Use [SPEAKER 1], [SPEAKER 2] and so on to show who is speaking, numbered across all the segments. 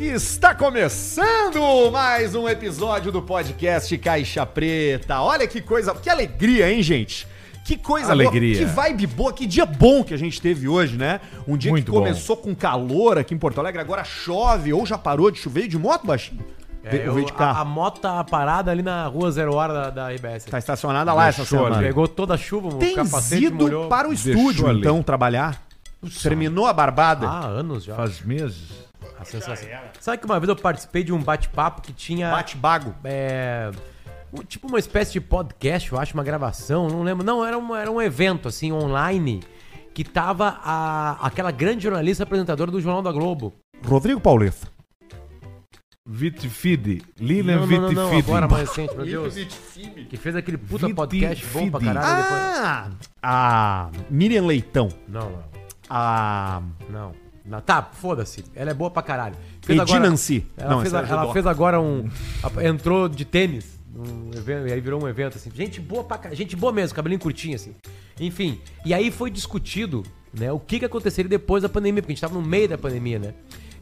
[SPEAKER 1] Está começando mais um episódio do podcast Caixa Preta. Olha que coisa, que alegria, hein, gente? Que coisa
[SPEAKER 2] Alegria.
[SPEAKER 1] boa, que vibe boa, que dia bom que a gente teve hoje, né? Um dia
[SPEAKER 2] Muito
[SPEAKER 1] que
[SPEAKER 2] bom.
[SPEAKER 1] começou com calor aqui em Porto Alegre, agora chove ou já parou de chover E de moto, baixinho?
[SPEAKER 3] É,
[SPEAKER 1] Ve-
[SPEAKER 3] eu-
[SPEAKER 1] veio de
[SPEAKER 3] A, a
[SPEAKER 1] carro.
[SPEAKER 3] moto tá parada ali na rua Zero Hora da, da RBS.
[SPEAKER 1] Tá estacionada lá essa
[SPEAKER 2] Deixou
[SPEAKER 1] semana.
[SPEAKER 2] ali.
[SPEAKER 3] Pegou toda a chuva, o
[SPEAKER 1] Tem
[SPEAKER 3] capacete
[SPEAKER 1] ido
[SPEAKER 3] molhou.
[SPEAKER 1] para o
[SPEAKER 2] Deixou
[SPEAKER 1] estúdio,
[SPEAKER 2] ali.
[SPEAKER 1] então, trabalhar. Terminou a barbada.
[SPEAKER 3] Há anos já.
[SPEAKER 2] Faz meses.
[SPEAKER 3] A sensação. Sabe que uma vez eu participei de um bate-papo que tinha...
[SPEAKER 1] Bate-bago.
[SPEAKER 3] é, um- tipo uma espécie de podcast, eu acho, uma gravação, não lembro. Não, era um, era um evento, assim, online, que tava a, aquela grande jornalista apresentadora do Jornal da Globo.
[SPEAKER 1] Rodrigo Paulista.
[SPEAKER 2] Vitifide. Lilian
[SPEAKER 1] é
[SPEAKER 3] não, não, não,
[SPEAKER 2] Vitifide.
[SPEAKER 3] não, agora mais recente, meu Deus. Que fez aquele puta
[SPEAKER 2] Viti
[SPEAKER 3] podcast bom pra
[SPEAKER 2] Fidi.
[SPEAKER 3] caralho. depois-
[SPEAKER 1] Ah! A Miriam Leitão.
[SPEAKER 3] Não, não.
[SPEAKER 1] A
[SPEAKER 3] Não. Na- Tá, foda-se. Ela é boa pra caralho.
[SPEAKER 1] Edi Nancy.
[SPEAKER 3] Ela,
[SPEAKER 1] Não,
[SPEAKER 3] fez,
[SPEAKER 1] essa é a
[SPEAKER 3] ela
[SPEAKER 1] judoca.
[SPEAKER 3] fez agora um. a- Entrou de tênis. num evento, e aí virou um evento assim. Gente boa pra caralho. Gente boa mesmo, cabelinho curtinho assim. Enfim. E aí foi discutido, né? O que, que aconteceria depois da pandemia. Porque a gente tava no meio da pandemia, né?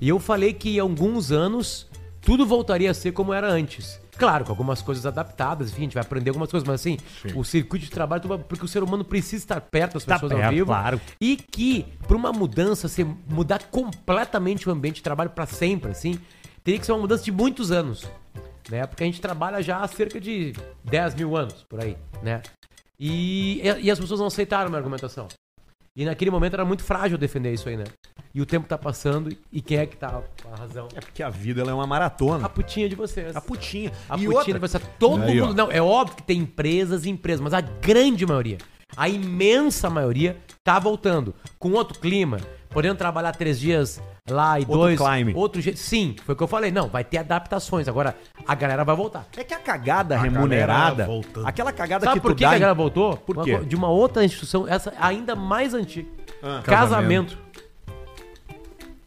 [SPEAKER 3] E eu falei que em alguns anos tudo voltaria a ser como era antes. Claro, com algumas coisas adaptadas, enfim, a gente vai aprender algumas coisas, mas assim, o circuito de trabalho, tudo- porque o ser humano precisa estar perto das pessoas ao
[SPEAKER 1] perto, Tá
[SPEAKER 3] vivo.
[SPEAKER 1] É, claro.
[SPEAKER 3] E que, para uma mudança, se mudar completamente o ambiente de trabalho para sempre, assim, teria que ser uma mudança de muitos anos. Né? Porque a gente trabalha já há cerca de 10 mil anos, por aí, né? E, e as pessoas não aceitaram a minha argumentação. E naquele momento era muito frágil defender isso aí, né? E o tempo tá passando e quem é que tá com a razão?
[SPEAKER 1] É porque a vida ela é uma
[SPEAKER 3] A
[SPEAKER 1] maratona.
[SPEAKER 3] putinha de vocês.
[SPEAKER 1] A putinha.
[SPEAKER 3] A
[SPEAKER 1] e
[SPEAKER 3] putinha
[SPEAKER 1] outra,
[SPEAKER 3] de vocês. Todo
[SPEAKER 2] Aí, ó.
[SPEAKER 3] mundo. Não, é óbvio que tem empresas e empresas, mas a grande maioria, a imensa maioria, tá voltando. Com outro clima, podendo trabalhar três dias lá e
[SPEAKER 1] Outro
[SPEAKER 3] dois.
[SPEAKER 1] climb.
[SPEAKER 3] Outro jeito. Sim, foi o que eu falei. Não, vai ter adaptações. Agora, a galera vai voltar.
[SPEAKER 1] É que a cagada remunerada, aquela cagada
[SPEAKER 3] Sabe
[SPEAKER 1] que
[SPEAKER 3] por
[SPEAKER 1] tu
[SPEAKER 3] que, que
[SPEAKER 1] dá
[SPEAKER 3] a
[SPEAKER 1] em-
[SPEAKER 3] galera voltou?
[SPEAKER 1] Por
[SPEAKER 3] Uma
[SPEAKER 1] quê?
[SPEAKER 3] co- De uma outra instituição, essa ainda mais antiga.
[SPEAKER 1] Ah.
[SPEAKER 3] casamento.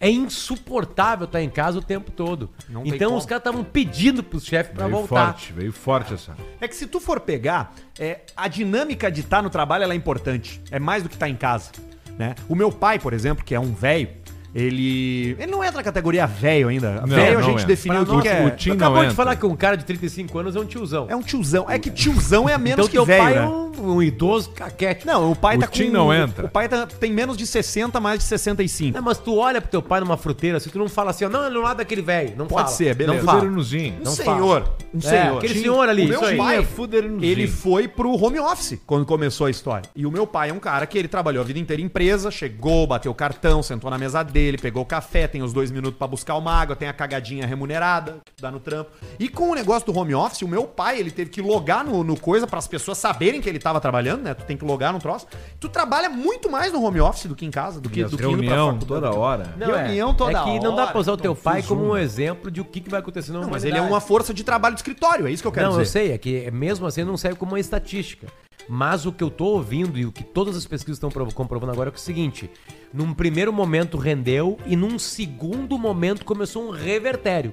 [SPEAKER 3] É insuportável estar em casa o tempo todo.
[SPEAKER 1] Não tem
[SPEAKER 3] então
[SPEAKER 1] como.
[SPEAKER 3] os caras estavam pedindo pros chefes pra
[SPEAKER 2] Veio
[SPEAKER 3] voltar.
[SPEAKER 2] forte, veio forte essa.
[SPEAKER 1] É que se tu for pegar, é, a dinâmica de estar no trabalho ela é importante. É mais do que estar em casa. Né? O meu pai, por exemplo, que é um velho, ele. Ele não entra na categoria velho ainda.
[SPEAKER 2] Não,
[SPEAKER 1] Velho a
[SPEAKER 2] não
[SPEAKER 1] gente
[SPEAKER 2] entra.
[SPEAKER 1] definiu
[SPEAKER 2] Pra
[SPEAKER 1] o que
[SPEAKER 2] nós,
[SPEAKER 1] é.
[SPEAKER 2] o Tim
[SPEAKER 3] Tu
[SPEAKER 2] não
[SPEAKER 3] acabou de
[SPEAKER 2] entra.
[SPEAKER 3] falar que um cara de 35 anos é um tiozão.
[SPEAKER 1] É um tiozão. É que tiozão é menos
[SPEAKER 3] então teu
[SPEAKER 1] que velho.
[SPEAKER 3] pai
[SPEAKER 1] né?
[SPEAKER 3] é um, um idoso caquete.
[SPEAKER 1] Não, o pai
[SPEAKER 2] O
[SPEAKER 1] tá
[SPEAKER 2] Tim não entra.
[SPEAKER 1] O pai tá- tem menos de 60, mais de 65.
[SPEAKER 3] Não, Né, mas tu olha pro teu pai numa fruteira, assim, tu não fala assim, ó, não, ele não é daquele velho. Não
[SPEAKER 1] Pode
[SPEAKER 3] fala.
[SPEAKER 1] ser, beleza.
[SPEAKER 3] Não fala.
[SPEAKER 2] Fuderinozinho.
[SPEAKER 3] Não fala.
[SPEAKER 1] Um
[SPEAKER 3] É,
[SPEAKER 1] senhor.
[SPEAKER 3] aquele
[SPEAKER 1] Tim-
[SPEAKER 3] senhor ali,
[SPEAKER 1] O meu
[SPEAKER 3] isso aí.
[SPEAKER 1] pai,
[SPEAKER 2] Tinha É fuderinozinho.
[SPEAKER 1] ele foi pro home office quando começou a história. E o meu pai é um cara que ele trabalhou a vida inteira em empresa, chegou, bateu o cartão, sentou na mesa dele, pegou o café, tem os dois minutos pra buscar uma água, tem a cagadinha remunerada, que dá no trampo. E com o negócio do home office, o meu pai, ele teve que logar no, no coisa para as pessoas saberem que ele tava trabalhando, né? Tu tem que logar no troço. Tu trabalha muito mais no home office do que em casa, do que,
[SPEAKER 2] E as
[SPEAKER 1] do que
[SPEAKER 2] reunião
[SPEAKER 1] faculdade.
[SPEAKER 2] toda hora.
[SPEAKER 3] Não, é,
[SPEAKER 1] Reunião toda
[SPEAKER 3] é que não dá
[SPEAKER 1] hora, então,
[SPEAKER 3] pra usar o teu pai
[SPEAKER 2] confusão.
[SPEAKER 3] como um exemplo de o que, que vai acontecer na
[SPEAKER 1] Não, mas
[SPEAKER 3] humanidade.
[SPEAKER 1] ele é uma força de trabalho de escritório, é isso que eu quero
[SPEAKER 3] Não, eu
[SPEAKER 1] dizer.
[SPEAKER 3] sei, é que mesmo assim não serve como uma estatística. Mas o que eu tô ouvindo e o que todas as pesquisas estão provo- comprovando agora é, que é o seguinte: num primeiro momento rendeu e num segundo momento começou um revertério.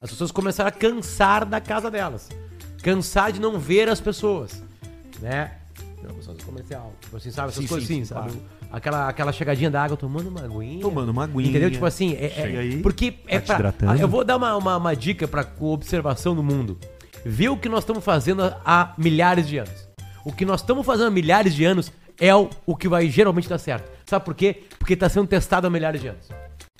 [SPEAKER 3] As pessoas começaram a cansar da casa delas, cansar de não ver as pessoas, né? Não, só do comercial, tipo assim, sabe? Essas
[SPEAKER 1] Sim,
[SPEAKER 3] coisas
[SPEAKER 1] sim,
[SPEAKER 3] assim,
[SPEAKER 1] sim,
[SPEAKER 3] sabe?
[SPEAKER 1] claro.
[SPEAKER 3] Aquela, aquela chegadinha da água, tomando uma aguinha.
[SPEAKER 1] Tomando uma aguinha.
[SPEAKER 3] Entendeu? Tipo assim, é, é-
[SPEAKER 1] Chega aí,
[SPEAKER 3] porque é
[SPEAKER 1] Tá te
[SPEAKER 3] pra,
[SPEAKER 1] hidratando.
[SPEAKER 3] Ah, Eu vou dar uma, uma, uma dica pra co- observação do mundo. Vê o que nós estamos fazendo há- há milhares de anos. O que nós estamos fazendo há milhares de anos é o, o que vai geralmente dar certo. Sabe por quê? Porque está sendo testado há milhares de anos.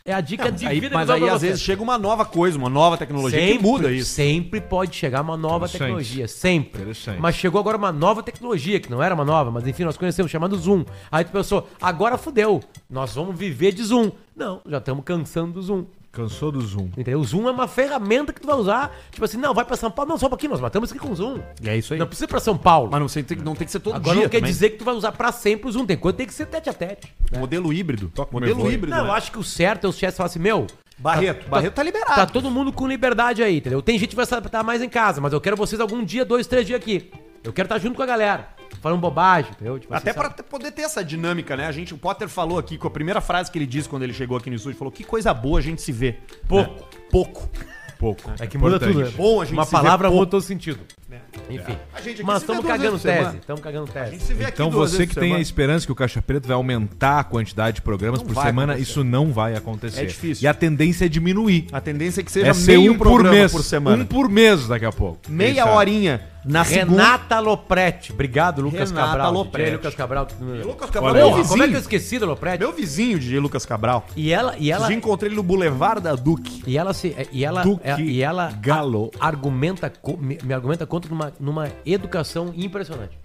[SPEAKER 3] É a dica de
[SPEAKER 1] Aí-
[SPEAKER 3] vida
[SPEAKER 1] mas
[SPEAKER 3] que eu dou
[SPEAKER 1] aí
[SPEAKER 3] pra
[SPEAKER 1] às
[SPEAKER 3] você.
[SPEAKER 1] vezes chega uma nova coisa, uma nova tecnologia
[SPEAKER 3] sempre,
[SPEAKER 1] que muda isso.
[SPEAKER 3] Sempre pode chegar uma nova
[SPEAKER 2] Interessante.
[SPEAKER 3] tecnologia, sempre.
[SPEAKER 2] Interessante.
[SPEAKER 3] Mas chegou agora uma nova tecnologia, que não era uma nova, mas enfim, nós conhecemos, chamado Zoom. Aí tu pensou, agora fudeu, nós vamos viver de Zoom. Não, já estamos cansando do Zoom.
[SPEAKER 2] Cansou do Zoom. um
[SPEAKER 3] Entendeu? O Zoom é uma ferramenta que tu vai usar. Tipo assim, não, vai pra São Paulo. Não, só pra aqui, nós matamos isso aqui com o Zoom.
[SPEAKER 1] É isso aí.
[SPEAKER 3] Não precisa ir pra São Paulo.
[SPEAKER 1] Mas não, sei, tem, que- não tem que ser todo
[SPEAKER 3] Agora
[SPEAKER 1] dia
[SPEAKER 3] não quer
[SPEAKER 1] também.
[SPEAKER 3] dizer que tu vai usar pra sempre o Zoom. Tem coisa que tem que ser tete a tete.
[SPEAKER 1] Modelo híbrido.
[SPEAKER 2] Toca o meu
[SPEAKER 1] Modelo
[SPEAKER 2] boi.
[SPEAKER 1] híbrido.
[SPEAKER 3] Não,
[SPEAKER 1] né?
[SPEAKER 3] eu acho que o certo é os chefes falarem assim, meu...
[SPEAKER 1] Barreto, Barreto tá liberado.
[SPEAKER 3] Tá todo mundo com liberdade aí, entendeu? Tem gente que vai estar mais em casa, mas eu quero vocês algum dia, dois, três dias aqui. Eu quero estar junto com a galera, falando bobagem, entendeu? Tipo
[SPEAKER 1] Até
[SPEAKER 3] assim,
[SPEAKER 1] pra
[SPEAKER 3] sabe?
[SPEAKER 1] ter- poder ter essa dinâmica, né? A gente, o Potter falou aqui, com a primeira frase que ele disse quando ele chegou aqui no estúdio, falou: que coisa boa a gente se vê. Pouco. Pouco.
[SPEAKER 2] Pouco.
[SPEAKER 3] É que muda tudo, né?
[SPEAKER 2] Importante.
[SPEAKER 1] Bom, a gente
[SPEAKER 3] Uma
[SPEAKER 1] se vê
[SPEAKER 3] palavra
[SPEAKER 1] pouco.
[SPEAKER 3] muda todo sentido.
[SPEAKER 1] né?
[SPEAKER 3] Enfim.
[SPEAKER 1] A gente aqui
[SPEAKER 3] Mas
[SPEAKER 1] se vê
[SPEAKER 3] estamos
[SPEAKER 1] duas
[SPEAKER 3] cagando
[SPEAKER 1] vezes por
[SPEAKER 3] tese.
[SPEAKER 1] semana.
[SPEAKER 3] Estamos cagando
[SPEAKER 1] A
[SPEAKER 3] tese.
[SPEAKER 1] gente se vê
[SPEAKER 2] Então
[SPEAKER 1] aqui duas
[SPEAKER 2] você
[SPEAKER 1] vezes
[SPEAKER 2] que
[SPEAKER 1] por
[SPEAKER 2] tem a
[SPEAKER 1] semana.
[SPEAKER 2] esperança que o Caixa Preto vai aumentar a quantidade de programas
[SPEAKER 1] Não
[SPEAKER 2] por
[SPEAKER 1] vai
[SPEAKER 2] semana,
[SPEAKER 1] acontecer.
[SPEAKER 2] isso não vai acontecer.
[SPEAKER 1] É difícil.
[SPEAKER 2] E a tendência é diminuir.
[SPEAKER 1] A tendência é que
[SPEAKER 2] É
[SPEAKER 1] seja
[SPEAKER 2] ser
[SPEAKER 1] meio
[SPEAKER 2] um por
[SPEAKER 1] programa
[SPEAKER 2] mês.
[SPEAKER 1] por semana.
[SPEAKER 2] Um por mês daqui a pouco. é
[SPEAKER 1] Meia
[SPEAKER 2] Quem sabe?
[SPEAKER 1] horinha na segunda.
[SPEAKER 3] Renata Lopretti. Obrigado, Lucas
[SPEAKER 1] Renata
[SPEAKER 3] Cabral.
[SPEAKER 1] Lopretti.
[SPEAKER 3] DJ Lucas Cabral. que-
[SPEAKER 1] Lucas
[SPEAKER 2] Cabral,
[SPEAKER 1] Cabral,
[SPEAKER 2] meu
[SPEAKER 1] meu
[SPEAKER 3] Porra, como é que eu
[SPEAKER 1] vizinho.
[SPEAKER 3] esqueci da Lopretti?
[SPEAKER 1] Meu vizinho, DJ Lucas Cabral.
[SPEAKER 3] E ela, e ela,
[SPEAKER 1] Já encontrei ele no Boulevard da Duque.
[SPEAKER 3] e ela se, e ela,
[SPEAKER 2] Duque
[SPEAKER 3] é e ela
[SPEAKER 2] Galo.
[SPEAKER 3] argumenta, co- me, me argumenta contra numa, numa educação impressionante.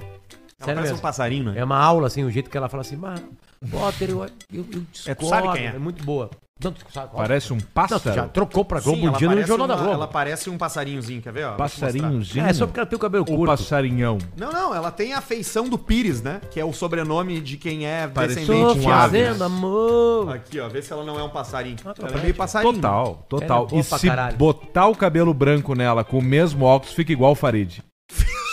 [SPEAKER 3] Sério
[SPEAKER 1] Parece
[SPEAKER 3] mesmo.
[SPEAKER 1] um passarinho, né?
[SPEAKER 3] É uma aula, assim, o jeito que ela fala assim, mas, Potter, eu, eu, eu discordo.
[SPEAKER 1] sabe quem é.
[SPEAKER 3] muito boa. Não, tu sabe qual? é.
[SPEAKER 2] Parece um
[SPEAKER 3] Não, tu
[SPEAKER 2] pássaro.
[SPEAKER 3] já trocou pra Globo um
[SPEAKER 1] ela
[SPEAKER 3] dia no
[SPEAKER 1] parece
[SPEAKER 3] Jornal da
[SPEAKER 1] uma-
[SPEAKER 3] Globo.
[SPEAKER 1] Ela parece um passarinhozinho, quer ver? Ó, vou te mostrar.
[SPEAKER 2] Passarinhozinho.
[SPEAKER 3] É, é só porque ela tem o cabelo
[SPEAKER 2] o
[SPEAKER 3] curto.
[SPEAKER 2] passarinhão.
[SPEAKER 1] Não, não, ela tem a feição do Pires, né? Que é o sobrenome de quem é
[SPEAKER 2] Parece
[SPEAKER 3] Tô
[SPEAKER 1] descendente de aves.
[SPEAKER 3] fazendo amor.
[SPEAKER 1] Aqui, ó, vê se ela não é um passarinho.
[SPEAKER 3] Ah, tá
[SPEAKER 1] ela é
[SPEAKER 3] bem.
[SPEAKER 1] meio passarinho.
[SPEAKER 2] Total, total.
[SPEAKER 3] Ela é boa
[SPEAKER 2] E
[SPEAKER 3] pra
[SPEAKER 2] se
[SPEAKER 3] caralho.
[SPEAKER 2] botar o cabelo branco nela com o mesmo óculos, fica igual o Farid.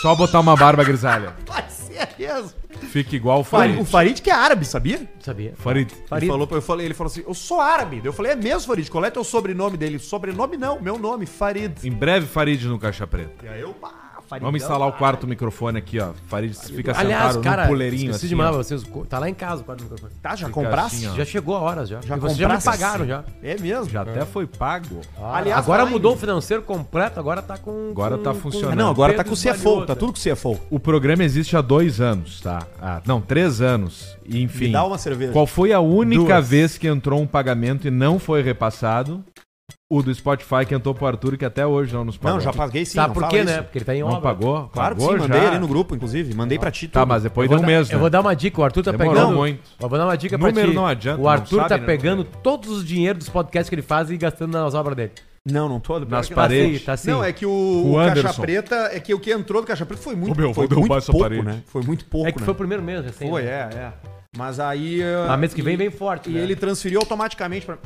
[SPEAKER 2] Só botar uma barba grisalha.
[SPEAKER 1] Pode ser mesmo.
[SPEAKER 2] Fica igual o
[SPEAKER 1] O Farid- O
[SPEAKER 2] Farid.
[SPEAKER 1] Farid que é árabe, sabia?
[SPEAKER 3] Sabia?
[SPEAKER 2] Farid.
[SPEAKER 3] Farid.
[SPEAKER 1] Ele falou, pra- eu falei, ele falou assim, eu sou árabe. Daí Eu falei, é mesmo, Farid, qual é teu sobrenome dele? Sobrenome não, meu nome, Farid.
[SPEAKER 2] Em breve, Farid no Caixa Preta.
[SPEAKER 1] E aí eu, pá, Farid.
[SPEAKER 2] Vamos instalar o quarto microfone aqui, ó. Farid fica
[SPEAKER 3] Aliás,
[SPEAKER 2] sentado
[SPEAKER 3] cara,
[SPEAKER 2] no puleirinho
[SPEAKER 3] esqueci
[SPEAKER 2] assim.
[SPEAKER 3] de mal
[SPEAKER 2] ó.
[SPEAKER 3] vocês. Tá lá em casa o quadro do microfone.
[SPEAKER 1] Tá, já
[SPEAKER 2] Fica
[SPEAKER 1] comprasse?
[SPEAKER 2] assim, ó.
[SPEAKER 3] Já chegou a hora, já.
[SPEAKER 1] Já
[SPEAKER 3] E vocês já me
[SPEAKER 1] comprasse?
[SPEAKER 3] pagaram, já.
[SPEAKER 1] É mesmo?
[SPEAKER 2] Já até foi pago.
[SPEAKER 1] Aliás,
[SPEAKER 3] agora
[SPEAKER 1] falar em-
[SPEAKER 3] mudou o financeiro completo, agora tá com...
[SPEAKER 2] Agora
[SPEAKER 3] com-
[SPEAKER 2] tá
[SPEAKER 3] com-
[SPEAKER 2] funcionando.
[SPEAKER 1] Ah, não, agora tá
[SPEAKER 3] né? Pedro é.
[SPEAKER 1] com o CFO,
[SPEAKER 3] Valiota.
[SPEAKER 1] tá tudo com o CFO.
[SPEAKER 2] O programa existe há dois anos, tá? Ah, não, três anos. E, Enfim.
[SPEAKER 1] Me dá uma cerveja.
[SPEAKER 2] Qual foi a única
[SPEAKER 3] Duas.
[SPEAKER 2] vez que entrou um pagamento e não foi repassado? O do Spotify que entrou pro Arthur, que até hoje não nos pagou.
[SPEAKER 1] Não, já paguei sim.
[SPEAKER 3] Tá,
[SPEAKER 1] não
[SPEAKER 3] por
[SPEAKER 1] fala
[SPEAKER 3] quê,
[SPEAKER 1] isso.
[SPEAKER 3] né? Porque ele tá em
[SPEAKER 2] Não
[SPEAKER 3] obra.
[SPEAKER 2] pagou?
[SPEAKER 1] Claro que
[SPEAKER 2] pagou
[SPEAKER 1] sim, mandei
[SPEAKER 2] já.
[SPEAKER 1] ali no grupo, inclusive. Mandei pra ti.
[SPEAKER 2] Tá,
[SPEAKER 1] tudo.
[SPEAKER 2] mas
[SPEAKER 3] Eu
[SPEAKER 2] depois
[SPEAKER 3] vou,
[SPEAKER 2] deu um
[SPEAKER 3] dar,
[SPEAKER 2] mês,
[SPEAKER 3] eu vou dar uma dica, o Arthur tá
[SPEAKER 2] Demorou
[SPEAKER 3] pegando.
[SPEAKER 2] muito.
[SPEAKER 3] Eu vou dar uma dica pra
[SPEAKER 2] Número
[SPEAKER 3] ti.
[SPEAKER 2] não adianta,
[SPEAKER 3] O
[SPEAKER 2] não
[SPEAKER 3] Arthur
[SPEAKER 2] sabe,
[SPEAKER 3] tá
[SPEAKER 2] né?
[SPEAKER 3] pegando todos os dinheiros dos podcasts que ele faz e gastando nas obras dele.
[SPEAKER 1] Não, não tô. pior
[SPEAKER 2] Nas
[SPEAKER 1] que não.
[SPEAKER 2] paredes.
[SPEAKER 3] Tá assim, tá assim.
[SPEAKER 1] Não, é que o,
[SPEAKER 2] O
[SPEAKER 1] o Caixa
[SPEAKER 2] Anderson.
[SPEAKER 1] Preta, é que o que entrou do Caixa Preta foi muito,
[SPEAKER 2] Ô, meu,
[SPEAKER 1] foi
[SPEAKER 2] vou derrubar
[SPEAKER 1] muito
[SPEAKER 2] essa
[SPEAKER 1] pouco,
[SPEAKER 2] parede.
[SPEAKER 1] né? Foi muito pouco,
[SPEAKER 3] É que
[SPEAKER 1] né?
[SPEAKER 3] foi o primeiro mês recém.
[SPEAKER 1] Foi,
[SPEAKER 3] né?
[SPEAKER 1] é, é. Mas aí... eh,
[SPEAKER 3] Mas mês que vem
[SPEAKER 1] e-
[SPEAKER 3] vem forte,
[SPEAKER 1] E
[SPEAKER 3] né?
[SPEAKER 1] ele transferiu automaticamente pra...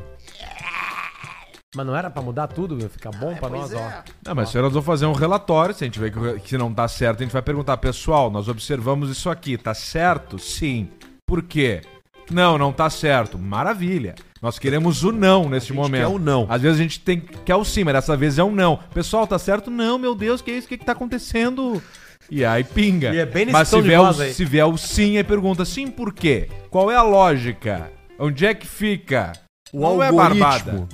[SPEAKER 3] Mas não era pra mudar tudo, meu. Fica
[SPEAKER 1] Ah,
[SPEAKER 3] bom pra nós, ó.
[SPEAKER 1] é.
[SPEAKER 2] Não, mas se nós vamos fazer um relatório, se a gente ver que, que não tá certo, a gente vai perguntar, pessoal, nós observamos isso aqui, tá certo? Sim. Por quê? Não, não tá certo. Maravilha. Nós queremos o não neste
[SPEAKER 1] gente
[SPEAKER 2] momento.
[SPEAKER 1] quer o não.
[SPEAKER 2] Às vezes a gente tem quer o sim, mas dessa vez é o não. Pessoal, tá certo? Não, meu Deus, que é isso? O que, que tá acontecendo? E aí pinga.
[SPEAKER 3] E é bem nesse
[SPEAKER 2] mas se
[SPEAKER 3] tom de
[SPEAKER 2] vier, o,
[SPEAKER 3] voz aí.
[SPEAKER 2] se vier o sim, aí pergunta, sim por quê? Qual é a lógica? Onde é que fica?
[SPEAKER 1] O
[SPEAKER 2] não é
[SPEAKER 1] algoritmo.
[SPEAKER 2] barbada.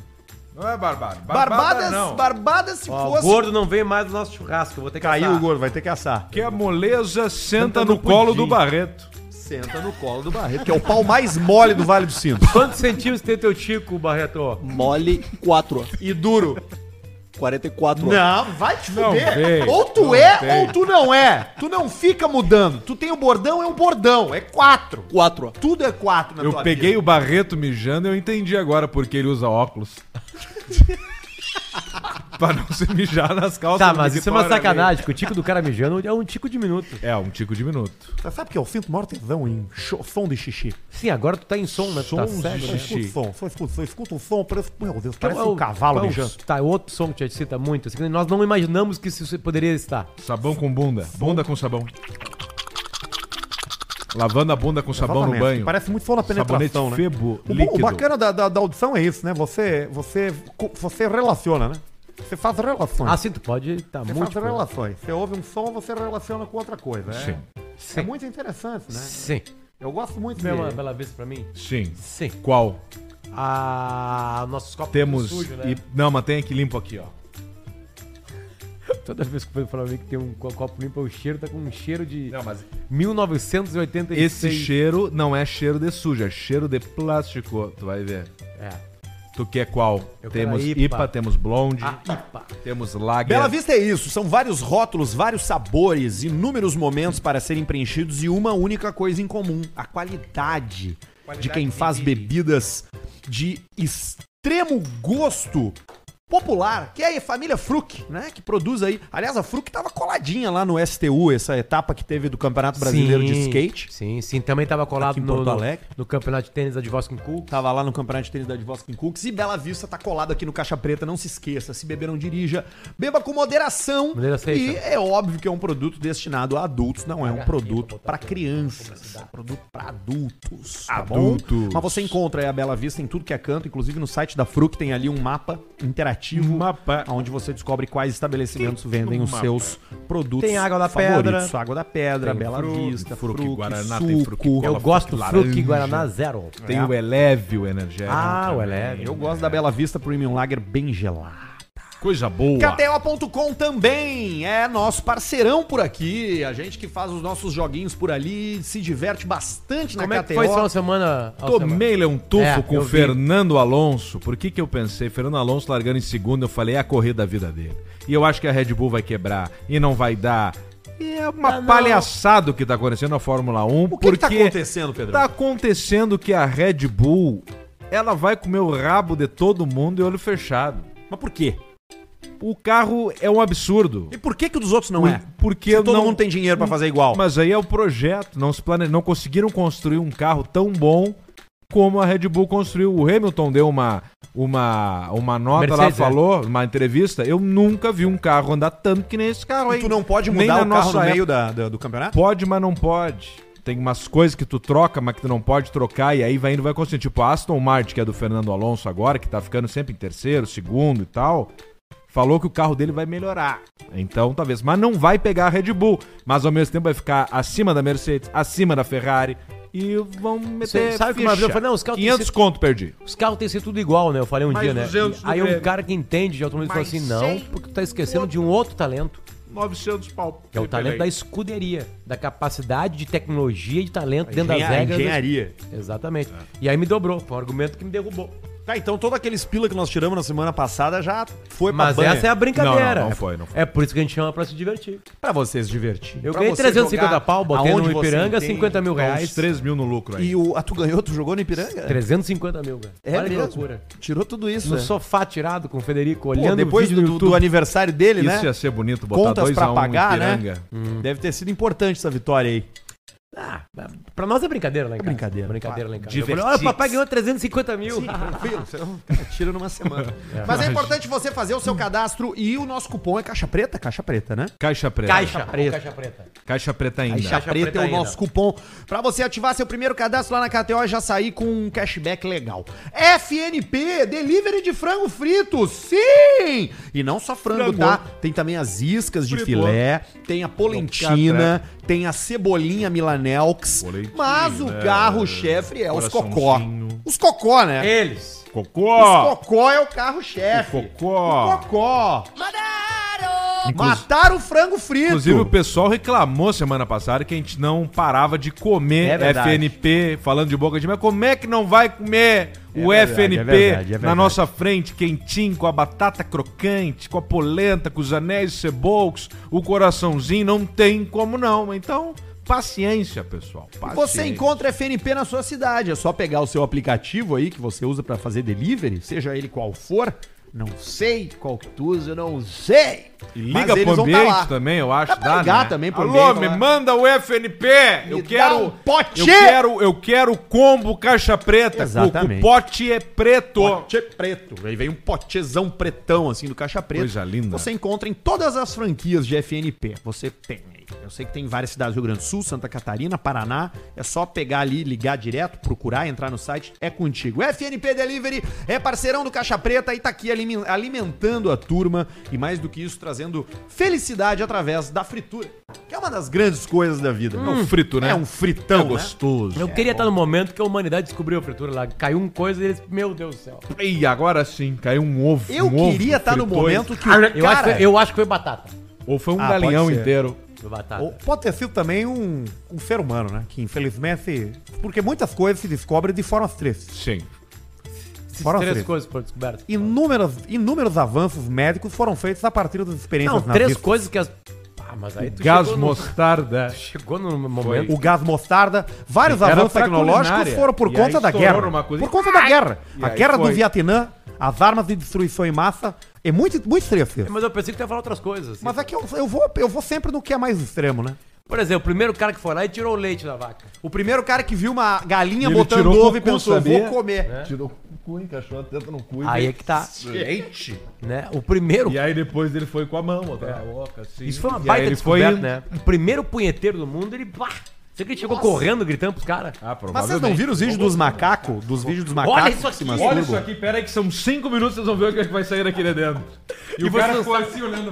[SPEAKER 2] Não é barbada.
[SPEAKER 1] Barbadas,
[SPEAKER 2] não.
[SPEAKER 1] barbadas se
[SPEAKER 3] Ó, O
[SPEAKER 1] fosse...
[SPEAKER 3] gordo não veio mais no nosso churrasco. eu Vou ter que
[SPEAKER 1] Caiu
[SPEAKER 3] assar.
[SPEAKER 1] o gordo, vai ter que assar.
[SPEAKER 2] Que a moleza senta,
[SPEAKER 3] Senta
[SPEAKER 2] no,
[SPEAKER 3] no
[SPEAKER 2] colo
[SPEAKER 3] pudim.
[SPEAKER 2] do Barreto.
[SPEAKER 1] Senta no colo do Barreto, que é o pau mais mole do Vale do Sino.
[SPEAKER 3] Quantos centímetros tem teu tico, Barreto?
[SPEAKER 4] Mole 4.
[SPEAKER 1] E duro.
[SPEAKER 4] 44.
[SPEAKER 1] Não, vai te
[SPEAKER 2] Não
[SPEAKER 1] fuder.
[SPEAKER 2] vem,
[SPEAKER 1] Ou tu
[SPEAKER 2] não
[SPEAKER 1] é
[SPEAKER 2] vem.
[SPEAKER 1] ou tu não é. Tu não fica mudando. Tu tem o bordão, é um bordão. É quatro.
[SPEAKER 4] 4.
[SPEAKER 1] Tudo é quatro na
[SPEAKER 2] Eu
[SPEAKER 1] tua
[SPEAKER 2] peguei
[SPEAKER 1] vida.
[SPEAKER 2] o Barreto mijando e eu entendi agora porque ele usa óculos. pra não se mijar nas calças.
[SPEAKER 3] Tá,
[SPEAKER 2] do
[SPEAKER 3] mas isso é uma
[SPEAKER 2] Vitória,
[SPEAKER 3] sacanagem, porque o tico do cara mijando é um tico diminuto.
[SPEAKER 2] né? É, um tico de minuto.
[SPEAKER 1] Sabe o que eu sinto o maior tesão em cho- som de xixi?
[SPEAKER 3] Sim, agora tu tá em som, né? Tu tá
[SPEAKER 2] Sons de
[SPEAKER 3] cego, né?
[SPEAKER 2] xixi.
[SPEAKER 1] Escuta o som, só escuta, só escuta o som, parece, meu Deus,
[SPEAKER 3] Que
[SPEAKER 1] parece
[SPEAKER 3] é o-
[SPEAKER 1] um cavalo
[SPEAKER 3] qual é o-
[SPEAKER 1] mijando.
[SPEAKER 3] Tá, é outro som que te excita muito. assim, que nós não imaginamos que isso poderia estar.
[SPEAKER 2] Sabão com bunda. Bunda com sabão. Lavando a bunda
[SPEAKER 3] É
[SPEAKER 2] com sabão no
[SPEAKER 1] Exatamente,
[SPEAKER 2] banho.
[SPEAKER 1] Parece muito som na
[SPEAKER 2] Sabonete
[SPEAKER 1] penetração, né?
[SPEAKER 2] febo,
[SPEAKER 1] o, bom-
[SPEAKER 2] líquido.
[SPEAKER 1] o bacana da, da, da audição é isso, né? Você, você, co- você relaciona, né? Você faz relações.
[SPEAKER 3] Ah, sim, tu pode tá
[SPEAKER 1] Hum. você
[SPEAKER 3] muito.
[SPEAKER 1] faz relações. Você ouve um som, você relaciona com outra coisa. É,
[SPEAKER 2] Sim.
[SPEAKER 1] é
[SPEAKER 3] Sim.
[SPEAKER 1] muito interessante, né? é
[SPEAKER 3] Sim.
[SPEAKER 1] Eu gosto muito
[SPEAKER 3] Vê uma
[SPEAKER 1] dele.
[SPEAKER 3] bela vista pra mim?
[SPEAKER 2] Sim.
[SPEAKER 3] Sim.
[SPEAKER 2] Qual?
[SPEAKER 3] Ah, nossos copos
[SPEAKER 2] Temos.
[SPEAKER 3] tudo sujo, né?
[SPEAKER 2] e- Não, mas tem aqui limpo aqui, ó.
[SPEAKER 3] Toda vez que eu falo pra mim que tem um co- copo limpo, o cheiro tá com um cheiro de
[SPEAKER 2] Não, mas
[SPEAKER 3] 1986.
[SPEAKER 2] esse cheiro não é cheiro de sujo, é cheiro de plástico. Tu vai ver.
[SPEAKER 3] É.
[SPEAKER 2] Tu quer qual?
[SPEAKER 3] Eu
[SPEAKER 2] temos
[SPEAKER 3] quero a
[SPEAKER 2] IPA.
[SPEAKER 3] IPA, Ah.
[SPEAKER 2] temos blonde,
[SPEAKER 3] A IPA.
[SPEAKER 2] temos lager.
[SPEAKER 1] Bela Vista é isso, são vários rótulos, vários sabores, inúmeros momentos para serem preenchidos e uma única coisa em comum: a qualidade, de quem faz bebidas de extremo gosto popular, que é a família Fruc, né? Que produz aí. Aliás, a Fruc tava coladinha lá no STU, essa etapa que teve do Campeonato Brasileiro de
[SPEAKER 3] Sim,
[SPEAKER 1] Skate.
[SPEAKER 3] Sim, sim. Também tava colado
[SPEAKER 1] Aqui em
[SPEAKER 3] no,
[SPEAKER 1] Porto
[SPEAKER 3] no-
[SPEAKER 1] Alegre.
[SPEAKER 3] no campeonato de tênis da Divoskin Cool.
[SPEAKER 1] Tava lá no campeonato de tênis da Divoskin Cooks e Bela Vista tá colado aqui no Caixa Preta. Não se esqueça, se beber não dirija, beba com moderação.
[SPEAKER 3] Moderação.
[SPEAKER 1] E é óbvio que é um produto destinado a adultos, não é um produto pra crianças. É um produto pra adultos. Tá bom?
[SPEAKER 2] Adultos.
[SPEAKER 1] Mas você encontra aí a Bela Vista em tudo que é canto, inclusive no site da Fruc tem ali um mapa aplicativo
[SPEAKER 2] Mapa.
[SPEAKER 1] onde você descobre quais estabelecimentos vendem os
[SPEAKER 2] mapa.
[SPEAKER 1] seus produtos
[SPEAKER 3] Tem Água da Pedra.
[SPEAKER 1] Água da Pedra,
[SPEAKER 2] Tem
[SPEAKER 1] Bela
[SPEAKER 2] fruque,
[SPEAKER 1] Vista,
[SPEAKER 2] fruque,
[SPEAKER 1] fruque,
[SPEAKER 2] guaraná,
[SPEAKER 1] suco.
[SPEAKER 2] tem fruque,
[SPEAKER 3] Eu
[SPEAKER 2] Cola
[SPEAKER 3] gosto do
[SPEAKER 2] fruque,
[SPEAKER 3] Fruque
[SPEAKER 2] laranja.
[SPEAKER 3] Guaraná Zero.
[SPEAKER 2] Tem o Eleve, o energético.
[SPEAKER 3] É. Ah, o
[SPEAKER 2] também.
[SPEAKER 3] Eleve.
[SPEAKER 1] Eu gosto da Bela Vista Premium Lager bem gelada.
[SPEAKER 2] Coisa boa.
[SPEAKER 1] KTO.com também é nosso parceirão por aqui. A gente que faz os nossos joguinhos por ali, se diverte bastante
[SPEAKER 3] Como
[SPEAKER 1] na
[SPEAKER 3] é
[SPEAKER 1] KTO.
[SPEAKER 3] que foi sua semana? Alcemar?
[SPEAKER 2] Tomei um tufo
[SPEAKER 3] É,
[SPEAKER 2] com
[SPEAKER 3] eu
[SPEAKER 2] o
[SPEAKER 3] vi.
[SPEAKER 2] Fernando Alonso. Por que, que eu pensei? Fernando Alonso largando em segundo, eu falei, é a corrida da vida dele. E eu acho que a Red Bull vai quebrar e não vai dar. E é uma
[SPEAKER 3] Ah, não.
[SPEAKER 2] palhaçada o que tá acontecendo na Fórmula 1.
[SPEAKER 1] O que, que tá
[SPEAKER 2] porque
[SPEAKER 1] acontecendo, Pedro?
[SPEAKER 2] Tá acontecendo que a Red Bull, ela vai comer o rabo de todo mundo e olho fechado.
[SPEAKER 1] Mas por quê?
[SPEAKER 2] O carro é um absurdo.
[SPEAKER 1] E por que que o dos outros não é?
[SPEAKER 2] Porque
[SPEAKER 1] Se todo
[SPEAKER 2] não-
[SPEAKER 1] mundo tem dinheiro pra fazer igual.
[SPEAKER 2] Mas aí é o projeto, não se plane... não conseguiram construir um carro tão bom como a Red Bull construiu. O Hamilton deu uma uma uma nota
[SPEAKER 3] Mercedes,
[SPEAKER 2] lá,
[SPEAKER 3] é.
[SPEAKER 2] falou, numa entrevista, eu nunca vi um carro andar tanto que nem esse carro
[SPEAKER 1] E
[SPEAKER 2] aí.
[SPEAKER 1] tu não pode
[SPEAKER 2] Nem
[SPEAKER 1] mudar
[SPEAKER 2] na
[SPEAKER 1] o carro
[SPEAKER 2] nossa
[SPEAKER 1] no meio
[SPEAKER 2] época.
[SPEAKER 1] da- da- do campeonato?
[SPEAKER 2] Pode, mas não pode. Tem umas coisas que tu troca, mas que tu não pode trocar, e aí vai indo, vai conseguir. Tipo, a Aston Martin, que é do Fernando Alonso agora, que tá ficando sempre em terceiro, segundo e tal, falou que o carro dele vai melhorar. Então, talvez. Mas não vai pegar a Red Bull. Mas ao mesmo tempo vai ficar acima da Mercedes, acima da Ferrari. E vão meter.
[SPEAKER 3] sabe o que
[SPEAKER 2] ficha.
[SPEAKER 3] uma vez eu falei, não, os carros têm
[SPEAKER 2] 500
[SPEAKER 3] sido-
[SPEAKER 2] conto perdi.
[SPEAKER 3] Os carros têm sido tudo igual, né? Eu falei um
[SPEAKER 2] Mais
[SPEAKER 3] dia, né?
[SPEAKER 2] 200 no
[SPEAKER 3] Aí um
[SPEAKER 2] prêmio.
[SPEAKER 3] cara que entende de automobilismo falou assim,
[SPEAKER 2] Mais
[SPEAKER 3] não,
[SPEAKER 2] 100
[SPEAKER 3] porque tu tá esquecendo de um outro talento,
[SPEAKER 2] 900 pau.
[SPEAKER 3] que é o talento da escuderia, da capacidade de tecnologia e de talento dentro das
[SPEAKER 1] Engenha-
[SPEAKER 3] regras.
[SPEAKER 1] Engenharia. É.
[SPEAKER 3] Exatamente. E aí me dobrou, foi um argumento que me derrubou.
[SPEAKER 1] Tá, então todo aquele espila que nós tiramos na semana passada já foi pra
[SPEAKER 3] Mas
[SPEAKER 1] banha.
[SPEAKER 3] essa é a brincadeira.
[SPEAKER 2] Não, não, não foi, não foi.
[SPEAKER 3] É por isso que a gente chama pra se divertir.
[SPEAKER 1] Pra você se divertir.
[SPEAKER 3] Eu
[SPEAKER 1] Pra
[SPEAKER 3] ganhei
[SPEAKER 1] você
[SPEAKER 3] 350
[SPEAKER 1] jogar
[SPEAKER 3] pau, botei
[SPEAKER 1] aonde
[SPEAKER 3] no
[SPEAKER 1] você
[SPEAKER 3] Ipiranga,
[SPEAKER 1] entende.
[SPEAKER 3] 50 mil
[SPEAKER 2] Uns
[SPEAKER 3] reais.
[SPEAKER 2] 3 mil no lucro aí.
[SPEAKER 1] E o, ah, tu ganhou, tu jogou no Ipiranga?
[SPEAKER 3] 350 mil, velho.
[SPEAKER 1] É
[SPEAKER 3] Olha que
[SPEAKER 1] mesmo.
[SPEAKER 3] loucura.
[SPEAKER 1] Tirou tudo isso,
[SPEAKER 3] No
[SPEAKER 1] né?
[SPEAKER 3] sofá tirado com o Federico,
[SPEAKER 1] Pô,
[SPEAKER 3] olhando
[SPEAKER 1] depois
[SPEAKER 3] o vídeo
[SPEAKER 1] do, do aniversário dele,
[SPEAKER 2] Isso
[SPEAKER 1] né?
[SPEAKER 2] ia ser bonito, botar
[SPEAKER 1] Contas
[SPEAKER 2] 2
[SPEAKER 1] pra
[SPEAKER 2] a 1
[SPEAKER 1] pagar,
[SPEAKER 2] Ipiranga.
[SPEAKER 1] né? Deve ter sido importante essa vitória aí.
[SPEAKER 3] Ah, pra nós é brincadeira lá em casa.
[SPEAKER 1] brincadeira.
[SPEAKER 3] Brincadeira lá em casa. Eu
[SPEAKER 2] Divertix.
[SPEAKER 3] falei, olha, o papai ganhou 350 mil.
[SPEAKER 1] Tranquilo, você tira numa semana. Mas é importante você fazer o seu cadastro e o nosso cupom é caixa preta, caixa preta, né?
[SPEAKER 2] Caixa preta.
[SPEAKER 3] Caixa preta.
[SPEAKER 2] Caixa preta ainda.
[SPEAKER 1] Caixa, preta,
[SPEAKER 3] preta
[SPEAKER 1] é o
[SPEAKER 3] ainda.
[SPEAKER 1] nosso cupom pra você ativar seu primeiro cadastro lá na KTO e já sair com um cashback legal. FNP, delivery de frango frito, sim! E não só frango,
[SPEAKER 2] Frango.
[SPEAKER 1] tá? Tem também as iscas de
[SPEAKER 2] Frito.
[SPEAKER 1] filé, tem a polentina, tem a cebolinha milanelx,
[SPEAKER 2] Polentina, né?
[SPEAKER 1] mas o carro-chefe é os cocó.
[SPEAKER 2] coraçãozinho.
[SPEAKER 1] Os cocó, né?
[SPEAKER 3] Eles.
[SPEAKER 1] Os
[SPEAKER 2] Cocó!
[SPEAKER 1] cocó é o carro-chefe.
[SPEAKER 2] O cocó.
[SPEAKER 1] O cocó. Mataram o frango frito.
[SPEAKER 2] Inclusive, o pessoal reclamou semana passada que a gente não parava de
[SPEAKER 3] É
[SPEAKER 2] comer
[SPEAKER 3] verdade.
[SPEAKER 2] FNP, falando de boca de mas como é que não vai comer o
[SPEAKER 3] verdade,
[SPEAKER 2] FNP
[SPEAKER 3] é verdade, é verdade.
[SPEAKER 2] na nossa frente, quentinho, com a batata crocante, com a polenta, com os anéis cebolos, o coraçãozinho, não tem como não. Então, paciência, pessoal.
[SPEAKER 1] E
[SPEAKER 2] paciência.
[SPEAKER 1] Você encontra FNP na sua cidade. É só pegar o seu aplicativo aí que você usa pra fazer delivery, seja ele qual for. Não sei qual que tu usa, eu não sei.
[SPEAKER 2] E
[SPEAKER 1] Mas
[SPEAKER 2] liga
[SPEAKER 1] eles
[SPEAKER 2] pro
[SPEAKER 1] vão tá
[SPEAKER 2] ambiente
[SPEAKER 1] lá.
[SPEAKER 2] também, eu acho. né?
[SPEAKER 1] Dá pra ligar também pro
[SPEAKER 2] Alô,
[SPEAKER 1] ambiente,
[SPEAKER 2] me
[SPEAKER 1] falar.
[SPEAKER 2] manda o FNP!
[SPEAKER 1] Me
[SPEAKER 2] eu
[SPEAKER 1] dá
[SPEAKER 2] quero.
[SPEAKER 1] um pote!
[SPEAKER 2] Eu quero, eu quero combo caixa preta.
[SPEAKER 1] Exatamente.
[SPEAKER 2] O, o pote é preto.
[SPEAKER 1] Pote preto. Aí vem um potezão pretão, assim, do caixa preto.
[SPEAKER 2] Coisa linda.
[SPEAKER 1] Você encontra em todas as franquias de FNP. Você tem aí. Eu sei que tem em várias cidades do Rio Grande do Sul, Santa Catarina, Paraná. É só pegar ali, ligar direto, procurar, entrar no site. É contigo. FNP Delivery é parceirão do Caixa Preta e tá aqui alime- alimentando a turma. E mais do que isso, trazendo felicidade através da fritura. Que é uma das grandes coisas da vida.
[SPEAKER 2] É um frito, né?
[SPEAKER 1] É um fritão,
[SPEAKER 2] É
[SPEAKER 1] né?
[SPEAKER 2] gostoso.
[SPEAKER 3] Eu queria estar no momento que a humanidade descobriu a fritura lá. Caiu um coisa e eles. Meu Deus do céu.
[SPEAKER 2] E agora sim, caiu um ovo.
[SPEAKER 1] Eu
[SPEAKER 2] um ovo
[SPEAKER 1] queria estar no
[SPEAKER 2] fritou,
[SPEAKER 1] momento
[SPEAKER 2] hein?
[SPEAKER 1] que o
[SPEAKER 3] Ah, Eu, acho que foi, eu acho que foi batata.
[SPEAKER 2] Ou foi um
[SPEAKER 1] Ah,
[SPEAKER 2] galinhão
[SPEAKER 1] pode ser.
[SPEAKER 2] inteiro.
[SPEAKER 3] Foi
[SPEAKER 2] Ah.
[SPEAKER 3] batata.
[SPEAKER 1] Ou pode ter sido também um, um ser humano, né? Que infelizmente. Porque muitas coisas se descobrem de formas tristes.
[SPEAKER 2] Sim.
[SPEAKER 3] Essas
[SPEAKER 1] foram
[SPEAKER 3] três
[SPEAKER 1] três.
[SPEAKER 3] coisas foram descobertas.
[SPEAKER 1] Inúmeros, inúmeros avanços médicos foram feitos a partir das experiências
[SPEAKER 3] Não, três
[SPEAKER 1] nazistas.
[SPEAKER 3] coisas que as. Ah, mas aí tu
[SPEAKER 2] Gás
[SPEAKER 3] chegou no-
[SPEAKER 2] mostarda.
[SPEAKER 3] Chegou no momento.
[SPEAKER 1] O gás mostarda, vários
[SPEAKER 2] Era
[SPEAKER 1] avanços
[SPEAKER 2] pra
[SPEAKER 1] tecnológicos
[SPEAKER 2] culinária.
[SPEAKER 1] foram por
[SPEAKER 2] E
[SPEAKER 1] conta
[SPEAKER 2] aí
[SPEAKER 1] da
[SPEAKER 2] estourou
[SPEAKER 1] guerra.
[SPEAKER 2] numa cozinha.
[SPEAKER 1] Por conta da guerra.
[SPEAKER 2] E
[SPEAKER 1] A
[SPEAKER 2] aí
[SPEAKER 1] guerra do
[SPEAKER 2] foi.
[SPEAKER 1] Vietnã, as armas de destruição em massa, é muito, muito triste.
[SPEAKER 3] Mas eu pensei que tu ia falar outras coisas. assim.
[SPEAKER 1] Mas é que eu, eu vou, eu vou sempre no que é mais extremo, né?
[SPEAKER 3] Por exemplo, o primeiro cara que foi lá e tirou o leite da vaca.
[SPEAKER 1] O primeiro cara que viu uma galinha
[SPEAKER 2] Ele
[SPEAKER 1] botando
[SPEAKER 2] tirou com
[SPEAKER 1] ovo e
[SPEAKER 2] o cu,
[SPEAKER 1] pensou,
[SPEAKER 2] sabia? É.
[SPEAKER 1] vou comer.
[SPEAKER 2] Tirou o cu, encaixou a teta no cu.
[SPEAKER 3] Aí é que tá.
[SPEAKER 2] Gente!
[SPEAKER 3] Né? O primeiro.
[SPEAKER 2] E aí depois ele foi com a mão, outra na boca, assim.
[SPEAKER 3] Isso foi uma
[SPEAKER 2] E aí
[SPEAKER 3] baita
[SPEAKER 2] ele foi
[SPEAKER 3] descoberta,
[SPEAKER 2] indo.
[SPEAKER 3] né? O primeiro punheteiro do mundo, ele. Bah, Você que ele chegou correndo, gritando pros caras?
[SPEAKER 2] Ah,
[SPEAKER 1] Mas vocês não viram os vídeos dos macacos? Dos vídeos dos macacos
[SPEAKER 3] isso
[SPEAKER 1] que se
[SPEAKER 3] aqui,
[SPEAKER 1] masturbam?
[SPEAKER 2] Olha isso aqui, pera aí que são cinco minutos, vocês vão ver o que é que vai sair aqui dentro. E, o cara ficou assim olhando.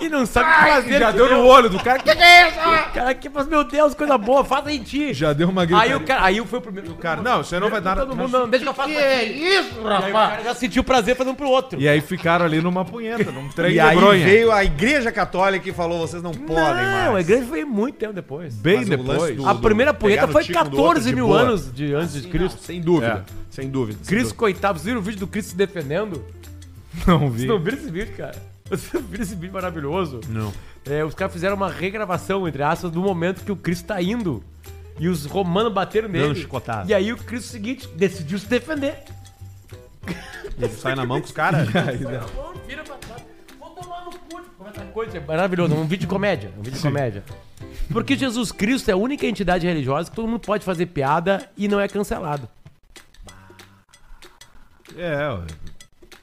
[SPEAKER 3] E não sabe o que fazer.
[SPEAKER 2] Já
[SPEAKER 3] que
[SPEAKER 2] deu no olho do cara.
[SPEAKER 3] O cara aqui fala, meu Deus, coisa boa, faz em ti.
[SPEAKER 2] Já deu uma
[SPEAKER 3] Aí
[SPEAKER 2] gritaria.
[SPEAKER 3] o cara, tá aí foi o primeiro. O
[SPEAKER 2] Cara, não, isso aí não vai dar
[SPEAKER 3] Todo mundo, não, deixa que eu faça. Que é isso, rapaz? o cara já sentiu prazer fazendo pro outro.
[SPEAKER 2] E aí ficaram ali numa punheta, num trem
[SPEAKER 1] E
[SPEAKER 2] de
[SPEAKER 1] aí
[SPEAKER 2] bronha.
[SPEAKER 1] veio a igreja católica e falou, vocês
[SPEAKER 2] é
[SPEAKER 1] não, é podem
[SPEAKER 3] não, a
[SPEAKER 1] mais.
[SPEAKER 3] igreja foi muito tempo depois.
[SPEAKER 2] Bem
[SPEAKER 1] Mas o lance
[SPEAKER 2] depois. Ah,
[SPEAKER 1] do-
[SPEAKER 3] A primeira
[SPEAKER 1] pegar
[SPEAKER 3] punheta
[SPEAKER 1] no
[SPEAKER 3] foi
[SPEAKER 1] tico do outro
[SPEAKER 3] 14
[SPEAKER 1] de
[SPEAKER 3] mil
[SPEAKER 1] boa.
[SPEAKER 3] anos de antes de Cristo.
[SPEAKER 1] Sem dúvida, sem dúvida. sem
[SPEAKER 3] Cristo, coitado, vocês viram o vídeo do Cristo se defendendo?
[SPEAKER 2] Não vi.
[SPEAKER 3] Vocês não viram esse vídeo, cara? Vocês não viram esse vídeo maravilhoso?
[SPEAKER 1] Não.
[SPEAKER 3] É, os caras fizeram uma regravação, entre aspas, do momento que o Cristo tá indo. E os romanos bateram nele.
[SPEAKER 1] Dando chicotada.
[SPEAKER 3] E aí o Cristo seguinte decidiu se defender.
[SPEAKER 1] dúvida. Ele sai na mão com os caras.
[SPEAKER 3] Vou vira pra trás. Vou tomar no cu. Começa a coisa, é maravilhoso. É um vídeo de comédia. Um vídeo de comédia. Porque Jesus Cristo é a única entidade religiosa que todo mundo pode fazer piada e não é cancelado.
[SPEAKER 2] É, ué.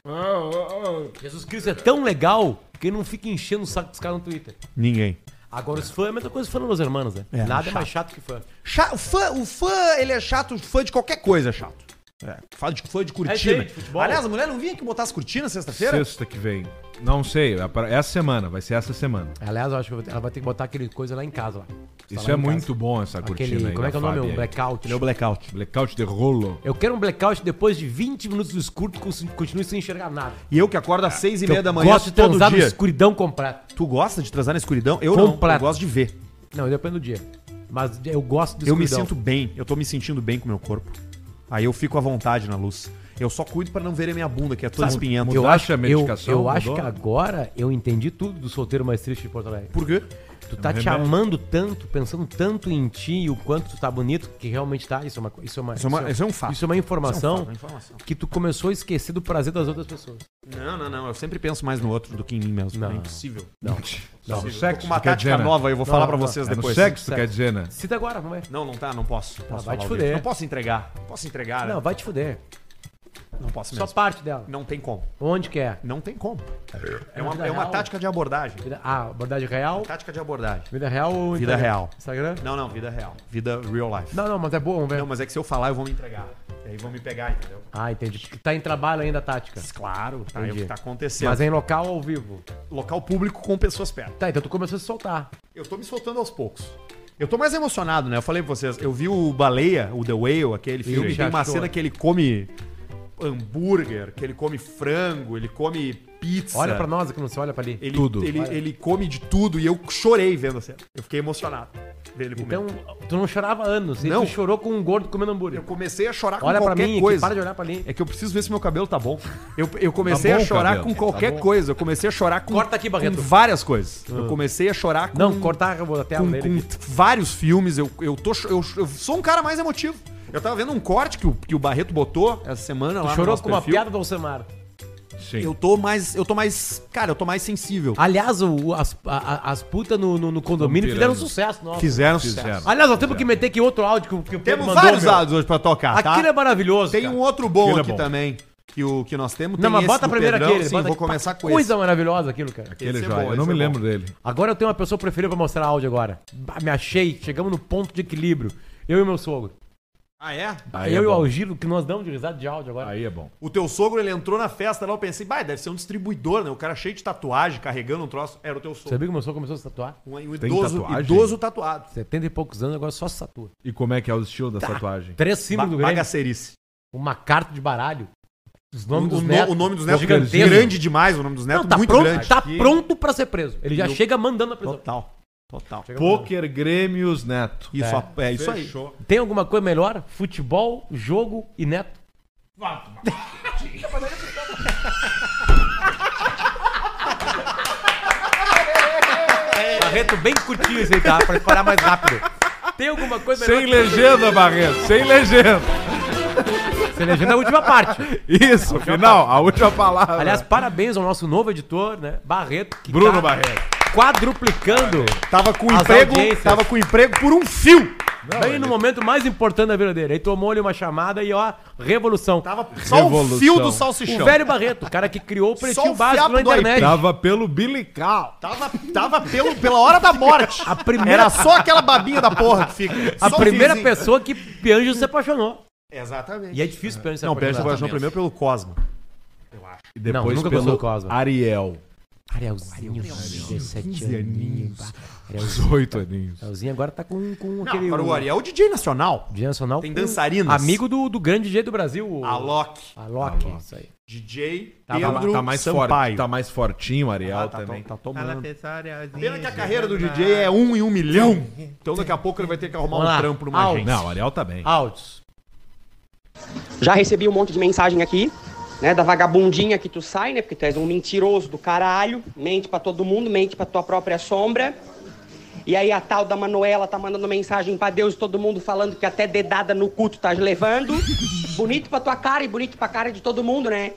[SPEAKER 3] Ah, Jesus Cristo é tão legal que ele não fica enchendo o saco dos caras no Twitter.
[SPEAKER 1] Ninguém.
[SPEAKER 3] Agora, os fãs é a mesma coisa que fã dos hermanos, né?
[SPEAKER 1] É,
[SPEAKER 3] Nada é mais chato que fã.
[SPEAKER 1] Cha- o fã, o fã, ele é chato, o fã de qualquer coisa é chato. É, fã de, fã de cortina.
[SPEAKER 3] aí, de futebol.
[SPEAKER 1] Aliás, a mulher não vinha aqui botar as cortinas sexta-feira?
[SPEAKER 2] Sexta que vem. Não sei, é pra- essa semana, vai ser essa semana.
[SPEAKER 1] Tá
[SPEAKER 3] Aliás, eu acho que eu vou ter- ela vai ter que botar aquele coisa lá em casa. Lá. Tá
[SPEAKER 2] Isso
[SPEAKER 3] lá
[SPEAKER 2] é
[SPEAKER 3] em casa.
[SPEAKER 2] muito bom essa cortina
[SPEAKER 3] Aquele,
[SPEAKER 2] aí.
[SPEAKER 3] como
[SPEAKER 2] da
[SPEAKER 3] é que é o nome?
[SPEAKER 2] Fábia
[SPEAKER 3] Um
[SPEAKER 2] aí.
[SPEAKER 3] blackout.
[SPEAKER 1] blackout.
[SPEAKER 2] Blackout de rolo.
[SPEAKER 3] Eu quero um blackout depois de 20 minutos do escuro que eu continue sem enxergar nada.
[SPEAKER 1] E eu que acordo às seis e meia
[SPEAKER 3] eu
[SPEAKER 1] da manhã
[SPEAKER 3] gosto de
[SPEAKER 1] todo
[SPEAKER 3] transar na
[SPEAKER 1] dia.
[SPEAKER 3] escuridão completa.
[SPEAKER 1] Tu gosta de transar na escuridão? Eu não, eu
[SPEAKER 3] Completo.
[SPEAKER 1] gosto de ver.
[SPEAKER 3] Não, depende do dia. Mas eu gosto de
[SPEAKER 1] Eu me
[SPEAKER 3] escuridão.
[SPEAKER 1] sinto bem, eu tô me sentindo bem com o meu corpo. Aí eu fico à vontade na luz. Eu só cuido pra não ver a minha bunda, que é toda espinhenta.
[SPEAKER 2] eu-
[SPEAKER 3] eu
[SPEAKER 2] Mudaste
[SPEAKER 3] acho,
[SPEAKER 2] a medicação,
[SPEAKER 3] eu, eu
[SPEAKER 2] mudou?
[SPEAKER 3] acho que agora eu entendi tudo do solteiro mais triste de Porto Alegre.
[SPEAKER 1] Por quê?
[SPEAKER 3] Tu
[SPEAKER 1] É
[SPEAKER 3] tá
[SPEAKER 2] um
[SPEAKER 3] te
[SPEAKER 2] remédio.
[SPEAKER 3] amando tanto, pensando tanto em ti e o quanto tu tá bonito, que realmente tá. Isso é uma co- isso é uma
[SPEAKER 1] Isso é uma- isso é um fato.
[SPEAKER 3] Isso é uma informação,
[SPEAKER 1] fato, é uma informação.
[SPEAKER 3] que tu começou a esquecer do prazer das outras pessoas.
[SPEAKER 1] Não, não, não. Eu sempre penso mais no outro do que em mim mesmo.
[SPEAKER 3] Não.
[SPEAKER 1] É impossível.
[SPEAKER 3] Não.
[SPEAKER 2] Não,
[SPEAKER 3] Sim,
[SPEAKER 1] Tô com
[SPEAKER 2] sexo,
[SPEAKER 1] uma
[SPEAKER 2] tu quer
[SPEAKER 1] tática
[SPEAKER 2] dizer, né?
[SPEAKER 1] nova, eu vou
[SPEAKER 3] Não,
[SPEAKER 1] falar pra
[SPEAKER 3] não.
[SPEAKER 1] vocês
[SPEAKER 2] É no
[SPEAKER 1] depois.
[SPEAKER 2] sexo, tu
[SPEAKER 3] Sexo.
[SPEAKER 2] quer dizer, né?
[SPEAKER 3] Cita agora, vamos ver.
[SPEAKER 1] Não, não tá, não posso. posso
[SPEAKER 3] Ah, vai
[SPEAKER 1] falar
[SPEAKER 3] te
[SPEAKER 1] o
[SPEAKER 3] fuder.
[SPEAKER 1] dedo. Não posso entregar. Não posso entregar, né?
[SPEAKER 3] Não, vai te fuder.
[SPEAKER 1] Não posso
[SPEAKER 3] Só
[SPEAKER 1] mesmo.
[SPEAKER 3] parte dela.
[SPEAKER 1] Não tem como.
[SPEAKER 3] Onde que é?
[SPEAKER 1] Não tem como. É uma,
[SPEAKER 3] vida
[SPEAKER 1] é uma
[SPEAKER 3] real.
[SPEAKER 1] tática de abordagem.
[SPEAKER 3] Vida- Ah, verdade real?
[SPEAKER 1] Tática de abordagem.
[SPEAKER 3] Vida real ou
[SPEAKER 1] Vida
[SPEAKER 3] Instagram?
[SPEAKER 1] real.
[SPEAKER 3] Instagram?
[SPEAKER 1] Não, não, vida real. Vida real life.
[SPEAKER 3] Não, não, mas é boa, vamos ver.
[SPEAKER 1] Não, mas é que se eu falar, eu vou me entregar. E aí vão me pegar, entendeu?
[SPEAKER 3] Ah, entendi. Porque Tá em trabalho ainda a tática.
[SPEAKER 1] Claro, tá, é o que
[SPEAKER 3] Entendi.
[SPEAKER 1] tá acontecendo.
[SPEAKER 3] Mas é em local ou ao vivo.
[SPEAKER 1] Local público com pessoas perto.
[SPEAKER 3] Tá, então tu começou a se soltar.
[SPEAKER 1] Eu tô me soltando aos poucos. Eu tô mais emocionado, né? Eu falei pra vocês, eu vi o Baleia, o The Whale, aquele filme,
[SPEAKER 3] Sim.
[SPEAKER 1] tem uma
[SPEAKER 3] Achou.
[SPEAKER 1] cena que ele come hambúrguer, que ele come frango, ele come pizza.
[SPEAKER 3] Olha pra nós que não se olha pra ali.
[SPEAKER 1] Ele,
[SPEAKER 2] Tudo.
[SPEAKER 1] Ele, ele come de tudo e eu chorei vendo a cena. Eu fiquei emocionado dele
[SPEAKER 3] Então,
[SPEAKER 1] comendo.
[SPEAKER 3] tu não chorava há anos. E
[SPEAKER 1] Não.
[SPEAKER 3] tu chorou com um gordo comendo hambúrguer.
[SPEAKER 1] eu comecei a chorar
[SPEAKER 3] Olha
[SPEAKER 1] com
[SPEAKER 3] pra
[SPEAKER 1] qualquer
[SPEAKER 3] mim, aqui,
[SPEAKER 1] coisa.
[SPEAKER 3] para de olhar pra ali.
[SPEAKER 1] É que eu preciso ver se meu cabelo tá bom. Eu, eu comecei
[SPEAKER 2] Tá bom
[SPEAKER 1] a chorar
[SPEAKER 2] o cabelo.
[SPEAKER 1] com qualquer
[SPEAKER 2] Tá bom.
[SPEAKER 1] coisa. Eu comecei a chorar com,
[SPEAKER 3] Corta aqui, Barreto. Ah.
[SPEAKER 1] com várias coisas. Eu comecei a chorar com,
[SPEAKER 3] Não, cortar a tela
[SPEAKER 1] com,
[SPEAKER 3] dele.
[SPEAKER 1] com
[SPEAKER 3] aqui.
[SPEAKER 1] vários filmes. Eu, eu, tô, cho- eu, eu sou um cara mais emotivo. Eu tava vendo um corte que o, que o Barreto botou essa semana lá
[SPEAKER 3] Tu
[SPEAKER 1] no
[SPEAKER 3] chorou
[SPEAKER 1] nosso
[SPEAKER 3] com uma
[SPEAKER 1] perfil.
[SPEAKER 3] piada do Alcemar.
[SPEAKER 2] Sim.
[SPEAKER 1] Eu tô mais. Eu tô mais. Cara, eu tô mais sensível.
[SPEAKER 3] Aliás, o- o- as, a- a- as putas no, no- no condomínio
[SPEAKER 2] Tão pirando.
[SPEAKER 3] fizeram sucesso, nossa.
[SPEAKER 1] né? Fizeram
[SPEAKER 2] Fizeram.
[SPEAKER 1] sucesso.
[SPEAKER 3] Aliás, nós temos que meter aqui outro áudio que, o- que o Pedro
[SPEAKER 1] Temos vários
[SPEAKER 3] meu.
[SPEAKER 1] dados hoje pra tocar. tá?
[SPEAKER 3] Aquilo é maravilhoso.
[SPEAKER 1] Tem
[SPEAKER 3] cara.
[SPEAKER 1] um outro bom
[SPEAKER 2] Aquele é
[SPEAKER 1] aqui
[SPEAKER 2] bom.
[SPEAKER 1] também. Que, o, que nós temos.
[SPEAKER 3] Não,
[SPEAKER 1] Tem
[SPEAKER 3] mas
[SPEAKER 1] esse
[SPEAKER 3] bota
[SPEAKER 1] do
[SPEAKER 3] primeiro
[SPEAKER 1] Pedrão,
[SPEAKER 3] aquele.
[SPEAKER 1] Sim,
[SPEAKER 3] bota
[SPEAKER 1] vou
[SPEAKER 3] aqui.
[SPEAKER 1] começar com
[SPEAKER 3] Coisa
[SPEAKER 1] esse.
[SPEAKER 3] maravilhosa aquilo, cara.
[SPEAKER 2] Aquele
[SPEAKER 1] esse é
[SPEAKER 2] joia.
[SPEAKER 1] bom,
[SPEAKER 2] eu não
[SPEAKER 1] esse
[SPEAKER 2] me
[SPEAKER 1] é
[SPEAKER 2] lembro dele.
[SPEAKER 3] Agora eu tenho uma pessoa preferida pra mostrar áudio agora. Bah, Me achei, chegamos no ponto de equilíbrio. Eu e meu sogro.
[SPEAKER 1] Ah, é?
[SPEAKER 2] Aí
[SPEAKER 3] eu
[SPEAKER 2] é
[SPEAKER 3] e o
[SPEAKER 2] bom.
[SPEAKER 3] Algiro, que nós damos de risada de áudio agora.
[SPEAKER 2] Aí é bom.
[SPEAKER 1] O teu sogro, ele entrou na festa lá, eu pensei, bah, deve ser um distribuidor, né? O cara cheio de tatuagem, carregando um troço. Era o teu
[SPEAKER 3] Você
[SPEAKER 1] sogro.
[SPEAKER 3] Sabia que meu sogro começou a se tatuar?
[SPEAKER 1] Um, um
[SPEAKER 2] Tem
[SPEAKER 1] idoso,
[SPEAKER 2] tatuagem?
[SPEAKER 1] idoso tatuado.
[SPEAKER 3] 70 e poucos anos, agora só se tatua.
[SPEAKER 2] E como é que é o estilo da tatuagem?
[SPEAKER 3] Três símbolos
[SPEAKER 1] Ba-
[SPEAKER 3] do Grêmio.
[SPEAKER 1] Bagaceirice.
[SPEAKER 3] Uma carta de baralho. Os
[SPEAKER 1] Um O,
[SPEAKER 3] nomes dos
[SPEAKER 1] no-
[SPEAKER 3] netos.
[SPEAKER 1] o nome dos netos é
[SPEAKER 3] gigantesco.
[SPEAKER 1] grande demais, o nome dos netos
[SPEAKER 3] Não, tá
[SPEAKER 1] muito
[SPEAKER 3] pronto,
[SPEAKER 1] grande.
[SPEAKER 3] tá
[SPEAKER 2] Aqui.
[SPEAKER 3] pronto pra ser preso. Ele já
[SPEAKER 1] E o-
[SPEAKER 3] chega mandando a prisão.
[SPEAKER 1] Total. Total.
[SPEAKER 2] Poker Grêmios Neto.
[SPEAKER 1] Isso, é, é isso aí.
[SPEAKER 2] Fechou.
[SPEAKER 3] Tem alguma coisa melhor? Futebol, jogo e neto. Barreto, bem curtinho esse aí, tá? Pra parar mais rápido. Tem alguma coisa
[SPEAKER 2] Sem
[SPEAKER 3] melhor?
[SPEAKER 2] legenda, Barreto. Sem legenda.
[SPEAKER 3] Sem legenda é a última parte.
[SPEAKER 2] Isso, final. A última palavra.
[SPEAKER 3] Aliás, parabéns ao nosso novo editor, né? Barreto. que
[SPEAKER 2] Bruno
[SPEAKER 3] tá
[SPEAKER 2] Barreto.
[SPEAKER 3] Quadruplicando.
[SPEAKER 1] Tava com
[SPEAKER 3] As
[SPEAKER 1] emprego,
[SPEAKER 3] audiências.
[SPEAKER 1] tava com emprego por um fio.
[SPEAKER 3] Bem no momento mais importante da vida dele. Aí tomou-lhe uma chamada e ó, revolução.
[SPEAKER 1] Tava só o
[SPEAKER 2] Revolução.
[SPEAKER 1] fio do
[SPEAKER 3] O
[SPEAKER 1] salsichão.
[SPEAKER 3] velho Barreto, o cara que criou o
[SPEAKER 1] Só
[SPEAKER 3] pretinho
[SPEAKER 1] o
[SPEAKER 3] básico
[SPEAKER 1] fiapo
[SPEAKER 3] na
[SPEAKER 1] do
[SPEAKER 3] internet.
[SPEAKER 2] Tava pelo bilical.
[SPEAKER 1] Tava, tava pelo, pela hora da morte.
[SPEAKER 3] A primeira-
[SPEAKER 1] Era só aquela babinha da porra que fica.
[SPEAKER 3] A
[SPEAKER 1] Só o
[SPEAKER 3] primeira
[SPEAKER 1] fiozinho.
[SPEAKER 3] pessoa que Pianjo se apaixonou.
[SPEAKER 1] Exatamente.
[SPEAKER 3] E é difícil Pianjo se
[SPEAKER 1] Não, o Pérez se
[SPEAKER 3] apaixonar.
[SPEAKER 1] apaixonou primeiro pelo Cosmo.
[SPEAKER 2] E
[SPEAKER 3] Não, nunca gostou do Cosma.
[SPEAKER 2] Ariel.
[SPEAKER 3] Arielzinho, 17 aninhos. Arielzinho.
[SPEAKER 2] 18 aninhos.
[SPEAKER 3] Arielzinho agora tá com, com
[SPEAKER 1] Não,
[SPEAKER 3] aquele...
[SPEAKER 1] agora o Ariel é o DJ nacional.
[SPEAKER 3] DJ Nacional.
[SPEAKER 1] Tem
[SPEAKER 3] com-
[SPEAKER 1] dançarinas.
[SPEAKER 3] Amigo do, do grande DJ do Brasil. o-
[SPEAKER 1] Alok.
[SPEAKER 3] Alok.
[SPEAKER 2] Alok.
[SPEAKER 3] Isso aí.
[SPEAKER 1] DJ
[SPEAKER 2] Tá,
[SPEAKER 1] Pedro
[SPEAKER 2] tá mais forte,
[SPEAKER 1] Sampaio.
[SPEAKER 2] tá mais fortinho o Ariel
[SPEAKER 1] Ah, tá,
[SPEAKER 2] também.
[SPEAKER 1] tá tomando. Pena que a carreira do DJ é um em um milhão. Então daqui a pouco ele vai ter que arrumar
[SPEAKER 3] Vamos lá.
[SPEAKER 1] um trampo numa
[SPEAKER 3] Alves.
[SPEAKER 1] agência.
[SPEAKER 2] Não, o Ariel tá bem.
[SPEAKER 3] Áudios.
[SPEAKER 5] Já recebi um monte de mensagem aqui, né? Da vagabundinha que tu sai, né? Porque tu és um mentiroso do caralho. Mente pra todo mundo, mente pra tua própria sombra. E aí a tal da Manuela tá mandando mensagem pra Deus e todo mundo falando que até dedada no cu tu estás levando. Bonito pra tua cara e bonito pra cara de todo mundo, né?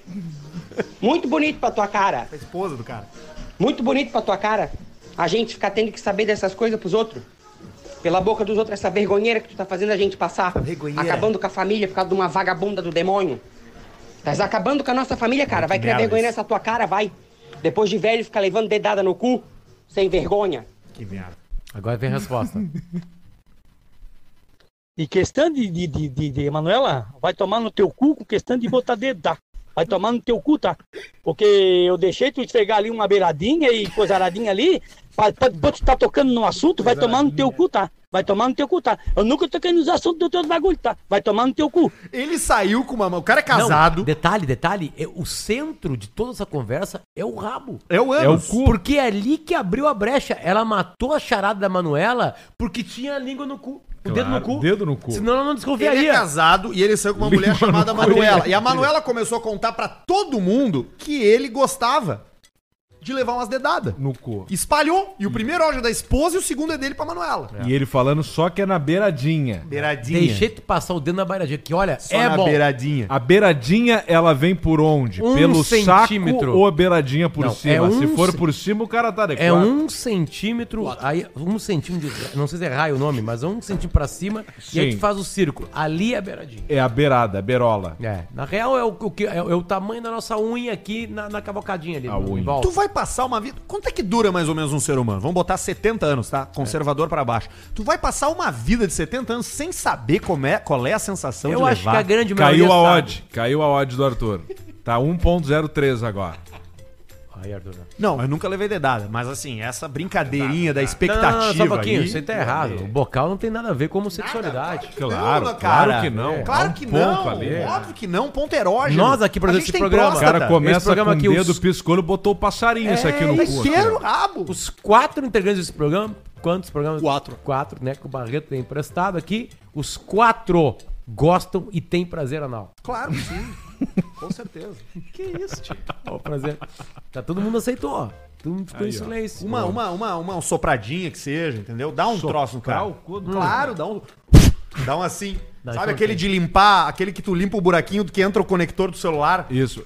[SPEAKER 5] Muito bonito pra tua cara.
[SPEAKER 1] A esposa do cara.
[SPEAKER 5] Muito bonito pra tua cara. A gente ficar tendo que saber dessas coisas pros outros. Pela boca dos outros, essa vergonheira que tu tá fazendo a gente passar.
[SPEAKER 1] Vergonheira.
[SPEAKER 5] Acabando com a família por causa de uma vagabunda do demônio. Tás acabando com a nossa família, cara. Vai criar
[SPEAKER 1] merda
[SPEAKER 5] vergonha
[SPEAKER 1] isso.
[SPEAKER 5] nessa tua cara, vai. Depois de velho ficar levando dedada no cu, sem vergonha.
[SPEAKER 1] Que merda.
[SPEAKER 3] Agora vem a resposta.
[SPEAKER 6] E questão de, de, de, de, de Manuela, vai tomar no teu cu com questão de botar dedo, tá? Vai tomar no teu cu, tá? Porque eu deixei tu esfregar ali uma beiradinha e coisaradinha ali, pra, pra, pra tu tá tocando no assunto, vai tomar no teu cu, tá? Vai tomar no teu cu, tá? Eu nunca toquei nos assuntos do teu bagulho, tá? Vai tomar no teu cu.
[SPEAKER 1] Ele saiu com uma mão. O cara é
[SPEAKER 3] Não,
[SPEAKER 1] casado.
[SPEAKER 3] detalhe, detalhe. é- o centro de toda essa conversa é o rabo.
[SPEAKER 1] É o
[SPEAKER 2] É o
[SPEAKER 1] Anos.
[SPEAKER 2] cu.
[SPEAKER 3] Porque é ali que abriu a brecha. Ela matou a charada da Manuela porque tinha a língua no cu. O
[SPEAKER 2] Claro,
[SPEAKER 3] dedo no cu.
[SPEAKER 2] dedo no cu.
[SPEAKER 3] Senão ela não
[SPEAKER 1] Ele é
[SPEAKER 3] desconfiaria.
[SPEAKER 1] casado e ele saiu com uma mulher chamada Manuela. E a Manuela começou a contar pra todo mundo que ele gostava de levar umas dedadas.
[SPEAKER 2] No cu.
[SPEAKER 1] Espalhou. E o primeiro áudio é da esposa e o segundo é dele pra Manuela.
[SPEAKER 2] E ele falando só que é na beiradinha.
[SPEAKER 1] Beiradinha.
[SPEAKER 3] Deixei tu passar o dedo na beiradinha, que olha,
[SPEAKER 1] Só
[SPEAKER 3] é
[SPEAKER 1] na
[SPEAKER 3] bom.
[SPEAKER 1] beiradinha.
[SPEAKER 2] A beiradinha, ela vem por onde?
[SPEAKER 3] Um
[SPEAKER 2] Pelo
[SPEAKER 3] centímetro.
[SPEAKER 2] saco ou a beiradinha por
[SPEAKER 3] Não,
[SPEAKER 2] cima?
[SPEAKER 3] é um
[SPEAKER 2] Se for
[SPEAKER 3] ce-
[SPEAKER 2] por cima, o cara tá adequado.
[SPEAKER 3] É um centímetro, aí, um centímetro, de, não sei se é raio o nome, mas é um centímetro pra cima e aí
[SPEAKER 2] Sim.
[SPEAKER 3] tu faz o círculo. Ali é a beiradinha.
[SPEAKER 2] É a beirada, a berola.
[SPEAKER 3] É, na real é o, o que- é o- é o tamanho da nossa unha aqui na, na cavocadinha ali.
[SPEAKER 2] A
[SPEAKER 3] em
[SPEAKER 2] unha.
[SPEAKER 3] volta.
[SPEAKER 1] Tu vai passar uma vida. Quanto é que dura mais ou menos um ser humano? Vamos botar 70 anos, tá?
[SPEAKER 3] É.
[SPEAKER 1] Conservador pra baixo. Tu vai passar uma vida de 70 anos sem saber como é, qual é a sensação
[SPEAKER 3] Eu
[SPEAKER 1] de
[SPEAKER 3] acho que a grande maioria
[SPEAKER 2] Caiu a
[SPEAKER 3] sabe.
[SPEAKER 2] odd. Caiu a odd do Arthur. Tá 1.03 agora.
[SPEAKER 3] Aí, Arthur. né? não.
[SPEAKER 1] Não, eu nunca levei dedada, mas assim, essa brincadeirinha da expectativa.
[SPEAKER 3] Não, só um pouquinho,
[SPEAKER 1] aí-
[SPEAKER 3] você tá errado. O bocal não tem nada a ver com homossexualidade.
[SPEAKER 2] Claro,
[SPEAKER 1] Não,
[SPEAKER 2] claro que não.
[SPEAKER 1] É.
[SPEAKER 2] Há
[SPEAKER 1] Claro
[SPEAKER 2] um
[SPEAKER 1] que
[SPEAKER 2] ponto
[SPEAKER 1] não.
[SPEAKER 2] ali.
[SPEAKER 1] Óbvio que não, ponto erógeno.
[SPEAKER 3] Nós aqui, por
[SPEAKER 1] A
[SPEAKER 3] exemplo,
[SPEAKER 1] gente
[SPEAKER 3] esse
[SPEAKER 1] tem
[SPEAKER 3] programa,
[SPEAKER 2] O
[SPEAKER 1] próstata.
[SPEAKER 2] cara começa com
[SPEAKER 3] Tá. programa
[SPEAKER 2] o
[SPEAKER 3] aqui,
[SPEAKER 2] dedo,
[SPEAKER 3] os- É,
[SPEAKER 2] piscou, ele botou o passarinho isso aqui no
[SPEAKER 1] Tá
[SPEAKER 2] cu.
[SPEAKER 1] inteiro o
[SPEAKER 2] assim, ó.
[SPEAKER 1] rabo.
[SPEAKER 3] Os quatro integrantes desse programa, quantos programas?
[SPEAKER 4] Quatro.
[SPEAKER 3] Quatro, né? Que o Barreto tem emprestado aqui. Os quatro gostam e têm prazer anal.
[SPEAKER 1] Claro, sim. com certeza.
[SPEAKER 3] Que isso, tio? Ó, o prazer. Tá, todo mundo aceitou, ó. Todo mundo ficou em silêncio.
[SPEAKER 1] Uma, uma, uma, uma sopradinha que seja, entendeu? Dá um troço no cara.
[SPEAKER 2] o cu do-
[SPEAKER 1] Claro, dá um. Dá um assim.
[SPEAKER 3] Dá
[SPEAKER 1] Sabe
[SPEAKER 3] isso
[SPEAKER 1] aquele de limpar, aquele que tu limpa o buraquinho que entra o conector do celular?
[SPEAKER 2] Isso.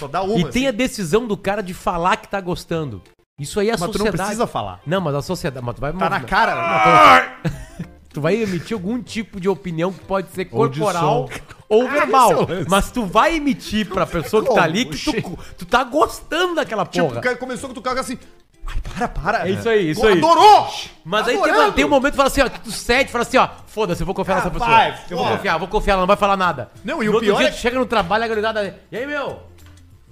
[SPEAKER 1] Só dá uma.
[SPEAKER 3] E tem a
[SPEAKER 1] assim.
[SPEAKER 3] decisão do cara de falar que tá gostando. Isso aí é a
[SPEAKER 1] Mas tu
[SPEAKER 3] sociedade.
[SPEAKER 1] não precisa falar.
[SPEAKER 3] Não, mas a Ah, sociedade. Mas tu vai
[SPEAKER 1] Tá na cara.
[SPEAKER 3] Tu vai emitir algum tipo de opinião que pode ser
[SPEAKER 2] Ou de
[SPEAKER 3] corporal
[SPEAKER 2] som.
[SPEAKER 3] ou
[SPEAKER 1] Ah,
[SPEAKER 3] verbal.
[SPEAKER 1] um
[SPEAKER 2] isso é-
[SPEAKER 3] mas tu vai emitir pra pessoa que tá ali que tu, tu tá gostando daquela
[SPEAKER 1] Tipo,
[SPEAKER 3] porra.
[SPEAKER 1] o cara começou com tu cara assim. Ai, para, para.
[SPEAKER 3] É isso aí, isso aí.
[SPEAKER 1] Adorou!
[SPEAKER 3] Mas aí tem,
[SPEAKER 1] Adorando!
[SPEAKER 3] tem um momento que fala assim, ó, tu cede, fala assim, ó, foda-se, eu vou confiar nessa
[SPEAKER 1] Ah,
[SPEAKER 3] pessoa.
[SPEAKER 1] vai,
[SPEAKER 3] eu vou
[SPEAKER 1] foda.
[SPEAKER 3] confiar, vou confiar, ela não vai falar nada.
[SPEAKER 1] Não, e
[SPEAKER 3] No
[SPEAKER 1] o
[SPEAKER 3] outro
[SPEAKER 1] pior
[SPEAKER 3] dia,
[SPEAKER 1] é
[SPEAKER 3] tu
[SPEAKER 1] que-
[SPEAKER 3] chega no trabalho, a gurizada, e aí, meu?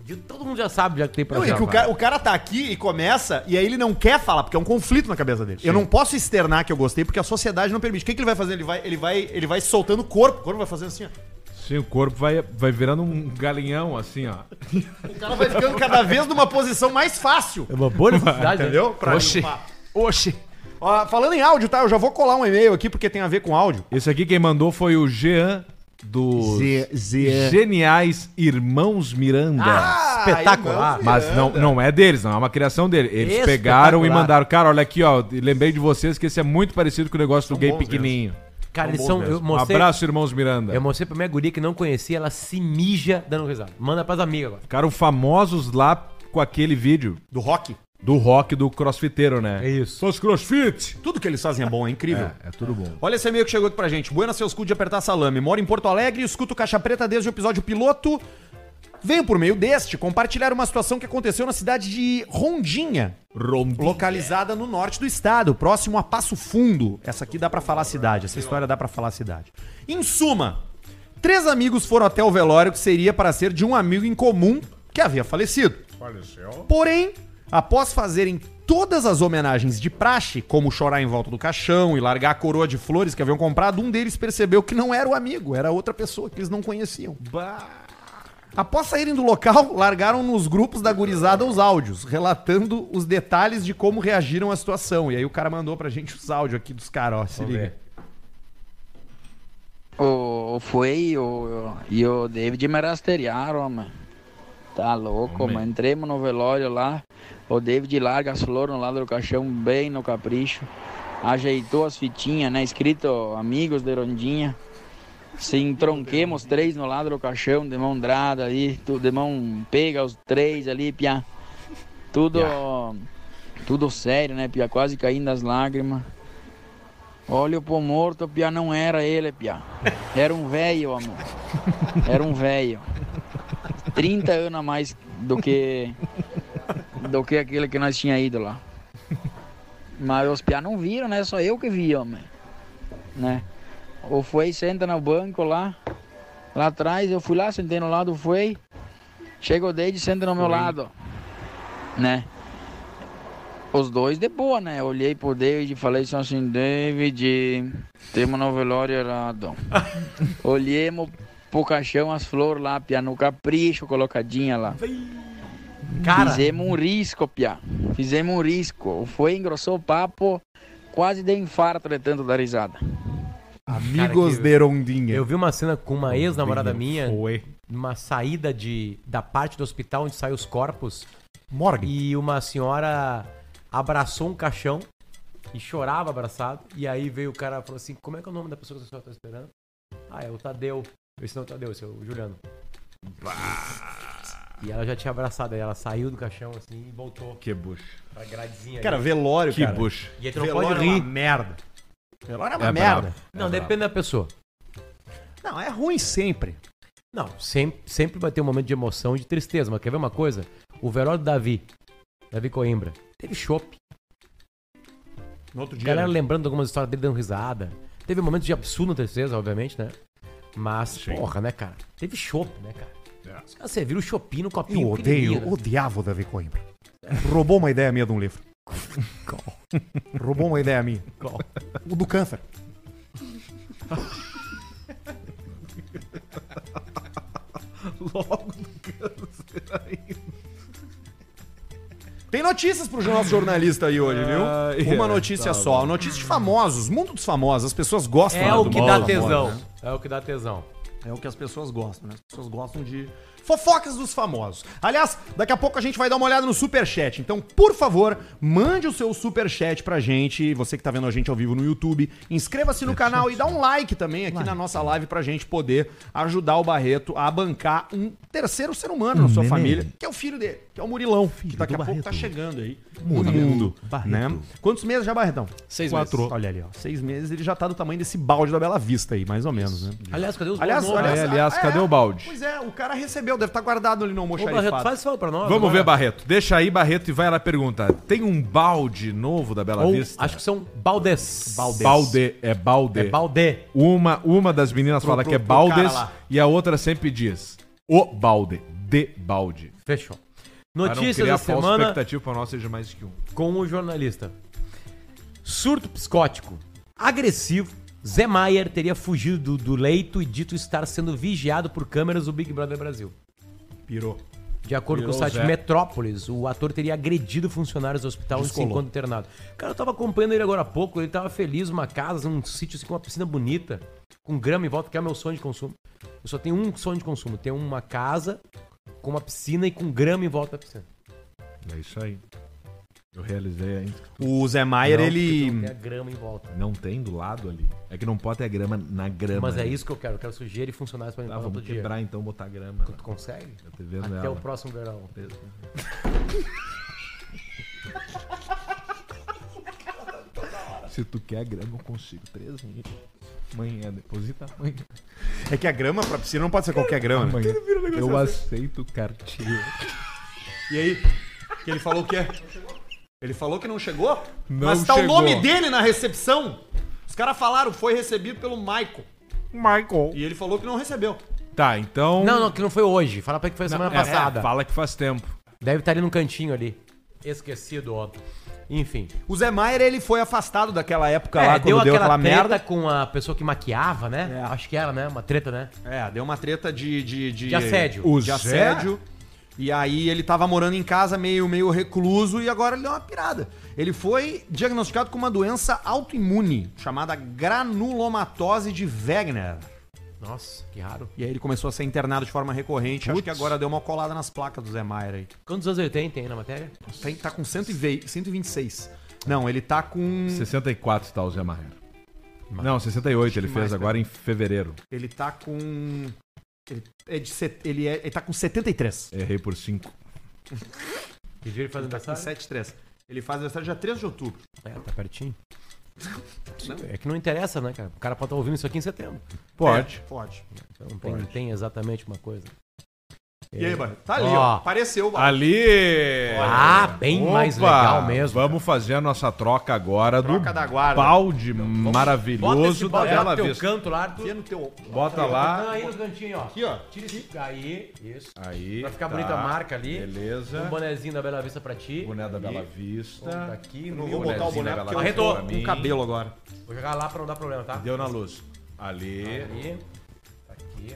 [SPEAKER 3] De- Todo mundo já sabe já que tem pra
[SPEAKER 1] Não, e
[SPEAKER 3] já,
[SPEAKER 1] que o,
[SPEAKER 3] vai.
[SPEAKER 1] cara, o cara tá aqui e começa, e aí ele não quer falar, porque é um conflito na cabeça dele. Eu não posso externar que eu gostei, porque a sociedade não permite. O que, que ele vai fazer? Ele vai, ele vai, ele vai soltando o corpo. O corpo vai fazendo assim, ó.
[SPEAKER 2] Sim, o corpo vai, vai virando um galinhão, assim, ó.
[SPEAKER 1] O cara Então vai ficando cada vez numa posição mais fácil.
[SPEAKER 3] É uma boa necessidade, né?
[SPEAKER 1] Entendeu? Pra limpar. Ó, falando em áudio, tá? Eu já vou colar um e-mail aqui, porque tem a ver com áudio.
[SPEAKER 2] Esse aqui quem mandou foi o Jean dos Geniais Irmãos Miranda.
[SPEAKER 3] Ah, espetacular.
[SPEAKER 2] Mas não, não é deles, não é uma criação dele. Eles pegaram e
[SPEAKER 3] Espetacular.
[SPEAKER 2] mandaram. Cara, olha aqui, ó. Lembrei de vocês que esse é muito parecido com o negócio do gay
[SPEAKER 1] bons
[SPEAKER 2] pequenininho.
[SPEAKER 3] Cara, eles são. Eu
[SPEAKER 2] Um
[SPEAKER 3] mostrei,
[SPEAKER 2] abraço, irmãos Miranda.
[SPEAKER 3] eu mostrei pra minha guria que não conhecia, ela se mija dando risada. Manda pras amigas agora.
[SPEAKER 2] Ficaram famosos lá com aquele vídeo.
[SPEAKER 1] Do rock.
[SPEAKER 2] do rock do crossfiteiro, né?
[SPEAKER 3] É isso.
[SPEAKER 2] Os crossfit.
[SPEAKER 1] Tudo que eles fazem é bom, é incrível.
[SPEAKER 2] É, é tudo bom.
[SPEAKER 1] Olha esse e-mail que chegou aqui pra gente. Buena seus cu de apertar salame. Moro em Porto Alegre e escuto Caixa Preta desde o episódio piloto. Venho por meio deste compartilhar uma situação que aconteceu na cidade de Rondinha, localizada no norte do estado, próximo a Passo Fundo. Essa aqui dá pra falar a cidade, essa história dá pra falar a cidade. Em suma, três amigos foram até o velório que seria para ser de um amigo em comum que havia falecido. Porém, após fazerem todas as homenagens de praxe, como chorar em volta do caixão e largar a coroa de flores que haviam comprado, um deles percebeu que não era o amigo, era outra pessoa que eles não conheciam. Após saírem do local, largaram nos grupos da gurizada os áudios, relatando os detalhes de como reagiram à situação. E aí o cara mandou pra gente os áudios aqui dos caras, ó, se liga.
[SPEAKER 7] O, o Fui o, e o David me rastrearam, mano. Tá louco,
[SPEAKER 2] Homem.
[SPEAKER 7] mano. Entremos no velório lá. O David larga as flores no lado do caixão, bem no capricho. Ajeitou as fitinhas, né? Escrito Amigos de Rondinha. Se entronquemos três no lado do caixão, de mão drada ali. tu- De mão pega os três ali, piá. Tudo. Tudo sério, né, piá? Quase caindo as lágrimas. Olha pro morto, piá, não era ele, piá. Era um velho, amor. Era um velho. 30 anos a mais do que do que aquele que nós tinha ido lá. Mas os piá não viram, né? Só eu que vi, homem. Né? O Foi senta no banco lá. Lá atrás, eu fui lá, sentei no lado do Foi. Chega o Deide, senta no meu lado. Né? Os dois de boa, né? Olhei pro David e falei só assim, David, temos no velório errado. Olhemos pro caixão as flores lá, pia, no capricho colocadinha lá.
[SPEAKER 3] Cara,
[SPEAKER 7] Fizemos um risco, pia. Fizemos um risco. Foi, engrossou o papo, quase deu infarto de tanto da risada.
[SPEAKER 1] Amigos
[SPEAKER 3] que-
[SPEAKER 1] de Rondinha.
[SPEAKER 3] eu vi uma cena com uma ex-namorada minha,
[SPEAKER 1] Foi.
[SPEAKER 3] numa saída de, da parte do hospital onde saem os corpos,
[SPEAKER 1] Morgan.
[SPEAKER 3] e uma senhora abraçou um caixão e chorava abraçado. E aí veio o cara e falou assim: Como é que é o nome da pessoa que a senhora tá esperando? Ah, é o Tadeu. Eu disse: Não, Tadeu, esse é o Juliano. E ela já tinha abraçado, aí ela saiu do caixão assim e voltou
[SPEAKER 2] Que bucha.
[SPEAKER 3] pra gradezinha.
[SPEAKER 1] Cara, velório,
[SPEAKER 2] Que
[SPEAKER 1] cara.
[SPEAKER 2] bucha.
[SPEAKER 3] e aí tu não
[SPEAKER 1] velório
[SPEAKER 3] pode
[SPEAKER 1] é uma
[SPEAKER 3] rir.
[SPEAKER 1] merda. Velório é uma
[SPEAKER 2] É
[SPEAKER 1] merda.
[SPEAKER 2] brabo.
[SPEAKER 3] Não,
[SPEAKER 2] É
[SPEAKER 3] depende da pessoa.
[SPEAKER 1] Não, é ruim sempre.
[SPEAKER 3] Não, sempre, sempre vai ter um momento de emoção e de tristeza. Mas quer ver uma coisa? O velório do Davi, Davi Coimbra, teve chopp.
[SPEAKER 1] No outro dia.
[SPEAKER 3] Galera
[SPEAKER 1] né?
[SPEAKER 3] lembrando de algumas histórias dele dando risada. Teve momentos de absurda tristeza, obviamente, né? Mas, porra, né, cara? Teve chopp, né, cara?
[SPEAKER 2] É.
[SPEAKER 3] Os caras serviram o chopinho no copinho.
[SPEAKER 1] Eu odeio,
[SPEAKER 3] pequenininho, né?
[SPEAKER 1] odiava o Davi Coimbra. Roubou uma ideia minha de um livro. Roubou uma ideia minha. O do câncer. Logo do câncer ainda. Tem notícias pro nosso jornalista aí hoje, viu?
[SPEAKER 2] Ah,
[SPEAKER 1] Uma
[SPEAKER 2] é,
[SPEAKER 1] notícia só. Notícia de famosos. Mundo dos famosos. As pessoas gostam
[SPEAKER 3] É
[SPEAKER 1] né,
[SPEAKER 3] o
[SPEAKER 1] do
[SPEAKER 3] que
[SPEAKER 1] mundo
[SPEAKER 3] dá
[SPEAKER 1] dos
[SPEAKER 3] tesão.
[SPEAKER 1] famosos, né?
[SPEAKER 3] É o que dá tesão.
[SPEAKER 1] É o que as pessoas gostam, né? As pessoas gostam de fofocas dos famosos. Aliás, daqui a pouco a gente vai dar uma olhada no superchat. Então, por favor, mande o seu superchat pra gente. Você que tá vendo a gente ao vivo no YouTube, inscreva-se no canal e dá um like também aqui na nossa live pra gente poder ajudar o Barreto a bancar um terceiro ser
[SPEAKER 4] Um
[SPEAKER 1] humano na sua família, que é o filho dele, que é o Murilão, que daqui a pouco tá chegando aí no mundo, né? Quantos meses já, Barretão?
[SPEAKER 4] Seis
[SPEAKER 1] Quatro.
[SPEAKER 4] meses.
[SPEAKER 1] Olha ali, ó. Seis meses ele já tá do tamanho desse balde da Bela Vista aí, mais ou menos, né?
[SPEAKER 3] Aliás, cadê os
[SPEAKER 1] Aliás,
[SPEAKER 3] bons nomes?
[SPEAKER 1] aliás,
[SPEAKER 2] É, aliás, cadê o balde?
[SPEAKER 1] Pois é, o cara recebeu, deve estar guardado ali no
[SPEAKER 3] Ô, Barreto, faz
[SPEAKER 1] almoxarifado.
[SPEAKER 3] esse favor pra nós.
[SPEAKER 2] Vamos
[SPEAKER 3] agora.
[SPEAKER 2] ver, Barreto. Deixa aí, Barreto, e vai lá pergunta. Tem um balde novo da Bela
[SPEAKER 3] Ou,
[SPEAKER 2] Vista?
[SPEAKER 3] acho que são baldes. Baldes.
[SPEAKER 2] Balde, é balde.
[SPEAKER 3] É balde.
[SPEAKER 2] Uma, uma das meninas fala
[SPEAKER 1] pro-
[SPEAKER 2] que é
[SPEAKER 1] pro
[SPEAKER 2] baldes
[SPEAKER 1] cara lá.
[SPEAKER 2] e a outra sempre diz o balde, de balde.
[SPEAKER 3] Fechou.
[SPEAKER 2] Pra não
[SPEAKER 3] Notícias
[SPEAKER 2] criar
[SPEAKER 3] da
[SPEAKER 2] falsa
[SPEAKER 3] semana
[SPEAKER 2] expectativa pra nós seja mais que um.
[SPEAKER 3] com o jornalista. Surto psicótico. Agressivo, Zé Maier teria fugido do, do leito e dito estar sendo vigiado por câmeras do Big Brother Brasil.
[SPEAKER 1] Pirou.
[SPEAKER 3] De acordo com o
[SPEAKER 2] Virou
[SPEAKER 3] site
[SPEAKER 2] Zé.
[SPEAKER 3] Metrópolis, o ator teria agredido funcionários do hospital onde se
[SPEAKER 1] Descolou.
[SPEAKER 3] encontra internado. Cara, eu tava acompanhando ele agora há pouco, ele tava feliz, uma casa, um sítio assim, com uma piscina bonita, com grama em volta, que é o meu sonho de consumo. Eu só tenho um sonho de consumo, tenho uma casa com uma piscina e com grama em volta da piscina.
[SPEAKER 2] É isso aí. Eu realizei ainda.
[SPEAKER 1] O Zé Maier,
[SPEAKER 2] Não, um
[SPEAKER 1] ele.
[SPEAKER 3] Tem a grama em volta.
[SPEAKER 2] Não tem do lado ali. É que não pode ter a grama na grama.
[SPEAKER 3] Mas é
[SPEAKER 2] né?
[SPEAKER 3] isso que eu quero, eu quero sujeira e funcionários pra
[SPEAKER 1] Ah,
[SPEAKER 2] Tá,
[SPEAKER 3] limpar no outro
[SPEAKER 2] vamos
[SPEAKER 3] dia.
[SPEAKER 2] quebrar então, botar a grama. Tá
[SPEAKER 3] Tu consegue?
[SPEAKER 2] Eu tô vendo
[SPEAKER 3] Até
[SPEAKER 2] ela.
[SPEAKER 3] o próximo verão.
[SPEAKER 2] Se tu quer grama, eu consigo. Três mil. Amanhã, deposita amanhã.
[SPEAKER 1] É que a grama pra piscina não pode ser qualquer grama, né?
[SPEAKER 2] amanhã. Eu
[SPEAKER 3] assim.
[SPEAKER 2] aceito cartilha.
[SPEAKER 1] E aí? Que ele falou o quê? Ele falou que não chegou?
[SPEAKER 2] Não
[SPEAKER 1] mas tá
[SPEAKER 2] chegou.
[SPEAKER 1] o nome dele na recepção. Os caras falaram, foi recebido pelo Michael.
[SPEAKER 2] Michael.
[SPEAKER 1] E ele falou que não recebeu.
[SPEAKER 2] Tá, então.
[SPEAKER 3] Não, não, que não foi hoje. Fala pra ele que foi a semana
[SPEAKER 2] é,
[SPEAKER 3] passada.
[SPEAKER 2] fala que faz tempo.
[SPEAKER 3] Deve estar ali num cantinho ali. Esquecido, ó. Enfim.
[SPEAKER 1] O Zé Maier, ele foi afastado daquela época
[SPEAKER 3] É,
[SPEAKER 1] lá, quando
[SPEAKER 3] deu
[SPEAKER 1] deu,
[SPEAKER 3] aquela
[SPEAKER 1] aquela
[SPEAKER 3] treta
[SPEAKER 1] merda.
[SPEAKER 3] com a pessoa que maquiava, né? Acho que era, né? Uma treta, né?
[SPEAKER 1] É, deu uma treta de... De, de,
[SPEAKER 3] De assédio.
[SPEAKER 1] O
[SPEAKER 2] Zé?
[SPEAKER 1] de assédio. E aí ele tava morando em casa meio, meio recluso e agora ele deu uma pirada. Ele foi diagnosticado com uma doença autoimune chamada granulomatose de Wegener.
[SPEAKER 3] Nossa, que raro.
[SPEAKER 1] E aí ele começou a ser internado de forma recorrente. Acho que agora deu uma colada nas placas do Zé Maier aí.
[SPEAKER 3] Quantos anos ele tem, tem aí na matéria?
[SPEAKER 1] Tem- tá com 120, 126. Não, ele tá com.
[SPEAKER 2] 64 tá o Zé Marreiro. Não, 68 ele
[SPEAKER 1] que
[SPEAKER 2] fez
[SPEAKER 1] mais,
[SPEAKER 2] agora
[SPEAKER 3] né?
[SPEAKER 2] em fevereiro.
[SPEAKER 1] Ele tá com. Ele, é de, set- ele, é, ele tá com 73.
[SPEAKER 2] Errei por 5.
[SPEAKER 3] Que dia ele faz
[SPEAKER 1] Tá com
[SPEAKER 3] aniversário?
[SPEAKER 1] 73. Ele faz aniversário dia 3 de outubro.
[SPEAKER 3] É, tá pertinho. É que não interessa, né, cara? O cara pode estar ouvindo isso aqui em setembro.
[SPEAKER 2] Pode.
[SPEAKER 1] É, pode.
[SPEAKER 3] Então não tem, não tem exatamente uma coisa. É.
[SPEAKER 1] E aí, Barreto? Tá ali,
[SPEAKER 3] Ó.
[SPEAKER 1] ó. Apareceu, Barreto.
[SPEAKER 2] Ali!
[SPEAKER 3] Ah, bem mais legal mesmo, cara.
[SPEAKER 2] Vamos fazer a nossa troca agora
[SPEAKER 1] Troca
[SPEAKER 2] do
[SPEAKER 1] da guarda.
[SPEAKER 2] balde
[SPEAKER 1] bota esse
[SPEAKER 2] maravilhoso da
[SPEAKER 1] balde
[SPEAKER 2] Bela
[SPEAKER 3] teu
[SPEAKER 2] Vista.
[SPEAKER 3] canto lá, Arthur.
[SPEAKER 1] Enfia no teu.
[SPEAKER 2] Bota
[SPEAKER 3] Não,
[SPEAKER 2] lá.
[SPEAKER 3] aí no cantinho, ó.
[SPEAKER 1] Aqui, ó.
[SPEAKER 3] Tira esse... Aí, isso.
[SPEAKER 2] Aí.
[SPEAKER 3] Pra ficar bonita a marca ali. Um
[SPEAKER 2] Beleza.
[SPEAKER 3] bonezinho da Bela Vista pra ti.
[SPEAKER 2] Boné da Bela
[SPEAKER 3] Tá
[SPEAKER 2] Vista.
[SPEAKER 3] aqui.
[SPEAKER 1] Eu
[SPEAKER 3] no
[SPEAKER 1] não vou
[SPEAKER 3] meu
[SPEAKER 1] botar o
[SPEAKER 3] bonezinho.
[SPEAKER 1] boné
[SPEAKER 2] Bonezinho
[SPEAKER 1] porque eu
[SPEAKER 3] Arredou.
[SPEAKER 1] tô com cabelo agora.
[SPEAKER 3] Vou jogar lá pra não dar problema, tá?
[SPEAKER 2] Deu na luz. Ali.
[SPEAKER 3] Aqui. Aqui.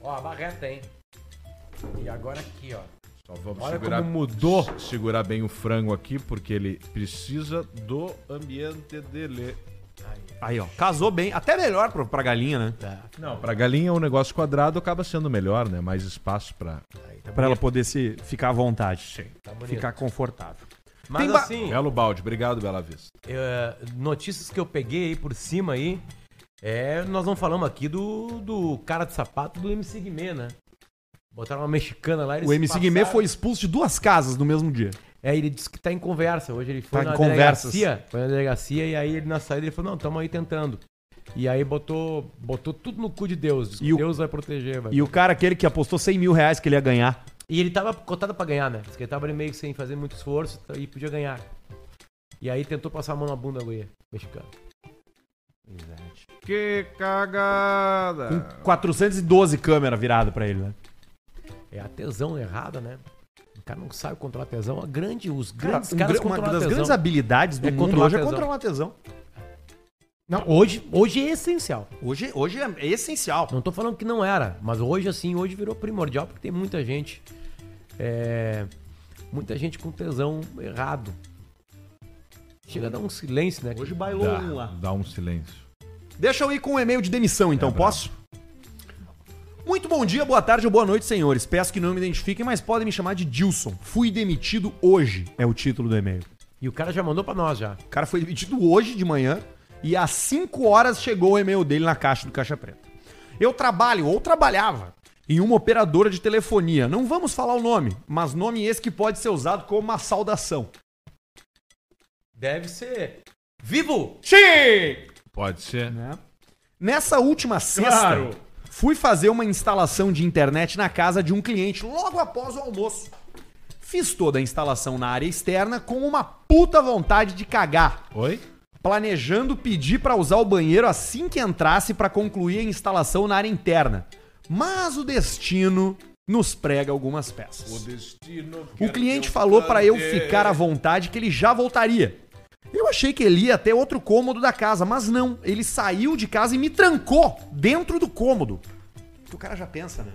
[SPEAKER 3] Ó, a barreta, hein? E agora aqui, ó.
[SPEAKER 2] Só vamos
[SPEAKER 3] Olha
[SPEAKER 2] segurar,
[SPEAKER 3] como mudou.
[SPEAKER 2] se- Segurar bem o frango aqui, porque ele precisa do ambiente dele.
[SPEAKER 1] Aí, ó. Casou bem. Até melhor pra, pra galinha, né?
[SPEAKER 2] Não, pra galinha o negócio quadrado acaba sendo melhor, né? Mais espaço pra.
[SPEAKER 1] Pra ela poder se ficar à vontade.
[SPEAKER 3] Tá bonito.
[SPEAKER 1] Ficar confortável.
[SPEAKER 3] Mas
[SPEAKER 1] Tem ba-
[SPEAKER 3] assim,
[SPEAKER 2] Belo balde, obrigado, Bela Vista.
[SPEAKER 3] é, notícias que eu peguei aí por cima aí. É, nós não falamos aqui do, do cara de sapato do MC Guimê, né? Botaram uma mexicana lá. eles
[SPEAKER 1] O MC
[SPEAKER 3] passaram-
[SPEAKER 1] Guimê foi expulso de duas casas no mesmo dia.
[SPEAKER 3] É, ele disse que tá em conversa. Hoje ele foi
[SPEAKER 1] Tá em
[SPEAKER 3] na
[SPEAKER 1] conversas.
[SPEAKER 3] delegacia. Foi na delegacia e aí ele na saída ele falou, não, tamo aí tentando. E aí botou, botou tudo no cu de Deus. Diz que
[SPEAKER 1] E o-
[SPEAKER 3] Deus vai proteger, vai.
[SPEAKER 1] E o cara aquele que apostou 100 mil reais que ele ia ganhar.
[SPEAKER 3] E ele tava cotado pra ganhar, né? Diz que ele tava ali meio que sem fazer muito esforço e podia ganhar. E aí tentou passar a mão na bunda da guria mexicana.
[SPEAKER 2] Que cagada!
[SPEAKER 1] É. 412 câmera virada pra ele, né?
[SPEAKER 3] É a tesão errada, né? O cara não sabe controlar a tesão. A grande, os
[SPEAKER 1] Cara,
[SPEAKER 3] grandes
[SPEAKER 1] um
[SPEAKER 3] caras
[SPEAKER 1] gran- uma
[SPEAKER 3] controlam a
[SPEAKER 1] das
[SPEAKER 3] tesão.
[SPEAKER 1] grandes habilidades do
[SPEAKER 3] É
[SPEAKER 1] mundo
[SPEAKER 3] controlar
[SPEAKER 1] hoje é
[SPEAKER 3] tesão.
[SPEAKER 1] controlar a tesão.
[SPEAKER 3] Não, hoje, hoje é essencial.
[SPEAKER 1] Hoje, hoje é, é essencial.
[SPEAKER 3] Não tô falando que não era, mas hoje assim, hoje virou primordial porque tem muita gente. é, muita gente com tesão errado. Chega a dar um silêncio, né?
[SPEAKER 1] Hoje bailou um
[SPEAKER 2] Dá,
[SPEAKER 1] lá.
[SPEAKER 2] dá um silêncio.
[SPEAKER 1] Deixa eu ir com um e-mail de demissão, então, posso? Muito bom dia, boa tarde ou boa noite, senhores. Peço que não me identifiquem, mas podem me chamar de Dilson. Fui demitido hoje, é o título do e-mail.
[SPEAKER 3] E o cara já mandou pra nós já.
[SPEAKER 1] O cara foi demitido hoje de manhã e às 5 horas chegou o e-mail dele na caixa do Caixa Preta. Eu trabalho, ou trabalhava, em uma operadora de telefonia. Não vamos falar o nome, mas nome esse que pode ser usado como uma saudação.
[SPEAKER 3] Deve ser. Vivo!
[SPEAKER 2] Pode ser?
[SPEAKER 1] né? Nessa última sexta, fui fazer uma instalação de internet na casa de um cliente logo após o almoço. Fiz toda a instalação na área externa com uma puta vontade de cagar,
[SPEAKER 2] Oi?
[SPEAKER 1] planejando pedir pra usar o banheiro assim que entrasse pra concluir a instalação na área interna. Mas o destino nos prega algumas peças.
[SPEAKER 2] destino.
[SPEAKER 1] O cliente
[SPEAKER 2] um
[SPEAKER 1] falou pra eu ficar à vontade que ele já voltaria. Eu achei que ele ia até outro cômodo da casa, mas não. Ele saiu de casa e me trancou dentro do cômodo. O cara já pensa, né?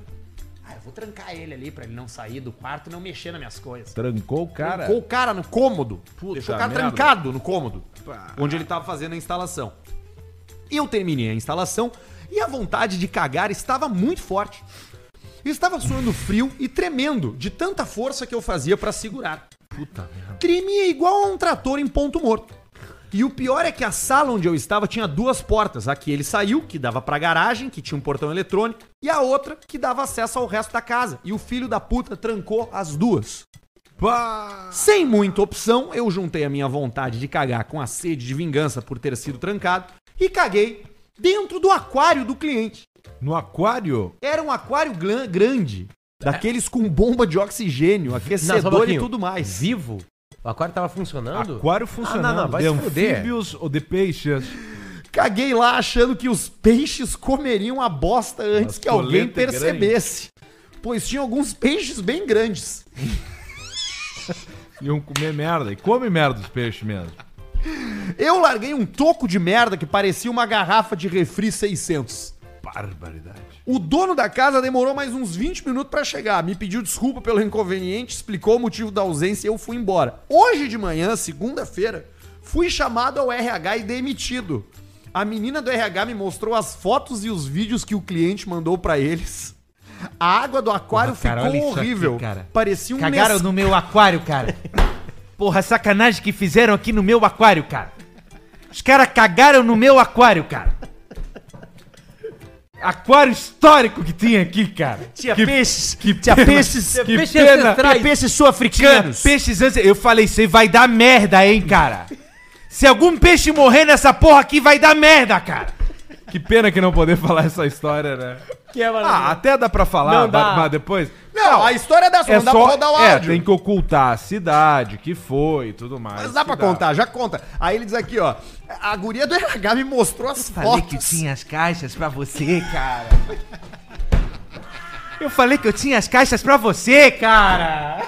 [SPEAKER 1] Ah, eu vou trancar ele ali pra ele não sair do quarto e não mexer nas minhas coisas.
[SPEAKER 2] Trancou o cara.
[SPEAKER 1] Trancou o cara no cômodo.
[SPEAKER 2] Puta
[SPEAKER 1] Deixou o cara
[SPEAKER 2] merda.
[SPEAKER 1] trancado no cômodo. Onde ele tava fazendo a instalação. Eu terminei a instalação e a vontade de cagar estava muito forte. Estava suando frio e tremendo de tanta força que eu fazia pra segurar. Puta merda. Tremia igual a um trator em ponto morto. E o pior é que a sala onde eu estava tinha duas portas. A que ele saiu, que dava pra garagem, que tinha um portão eletrônico, e a outra que dava acesso ao resto da casa. E o filho da puta trancou as duas.
[SPEAKER 2] Pá!
[SPEAKER 1] Sem muita opção, eu juntei a minha vontade de cagar com a sede de vingança por ter sido trancado e caguei dentro do aquário do cliente.
[SPEAKER 2] No aquário?
[SPEAKER 1] Era um aquário gran- grande, daqueles com bomba de oxigênio,
[SPEAKER 3] Não, só um
[SPEAKER 1] aquecedor e
[SPEAKER 3] pouquinho.
[SPEAKER 1] tudo mais.
[SPEAKER 3] Vivo? O aquário tava funcionando?
[SPEAKER 2] Aquário funcionando.
[SPEAKER 3] Ah, não, não, vai
[SPEAKER 2] de
[SPEAKER 3] se fuder.
[SPEAKER 2] anfíbios ou de peixes?
[SPEAKER 1] Caguei lá achando que os peixes comeriam a bosta antes
[SPEAKER 2] As
[SPEAKER 1] que alguém
[SPEAKER 2] coletas grandes.
[SPEAKER 1] percebesse, pois tinha alguns peixes bem grandes.
[SPEAKER 2] Iam comer merda. E come merda os peixes mesmo.
[SPEAKER 1] Eu larguei um toco de merda que parecia uma garrafa de refri 600.
[SPEAKER 2] Barbaridade.
[SPEAKER 1] O dono da casa demorou mais uns 20 minutos pra chegar, me pediu desculpa pelo inconveniente, explicou o motivo da ausência e eu fui embora. Hoje de manhã, segunda-feira, fui chamado ao RH e demitido. A menina do RH me mostrou as fotos e os vídeos que o cliente mandou pra eles. A água do aquário
[SPEAKER 3] Porra, cara, olha
[SPEAKER 1] ficou
[SPEAKER 3] isso aqui,
[SPEAKER 1] horrível.
[SPEAKER 3] cara.
[SPEAKER 1] Parecia um
[SPEAKER 3] Cagaram
[SPEAKER 1] Nes-
[SPEAKER 3] no meu aquário, cara. Porra, sacanagem que fizeram aqui no meu aquário, cara. Os caras cagaram no meu aquário, cara.
[SPEAKER 2] Aquário histórico que tinha aqui, cara.
[SPEAKER 8] Tinha
[SPEAKER 2] Que-
[SPEAKER 8] peixes,
[SPEAKER 2] que
[SPEAKER 8] tinha
[SPEAKER 2] pena.
[SPEAKER 8] peixes,
[SPEAKER 2] Que
[SPEAKER 8] tinha
[SPEAKER 2] pena.
[SPEAKER 8] tinha peixes sul-africanos.
[SPEAKER 3] Peixes antes. Eu falei, você vai dar merda, hein, cara. Se algum peixe morrer nessa porra aqui, vai dar merda, cara.
[SPEAKER 2] Que pena que não poder falar essa história, né? Ah, até dá pra falar,
[SPEAKER 8] Não dá.
[SPEAKER 2] mas- mas depois.
[SPEAKER 1] Não, a história é dessa,
[SPEAKER 2] É
[SPEAKER 1] não dá
[SPEAKER 2] só,
[SPEAKER 1] pra rodar o
[SPEAKER 2] é,
[SPEAKER 1] áudio.
[SPEAKER 2] tem que ocultar a cidade, que foi e tudo mais.
[SPEAKER 1] Mas dá pra
[SPEAKER 2] que
[SPEAKER 1] contar, já conta. Aí ele diz aqui, ó. A guria do RH me mostrou as
[SPEAKER 8] Falei
[SPEAKER 1] fotos.
[SPEAKER 8] que eu tinha as caixas pra você, cara. Eu falei que eu tinha as caixas pra você, cara.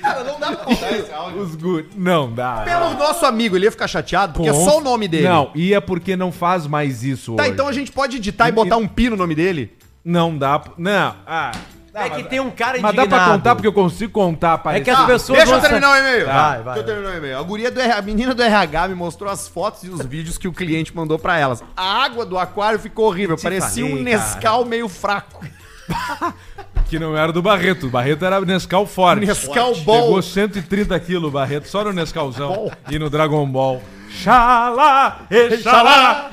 [SPEAKER 1] Cara, não dá pra contar esse áudio.
[SPEAKER 2] Os gu- Não dá.
[SPEAKER 1] Pelo nosso amigo, ele ia ficar chateado, porque é só o nome dele.
[SPEAKER 2] Não, e é porque não faz mais isso
[SPEAKER 1] Tá,
[SPEAKER 2] hoje.
[SPEAKER 1] então a gente pode editar e botar um pi no nome dele?
[SPEAKER 2] Não dá. p- Não, ah.
[SPEAKER 1] Tá
[SPEAKER 3] É que tem um cara
[SPEAKER 2] Mas dá pra contar porque eu consigo contar, parece.
[SPEAKER 3] que as pessoas-
[SPEAKER 1] Deixa eu
[SPEAKER 3] vão
[SPEAKER 1] terminar o e-mail.
[SPEAKER 3] Tá. Vai, vai,
[SPEAKER 1] Deixa eu terminar o e-mail. A, guria do RH a menina do RH me mostrou as fotos e os vídeos que o cliente mandou pra elas. A água do aquário ficou horrível, parecia
[SPEAKER 3] falei,
[SPEAKER 1] um Nescau meio fraco.
[SPEAKER 2] Que não era do Barreto. O Barreto era Nescau forte.
[SPEAKER 1] Nescau
[SPEAKER 2] Pegou
[SPEAKER 1] Ball.
[SPEAKER 2] 130 quilos o Barreto, só no Nescauzão
[SPEAKER 1] Ball.
[SPEAKER 2] e no Dragon Ball. Xalá, exalá.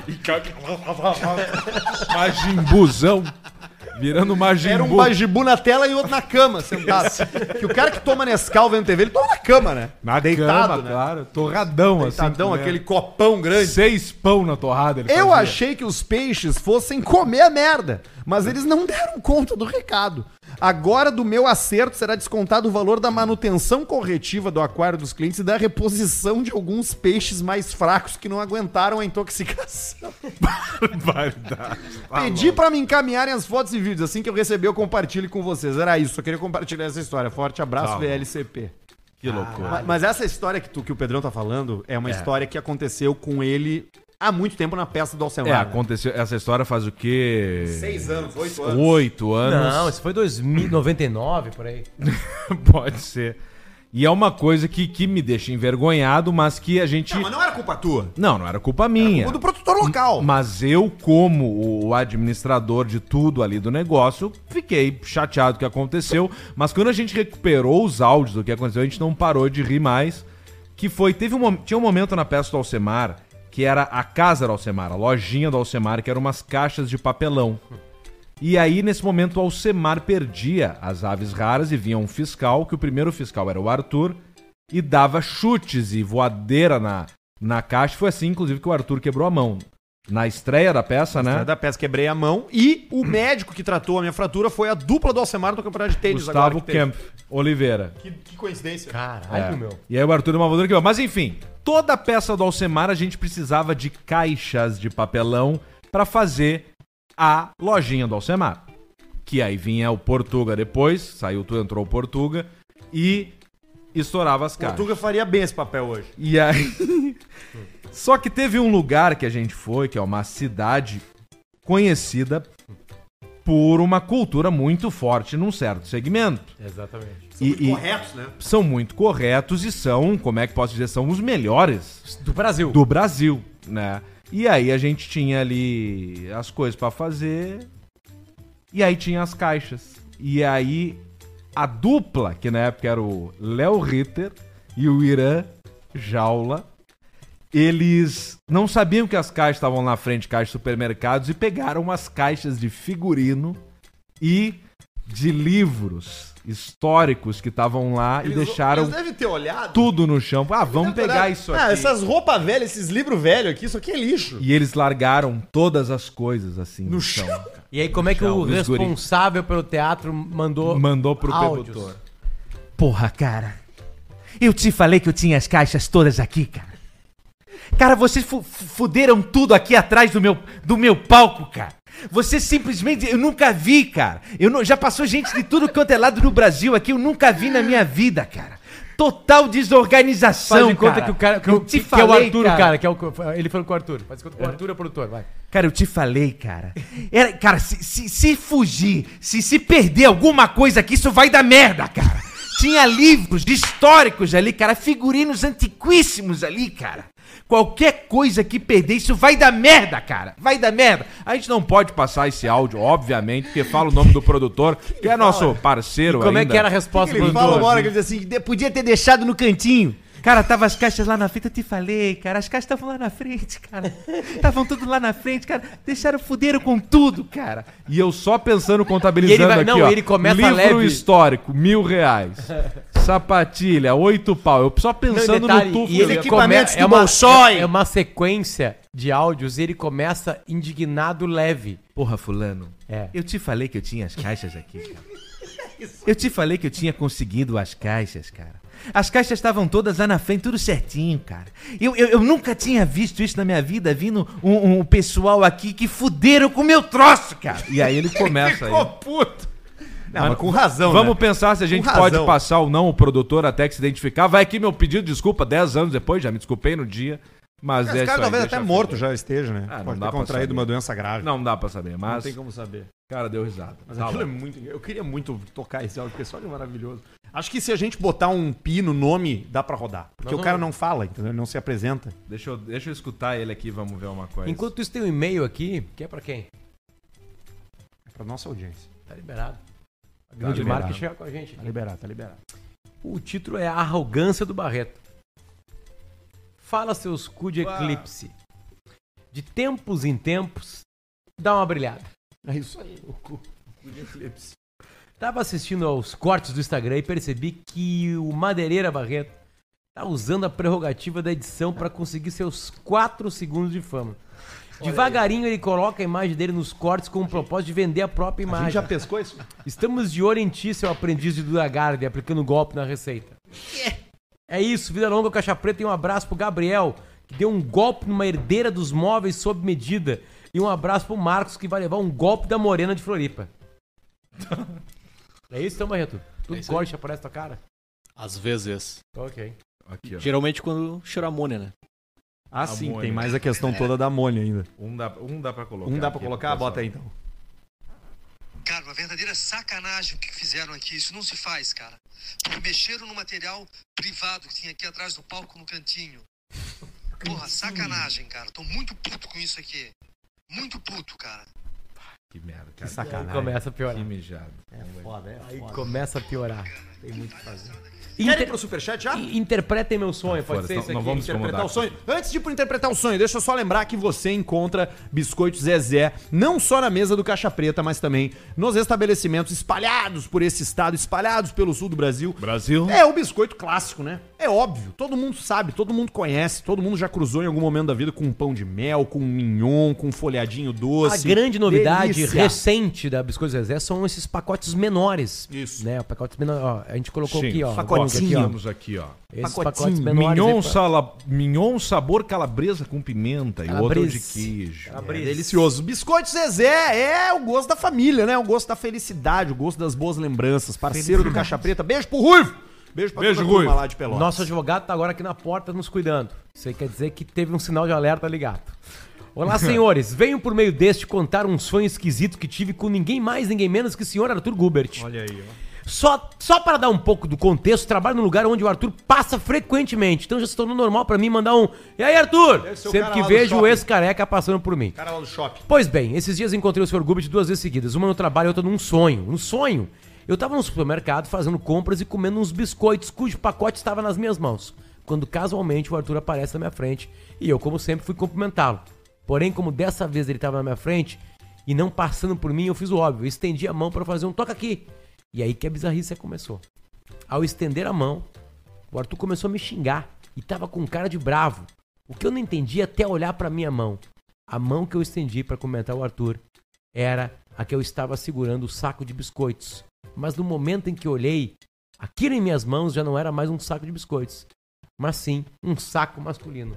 [SPEAKER 2] Majimbuzão. Virando Majimbu.
[SPEAKER 1] Era um bajibu na tela e outro na cama, sentado. que o cara que toma Nescau vendo TV, ele toma na cama, né?
[SPEAKER 2] Na
[SPEAKER 1] Deitado,
[SPEAKER 2] cama,
[SPEAKER 1] né?
[SPEAKER 2] claro. Torradão,
[SPEAKER 1] Sadão,
[SPEAKER 2] assim. comendo.
[SPEAKER 1] aquele copão grande.
[SPEAKER 2] Seis pão na torrada. Ele
[SPEAKER 1] Eu
[SPEAKER 2] fazia.
[SPEAKER 1] achei que os peixes fossem comer a merda, mas eles não deram conta do recado. Agora, do meu acerto, será descontado o valor da manutenção corretiva do aquário dos clientes e da reposição de alguns peixes mais fracos que não aguentaram a intoxicação.
[SPEAKER 2] Barbaridade.
[SPEAKER 1] Pedi pra me encaminharem as fotos e vídeos. Assim que eu receber, eu compartilho com vocês. Era isso, eu queria compartilhar essa história. Forte abraço,
[SPEAKER 2] Tá bom.
[SPEAKER 1] VLCP.
[SPEAKER 2] Que loucura.
[SPEAKER 1] Ma- Mas essa história que, tu, que o Pedrão tá falando é uma história que aconteceu com ele há muito tempo na peça do
[SPEAKER 2] É,
[SPEAKER 1] Alcemar. né?
[SPEAKER 2] aconteceu. Essa história faz o quê?
[SPEAKER 1] Seis anos, oito
[SPEAKER 2] Oito anos.
[SPEAKER 3] Não, isso foi 2099, por aí.
[SPEAKER 2] Pode ser. E é uma coisa que, que me deixa envergonhado, mas que a gente.
[SPEAKER 1] Não, mas não era culpa tua.
[SPEAKER 2] Não, não era culpa minha.
[SPEAKER 1] O do produtor local.
[SPEAKER 2] É. Mas eu, como o administrador de tudo ali do negócio, fiquei chateado com o que aconteceu. Mas quando a gente recuperou os áudios do que aconteceu, a gente não parou de rir mais. Que foi, teve um, mom- tinha um momento na peça do Alcemar, que era a casa do Alcemar, a lojinha do Alcemar, que eram umas caixas de papelão. E aí, nesse momento, o Alcemar perdia as aves raras e vinha um fiscal, que o primeiro fiscal era o Arthur, e dava chutes e voadeira na, na caixa. Foi assim, inclusive, que o Arthur quebrou a mão. Na estreia da peça, né?
[SPEAKER 1] Da peça, quebrei a mão. E o médico que tratou a minha fratura foi a dupla do Alcemar no campeonato de tênis
[SPEAKER 2] Gustavo
[SPEAKER 1] que teve.
[SPEAKER 2] Kemp Oliveira.
[SPEAKER 1] Que, que coincidência.
[SPEAKER 3] Caralho,
[SPEAKER 2] É.
[SPEAKER 3] meu.
[SPEAKER 2] E aí o Arthur deu uma voadora que veio. Mas enfim, toda a peça do Alcemar a gente precisava de caixas de papelão pra fazer a lojinha do Alcemar. Que aí vinha o Portuga depois, saiu tu, entrou o Portuga e estourava as
[SPEAKER 1] O
[SPEAKER 2] caixas.
[SPEAKER 1] Tuga faria bem esse papel hoje.
[SPEAKER 2] E aí. Só que teve um lugar que a gente foi, que é uma cidade conhecida por uma cultura muito forte num certo segmento.
[SPEAKER 3] Exatamente.
[SPEAKER 2] E- e-
[SPEAKER 1] Corretos, né?
[SPEAKER 2] são muito corretos e são, como é que posso dizer, são os melhores
[SPEAKER 3] Do Brasil.
[SPEAKER 2] do Brasil, né? E aí a gente tinha ali as coisas pra fazer. E aí tinha as caixas. E aí a dupla, que na época era o Léo Ritter e o Irã Jaula, eles não sabiam que as caixas estavam na frente, caixas de supermercados, e pegaram umas caixas de figurino e de livros históricos que estavam lá e deixaram
[SPEAKER 1] Eles devem ter olhado.
[SPEAKER 2] tudo no chão. Ah, vamos
[SPEAKER 1] Deve ter
[SPEAKER 2] pegar
[SPEAKER 1] olhado.
[SPEAKER 2] isso
[SPEAKER 1] Ah,
[SPEAKER 2] aqui.
[SPEAKER 1] essas roupas velhas, esses livros velhos aqui, isso aqui é lixo.
[SPEAKER 2] E eles largaram todas as coisas assim no, chão. cara.
[SPEAKER 3] E aí, como é que o
[SPEAKER 2] Tchau, nos guri.
[SPEAKER 3] responsável pelo teatro mandou.
[SPEAKER 2] Mandou pro
[SPEAKER 3] Áudios.
[SPEAKER 2] produtor.
[SPEAKER 8] Porra, cara. Eu te falei que eu tinha as caixas todas aqui, cara. Cara, vocês fu- fu- fuderam tudo aqui atrás do meu, do meu palco, cara. Vocês simplesmente. Eu nunca vi, cara. Eu não- já passou gente de tudo quanto é lado do Brasil aqui. Eu nunca vi na minha vida, cara. Total desorganização.
[SPEAKER 3] Faz de conta
[SPEAKER 8] cara.
[SPEAKER 3] que o cara. Que,
[SPEAKER 8] eu
[SPEAKER 3] o-
[SPEAKER 8] te
[SPEAKER 3] que
[SPEAKER 8] falei,
[SPEAKER 3] é o Arthur, cara.
[SPEAKER 8] cara.
[SPEAKER 3] que é o, ele falou com o Arthur. Faz de conta que o Arthur é o produtor, vai.
[SPEAKER 8] Cara, eu te falei, cara. Era- cara, se, se, se fugir, se se perder alguma coisa aqui, isso vai dar merda, cara. Tinha livros históricos ali, cara, figurinos antiquíssimos ali, cara. Qualquer coisa que perder, isso vai dar merda, cara. Vai dar merda.
[SPEAKER 2] A gente não pode passar esse áudio, obviamente, porque fala o nome do produtor, que é nosso parceiro
[SPEAKER 3] Como é
[SPEAKER 2] ainda.
[SPEAKER 3] que era a resposta
[SPEAKER 1] Ele fala uma hora que ele diz assim,
[SPEAKER 8] De- podia ter deixado no cantinho. Cara, tava as caixas lá na frente, eu te falei, cara. As caixas estavam lá na frente, cara. Estavam tudo lá na frente, cara. Deixaram, fuderam com tudo, cara.
[SPEAKER 2] E eu só pensando,
[SPEAKER 3] E
[SPEAKER 2] contabilizando
[SPEAKER 3] ele vai-
[SPEAKER 2] aqui,
[SPEAKER 3] não,
[SPEAKER 2] ó.
[SPEAKER 3] ele começa
[SPEAKER 2] livro
[SPEAKER 3] leve.
[SPEAKER 2] histórico, mil reais. Sapatilha, oito pau. Eu só pensando
[SPEAKER 3] detalhe,
[SPEAKER 2] no tufo.
[SPEAKER 3] e Tá ele
[SPEAKER 2] que eu ia-
[SPEAKER 3] equipamentos
[SPEAKER 8] do Bolshoi.
[SPEAKER 3] É uma sequência de áudios e ele começa indignado leve.
[SPEAKER 8] Porra, fulano.
[SPEAKER 3] É.
[SPEAKER 8] Eu te falei que eu tinha as caixas aqui, cara. Eu te falei que eu tinha conseguido as caixas, cara. As caixas estavam todas lá na frente, tudo certinho, cara. Eu, eu, eu nunca tinha visto isso na minha vida, vindo um, um pessoal aqui que fuderam com o meu troço, cara.
[SPEAKER 2] E aí ele começa aí.
[SPEAKER 1] puto. Não, mas com razão,
[SPEAKER 2] Vamos
[SPEAKER 1] né?
[SPEAKER 2] pensar se a gente
[SPEAKER 1] Com
[SPEAKER 2] pode
[SPEAKER 1] razão.
[SPEAKER 2] passar ou não o produtor até que se identificar. Vai aqui meu pedido de desculpa, 10 anos depois, já me desculpei no dia. Mas
[SPEAKER 1] Mas
[SPEAKER 2] é
[SPEAKER 1] Esse
[SPEAKER 2] isso
[SPEAKER 1] cara
[SPEAKER 2] aí,
[SPEAKER 1] talvez
[SPEAKER 2] deixa
[SPEAKER 1] até
[SPEAKER 2] eu-
[SPEAKER 1] morto já esteja, né?
[SPEAKER 2] Ah, não
[SPEAKER 1] Pode
[SPEAKER 2] dá
[SPEAKER 1] ter
[SPEAKER 2] pra
[SPEAKER 1] contraído
[SPEAKER 2] saber.
[SPEAKER 1] uma doença grave.
[SPEAKER 2] Não dá pra saber, mas.
[SPEAKER 1] como saber.
[SPEAKER 2] Cara, deu risada.
[SPEAKER 1] Mas
[SPEAKER 2] Tá
[SPEAKER 1] aquilo é
[SPEAKER 2] bom.
[SPEAKER 1] muito. Eu queria muito tocar esse áudio, porque esse áudio é maravilhoso. Acho que se a gente botar um pi no nome, dá pra rodar. Porque o cara não fala, entendeu? Ele não se apresenta.
[SPEAKER 2] Deixa, eu, deixa eu escutar ele aqui, vamos ver uma coisa.
[SPEAKER 3] Enquanto isso, tem um e-mail aqui, que é pra quem?
[SPEAKER 1] É pra nossa audiência.
[SPEAKER 3] Tá liberado. A grande
[SPEAKER 2] liberado.
[SPEAKER 3] marca chega com a gente.
[SPEAKER 1] Tá liberado, tá liberado.
[SPEAKER 3] O título é A Arrogância do Barreto. Fala seus cu de eclipse. De tempos em tempos, dá uma brilhada.
[SPEAKER 1] É isso aí, o cu. O de eclipse.
[SPEAKER 3] Tava assistindo aos cortes do Instagram e percebi que o Madeireira Barreto tá usando a prerrogativa da edição para conseguir seus 4 segundos de fama. Devagarinho ele coloca a imagem dele nos cortes com o propósito de vender a própria
[SPEAKER 1] A
[SPEAKER 3] imagem.
[SPEAKER 1] gente já pescou isso?
[SPEAKER 3] Estamos de olho em ti, seu aprendiz de Duda Garbi, aplicando golpe na receita. É isso, vida longa, caixa preta e um abraço pro Gabriel, que deu um golpe numa herdeira dos móveis sob medida. E um abraço pro Marcos, que vai levar um golpe da Morena de Floripa. é isso, então, Barreto? Tudo
[SPEAKER 4] É isso aí.
[SPEAKER 3] corte aparece tua cara?
[SPEAKER 4] Às vezes.
[SPEAKER 3] Ok.
[SPEAKER 2] Aqui, ó.
[SPEAKER 4] Geralmente quando cheira amônia, né?
[SPEAKER 1] Ah, sim,
[SPEAKER 2] Amônia.
[SPEAKER 1] tem mais a questão toda da Mônia ainda.
[SPEAKER 2] Um dá, um dá pra colocar.
[SPEAKER 1] Um dá pra
[SPEAKER 2] aqui,
[SPEAKER 1] colocar?
[SPEAKER 2] pessoal.
[SPEAKER 1] Bota aí então.
[SPEAKER 9] Cara, uma verdadeira sacanagem o que fizeram aqui. Isso não se faz, cara. Porque mexeram no material privado que tinha aqui atrás do palco no cantinho. Porra, sacanagem, cara. Tô muito puto com isso aqui. Muito puto, cara.
[SPEAKER 2] Que merda,
[SPEAKER 1] Que
[SPEAKER 2] cara.
[SPEAKER 1] sacanagem.
[SPEAKER 3] Começa a piorar.
[SPEAKER 2] Que mijado.
[SPEAKER 3] Aí começa a piorar. Tem muito o que fazer.
[SPEAKER 1] Querem
[SPEAKER 3] Inter...
[SPEAKER 1] pro superchat já?
[SPEAKER 3] Interpretem meu
[SPEAKER 4] Tá
[SPEAKER 3] sonho, pode
[SPEAKER 2] fora,
[SPEAKER 3] ser
[SPEAKER 2] não-
[SPEAKER 3] isso aqui.
[SPEAKER 2] não vamos
[SPEAKER 1] interpretar
[SPEAKER 2] incomodar
[SPEAKER 1] o sonho. Antes de ir pro interpretar o sonho, deixa eu só lembrar que você encontra Biscoito Zezé não só na mesa do Caixa Preta, mas também nos estabelecimentos espalhados por esse estado, espalhados pelo sul do Brasil.
[SPEAKER 2] Brasil.
[SPEAKER 1] É o biscoito clássico, né? É óbvio, todo mundo sabe, todo mundo conhece, todo mundo já cruzou em algum momento da vida com um pão de mel, com um mignon, com um folhadinho
[SPEAKER 3] A
[SPEAKER 1] doce.
[SPEAKER 3] grande novidade
[SPEAKER 1] assim, Delícia.
[SPEAKER 3] recente da Biscoito Zezé são esses pacotes menores. Isso. Né? Pacotes menores. ó, a gente
[SPEAKER 1] um
[SPEAKER 3] colocou aqui, ó.
[SPEAKER 1] pacotinho.
[SPEAKER 3] Aqui, ó.
[SPEAKER 2] Temos aqui, ó. Hum,
[SPEAKER 3] Esses
[SPEAKER 1] Pacotinho.
[SPEAKER 3] pacotes menores.
[SPEAKER 2] Mignon,
[SPEAKER 3] aí,
[SPEAKER 2] sala... Mignon sabor calabresa com pimenta e outro de
[SPEAKER 3] Calabrese.
[SPEAKER 2] queijo.
[SPEAKER 1] É delicioso. Biscoito Zezé é o gosto da família, né? O gosto da felicidade, o gosto das boas lembranças. Parceiro do Caixa Preta. Beijo pro Ruivo. Beijo pra
[SPEAKER 2] Beijo,
[SPEAKER 1] toda a turma
[SPEAKER 2] Ruivo.
[SPEAKER 1] lá de Pelotas.
[SPEAKER 3] Nosso advogado tá agora aqui na porta nos cuidando. Isso aí quer dizer que teve um sinal de alerta ligado. Olá, senhores. Venho por meio deste contar um sonho esquisito que tive com ninguém mais, ninguém menos que o senhor Arthur Gubert.
[SPEAKER 1] Olha aí, ó.
[SPEAKER 3] Só, só para dar um pouco do contexto, trabalho num lugar onde o Arthur passa frequentemente. Então já se tornou normal pra mim mandar um. E aí, Arthur?
[SPEAKER 1] ser é o
[SPEAKER 3] Sempre
[SPEAKER 1] cara
[SPEAKER 3] que
[SPEAKER 1] lá do
[SPEAKER 3] vejo o
[SPEAKER 1] shopping.
[SPEAKER 3] ex-careca passando por mim.
[SPEAKER 1] Cara lá do shopping.
[SPEAKER 3] Pois bem, esses dias encontrei o Sr. Gubit duas vezes seguidas, uma no trabalho e outra num sonho. Um sonho? Eu tava no supermercado fazendo compras e comendo uns biscoitos cujo pacote estava nas minhas mãos. Quando casualmente o Arthur aparece na minha frente e eu, como sempre, fui cumprimentá-lo. Porém, como dessa vez ele estava na minha frente e não passando por mim, eu fiz o óbvio. Eu estendi a mão para fazer um toca aqui. E aí que a bizarrice começou. Ao estender a mão, o Arthur começou a me xingar e tava com cara de bravo. O que eu não entendi até olhar pra minha mão. A mão que eu estendi pra comentar o Arthur era a que eu estava segurando o saco de biscoitos. Mas no momento em que eu olhei, aquilo em minhas mãos já não era mais um saco de biscoitos, mas sim um saco masculino.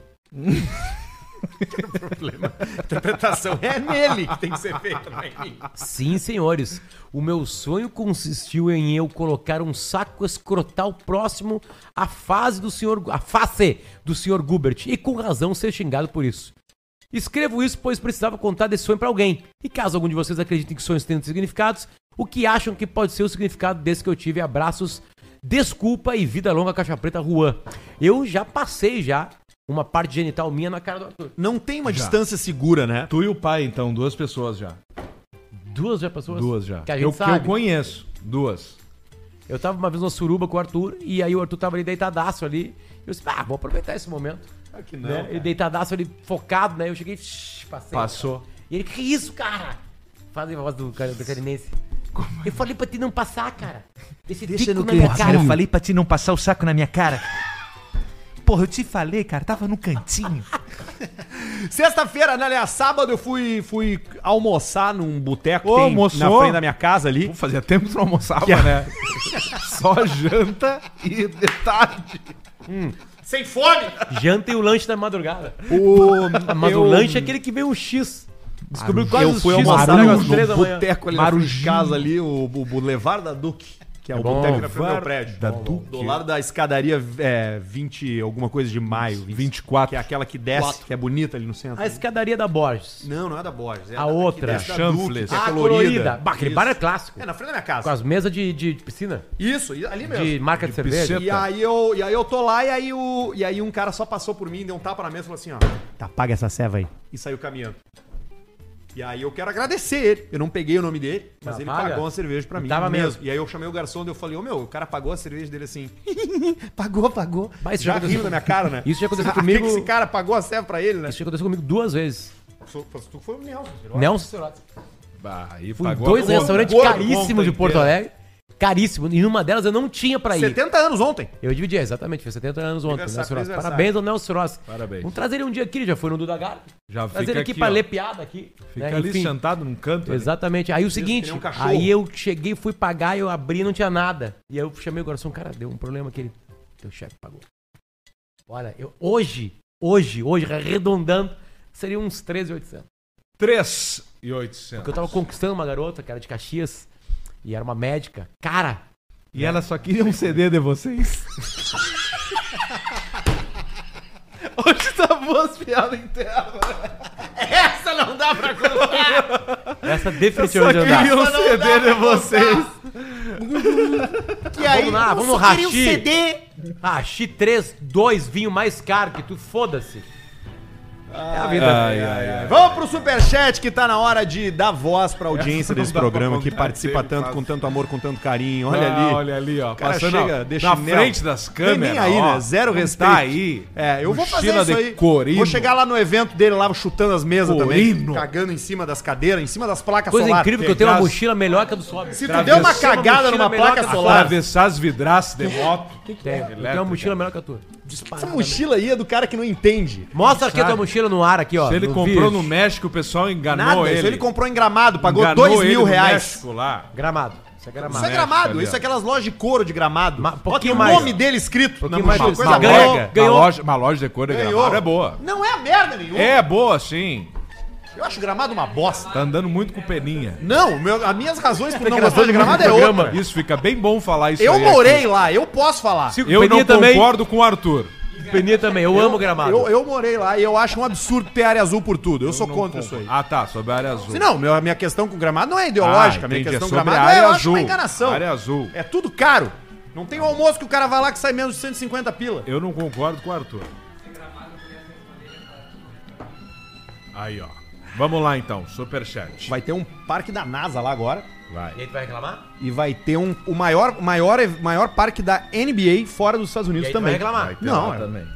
[SPEAKER 1] Interpretação é nele que tem que ser feita, não é em mim.
[SPEAKER 3] Sim, senhores. O meu sonho consistiu em eu colocar um saco escrotal próximo à fase do senhor, à face do senhor Gubert e com razão ser xingado por isso. Escrevo isso pois precisava contar desse sonho pra alguém. E caso algum de vocês acreditem que sonhos tenham significados, o que acham que pode ser o significado desse que eu tive? Abraços, desculpa e vida longa caixa preta Juan. Eu já passei já uma parte genital minha na cara do Arthur.
[SPEAKER 1] Não tem uma distância segura, né?
[SPEAKER 2] Tu e o pai, então, duas pessoas já.
[SPEAKER 3] Duas já pessoas?
[SPEAKER 2] Duas já.
[SPEAKER 3] Que a gente
[SPEAKER 2] eu,
[SPEAKER 3] sabe.
[SPEAKER 2] eu conheço. Duas.
[SPEAKER 3] Eu tava uma vez numa suruba com o Arthur, e aí o Arthur tava ali deitadaço ali. Eu disse, ah, vou aproveitar esse momento.
[SPEAKER 1] Ah,
[SPEAKER 2] Aqui
[SPEAKER 3] né? Ele deitadaço ali, focado, né? Eu cheguei, shh, passei.
[SPEAKER 2] Passou.
[SPEAKER 3] E ele, que isso, cara? Faz a voz do, cara- do carinense. Eu falei pra ti não passar, cara. Esse
[SPEAKER 8] Deixa
[SPEAKER 3] bico
[SPEAKER 8] no
[SPEAKER 3] na minha
[SPEAKER 1] é.
[SPEAKER 8] cantinho.
[SPEAKER 3] é cara.
[SPEAKER 8] Eu falei pra ti não passar o saco na minha cara. Porra, eu te falei, cara, tava no cantinho.
[SPEAKER 1] Sexta-feira, né, aliás, sábado eu fui, fui almoçar num boteco
[SPEAKER 2] Ô,
[SPEAKER 1] que tem
[SPEAKER 2] almoçou?
[SPEAKER 1] na frente da minha casa ali.
[SPEAKER 2] Pô, Fazia tempo que tu não almoçava, né? Só janta e detalhe.
[SPEAKER 1] Sem fome!
[SPEAKER 3] Janta e o lanche da madrugada.
[SPEAKER 1] O...
[SPEAKER 3] Mas
[SPEAKER 1] eu-
[SPEAKER 3] o lanche é aquele que veio o X.
[SPEAKER 2] Ah,
[SPEAKER 3] Descobriu quase
[SPEAKER 1] eu
[SPEAKER 3] os
[SPEAKER 1] fui
[SPEAKER 3] X
[SPEAKER 1] almoçar
[SPEAKER 3] Maru,
[SPEAKER 1] no,
[SPEAKER 3] às três da
[SPEAKER 1] no
[SPEAKER 3] manhã.
[SPEAKER 1] boteco ali na frente de casa ali, o, o Boulevard da Duque, que é, o
[SPEAKER 3] bom.
[SPEAKER 1] boteco na frente do meu
[SPEAKER 2] Boulevard
[SPEAKER 1] prédio.
[SPEAKER 2] da
[SPEAKER 1] Bom,
[SPEAKER 2] Duque.
[SPEAKER 1] Do lado da escadaria é, 20, alguma coisa de maio.
[SPEAKER 2] 24.
[SPEAKER 1] Que é aquela que desce, que é bonita ali no centro.
[SPEAKER 3] A escadaria da Borges.
[SPEAKER 1] Não, não é da Borges. É da-
[SPEAKER 3] A
[SPEAKER 1] que
[SPEAKER 3] outra.
[SPEAKER 1] desce da
[SPEAKER 2] Chanfles.
[SPEAKER 1] Duque, que é
[SPEAKER 3] Ah,
[SPEAKER 1] colorida.
[SPEAKER 3] Bah, aquele bar é clássico.
[SPEAKER 1] É, na frente da minha
[SPEAKER 3] Com
[SPEAKER 1] casa.
[SPEAKER 3] as mesas de, de de piscina.
[SPEAKER 1] Isso, e- ali mesmo.
[SPEAKER 3] De marca de,
[SPEAKER 2] De
[SPEAKER 3] cerveja.
[SPEAKER 2] piscina.
[SPEAKER 1] E aí, eu, e aí eu tô lá e aí, o, e aí um cara só passou por mim, deu um tapa na mesa e falou assim, ó. Tá, paga essa ceva aí. E saiu caminhando. E aí eu quero agradecer ele. Eu não peguei o nome dele, mas
[SPEAKER 3] Ah,
[SPEAKER 1] ele
[SPEAKER 3] paga?
[SPEAKER 1] pagou uma cerveja pra
[SPEAKER 3] E
[SPEAKER 1] mim.
[SPEAKER 3] tava mesmo.
[SPEAKER 1] E aí eu chamei o garçom e eu falei, ô meu, o cara pagou a cerveja dele assim. pagou, pagou.
[SPEAKER 3] Mas isso já
[SPEAKER 1] já
[SPEAKER 3] aconteceu-
[SPEAKER 1] riu na minha cara, né?
[SPEAKER 3] Isso já aconteceu
[SPEAKER 1] Ah, que
[SPEAKER 3] comigo-
[SPEAKER 1] que Esse cara pagou a ceva pra ele, né?
[SPEAKER 3] Isso já aconteceu comigo duas vezes.
[SPEAKER 1] Tu tu foi o Nelson. virou.
[SPEAKER 3] Nelson,
[SPEAKER 2] Bah, aí
[SPEAKER 3] fui em
[SPEAKER 2] pagou a
[SPEAKER 3] dois
[SPEAKER 2] conta.
[SPEAKER 3] restaurantes
[SPEAKER 2] Gordo,
[SPEAKER 3] caríssimos
[SPEAKER 2] conta
[SPEAKER 3] de Porto
[SPEAKER 2] inteira.
[SPEAKER 3] Alegre. Caríssimo. E numa delas eu não tinha pra ir.
[SPEAKER 1] 70 anos ontem.
[SPEAKER 3] Eu dividi, exatamente. Fez 70 anos ontem.
[SPEAKER 1] Aniversário,
[SPEAKER 3] Nelson Rossi.
[SPEAKER 1] aniversário.
[SPEAKER 3] Parabéns ao Nelson Rossi.
[SPEAKER 2] Parabéns.
[SPEAKER 3] Vamos trazer ele um dia aqui, ele já foi no Duda Garbi.
[SPEAKER 2] Já
[SPEAKER 3] Trazer
[SPEAKER 2] fica
[SPEAKER 3] ele aqui
[SPEAKER 2] aqui,
[SPEAKER 3] pra
[SPEAKER 2] ó.
[SPEAKER 3] ler piada aqui.
[SPEAKER 2] Fica
[SPEAKER 3] né?
[SPEAKER 2] ali
[SPEAKER 3] Enfim.
[SPEAKER 2] sentado num canto. ali.
[SPEAKER 3] Exatamente. Aí o
[SPEAKER 1] que
[SPEAKER 3] seguinte,
[SPEAKER 1] nem um cachorro.
[SPEAKER 3] aí eu cheguei, fui pagar, eu abri e não tinha nada. E aí eu chamei o garçom, cara, deu um problema aqui. ele- Teu chefe pagou. Olha, eu, hoje, hoje, hoje, arredondando, seria uns 13,800.
[SPEAKER 2] Três e
[SPEAKER 3] Porque eu
[SPEAKER 2] 800.
[SPEAKER 3] tava conquistando uma garota, cara, de Caxias, e era uma médica. Cara,
[SPEAKER 2] E ela só queria um CD de vocês. Hoje tá boas piadas internas.
[SPEAKER 3] essa
[SPEAKER 2] Só
[SPEAKER 3] definitivamente não
[SPEAKER 2] queria
[SPEAKER 3] dá.
[SPEAKER 2] um CD de vocês.
[SPEAKER 1] E aí,
[SPEAKER 3] Ah, Vamos lá, vamos no
[SPEAKER 1] só queria um
[SPEAKER 3] Rachi.
[SPEAKER 1] CD.
[SPEAKER 3] Ah, X3, 2, vinho mais caro que tu, foda-se.
[SPEAKER 1] É a vida.
[SPEAKER 2] Ai, ai, ai.
[SPEAKER 1] Vamos pro superchat que tá na hora de dar voz pra audiência
[SPEAKER 2] Essa não
[SPEAKER 1] desse
[SPEAKER 2] dá pra
[SPEAKER 1] programa que
[SPEAKER 2] contar,
[SPEAKER 1] participa
[SPEAKER 2] sempre
[SPEAKER 1] tanto,
[SPEAKER 2] faz.
[SPEAKER 1] com tanto amor, com tanto carinho. Olha
[SPEAKER 2] Ah,
[SPEAKER 1] ali.
[SPEAKER 2] Olha ali, ó.
[SPEAKER 1] O cara
[SPEAKER 2] Passando
[SPEAKER 1] chega,
[SPEAKER 2] ó,
[SPEAKER 1] deixa
[SPEAKER 2] na
[SPEAKER 1] chinelo.
[SPEAKER 2] frente das
[SPEAKER 1] Tem
[SPEAKER 2] câmeras.
[SPEAKER 1] nem aí,
[SPEAKER 2] ó.
[SPEAKER 1] né? Zero
[SPEAKER 2] Não
[SPEAKER 1] respeito.
[SPEAKER 2] Tá aí.
[SPEAKER 1] É, eu vou fazer
[SPEAKER 2] Mochila
[SPEAKER 1] isso
[SPEAKER 2] de
[SPEAKER 1] aí.
[SPEAKER 2] Corino.
[SPEAKER 1] Vou chegar lá no evento dele, lá chutando as mesas também,
[SPEAKER 2] Corino.
[SPEAKER 1] cagando em cima das cadeiras, em cima das placas
[SPEAKER 3] Coisa
[SPEAKER 1] solares.
[SPEAKER 3] incrível que eu tenho uma
[SPEAKER 2] graça.
[SPEAKER 3] mochila melhor que a do Sobe.
[SPEAKER 1] Se tu deu uma
[SPEAKER 2] Atravessou
[SPEAKER 3] uma
[SPEAKER 1] cagada
[SPEAKER 3] mochila
[SPEAKER 1] numa
[SPEAKER 3] melhor que
[SPEAKER 1] placa
[SPEAKER 3] a
[SPEAKER 1] solar,
[SPEAKER 2] Atravessar as vidraças de moto.
[SPEAKER 3] Tem, eu tenho uma mochila melhor que a tua.
[SPEAKER 1] essa mochila aí é do cara que não entende.
[SPEAKER 3] Mostra aqui a tua
[SPEAKER 2] Sabe?
[SPEAKER 3] mochila no ar aqui, ó.
[SPEAKER 2] Se ele
[SPEAKER 3] no
[SPEAKER 2] comprou
[SPEAKER 3] vídeo.
[SPEAKER 2] no México, o pessoal enganou
[SPEAKER 1] Nada,
[SPEAKER 2] ele.
[SPEAKER 1] isso ele comprou em Gramado, pagou
[SPEAKER 2] Enganou
[SPEAKER 1] dois
[SPEAKER 2] ele
[SPEAKER 1] mil
[SPEAKER 2] no
[SPEAKER 1] reais.
[SPEAKER 2] México lá.
[SPEAKER 3] Gramado. Isso é gramado.
[SPEAKER 1] Isso é
[SPEAKER 2] México
[SPEAKER 1] gramado,
[SPEAKER 2] ali,
[SPEAKER 1] isso
[SPEAKER 2] ó.
[SPEAKER 1] é aquelas lojas de couro de gramado.
[SPEAKER 3] Mas um pouquinho
[SPEAKER 1] Bota o
[SPEAKER 3] mais.
[SPEAKER 1] nome dele
[SPEAKER 2] Um
[SPEAKER 1] escrito na
[SPEAKER 3] Pouquinho mais.
[SPEAKER 1] mochila.
[SPEAKER 2] Uma,
[SPEAKER 3] Mas
[SPEAKER 1] Coisa
[SPEAKER 2] uma,
[SPEAKER 3] ganhou,
[SPEAKER 1] ganhou,
[SPEAKER 2] loja,
[SPEAKER 3] ganhou.
[SPEAKER 2] Uma, loja, uma loja de cor de gramado é boa.
[SPEAKER 1] Não é merda nenhuma.
[SPEAKER 2] É boa, sim.
[SPEAKER 1] Eu acho gramado uma bosta.
[SPEAKER 2] Tá andando muito com peninha.
[SPEAKER 1] Não, meu, as minhas razões por não
[SPEAKER 3] que nós
[SPEAKER 1] gostar de
[SPEAKER 3] estamos
[SPEAKER 1] gramado
[SPEAKER 3] no
[SPEAKER 1] é
[SPEAKER 3] programa.
[SPEAKER 1] outra.
[SPEAKER 2] Isso fica bem bom falar isso
[SPEAKER 1] Eu
[SPEAKER 2] aí
[SPEAKER 1] morei
[SPEAKER 2] aqui.
[SPEAKER 1] lá, eu posso falar.
[SPEAKER 3] Sigo-
[SPEAKER 2] Eu não
[SPEAKER 3] Peninha também.
[SPEAKER 2] concordo com o Arthur.
[SPEAKER 3] Peninha também, eu, amo gramado.
[SPEAKER 1] Eu, eu morei lá e eu acho um absurdo ter área azul por tudo. Eu, sou contra isso aí.
[SPEAKER 2] Ah, tá, sobre a área azul.
[SPEAKER 1] Se não, meu, a minha questão com gramado não é ideológica.
[SPEAKER 2] Ah,
[SPEAKER 1] a minha
[SPEAKER 2] entendi, é
[SPEAKER 1] questão com
[SPEAKER 2] sobre
[SPEAKER 1] gramado
[SPEAKER 2] a área
[SPEAKER 1] é, eu acho
[SPEAKER 2] azul.
[SPEAKER 1] uma enganação.
[SPEAKER 2] Área azul.
[SPEAKER 1] É tudo caro. Não tem um almoço que o cara vai lá que sai menos de 150 pila.
[SPEAKER 2] Eu não concordo com o Arthur. Aí, ó. Vamos lá então, superchat.
[SPEAKER 1] Vai ter um parque da NASA lá agora.
[SPEAKER 2] Vai.
[SPEAKER 3] E aí tu vai reclamar?
[SPEAKER 1] E vai ter um, o maior, maior, maior parque da NBA fora dos Estados
[SPEAKER 3] E
[SPEAKER 1] Unidos
[SPEAKER 3] aí
[SPEAKER 1] também.
[SPEAKER 3] tu vai reclamar?
[SPEAKER 2] ter
[SPEAKER 1] Não,
[SPEAKER 2] lá
[SPEAKER 1] é-
[SPEAKER 2] também.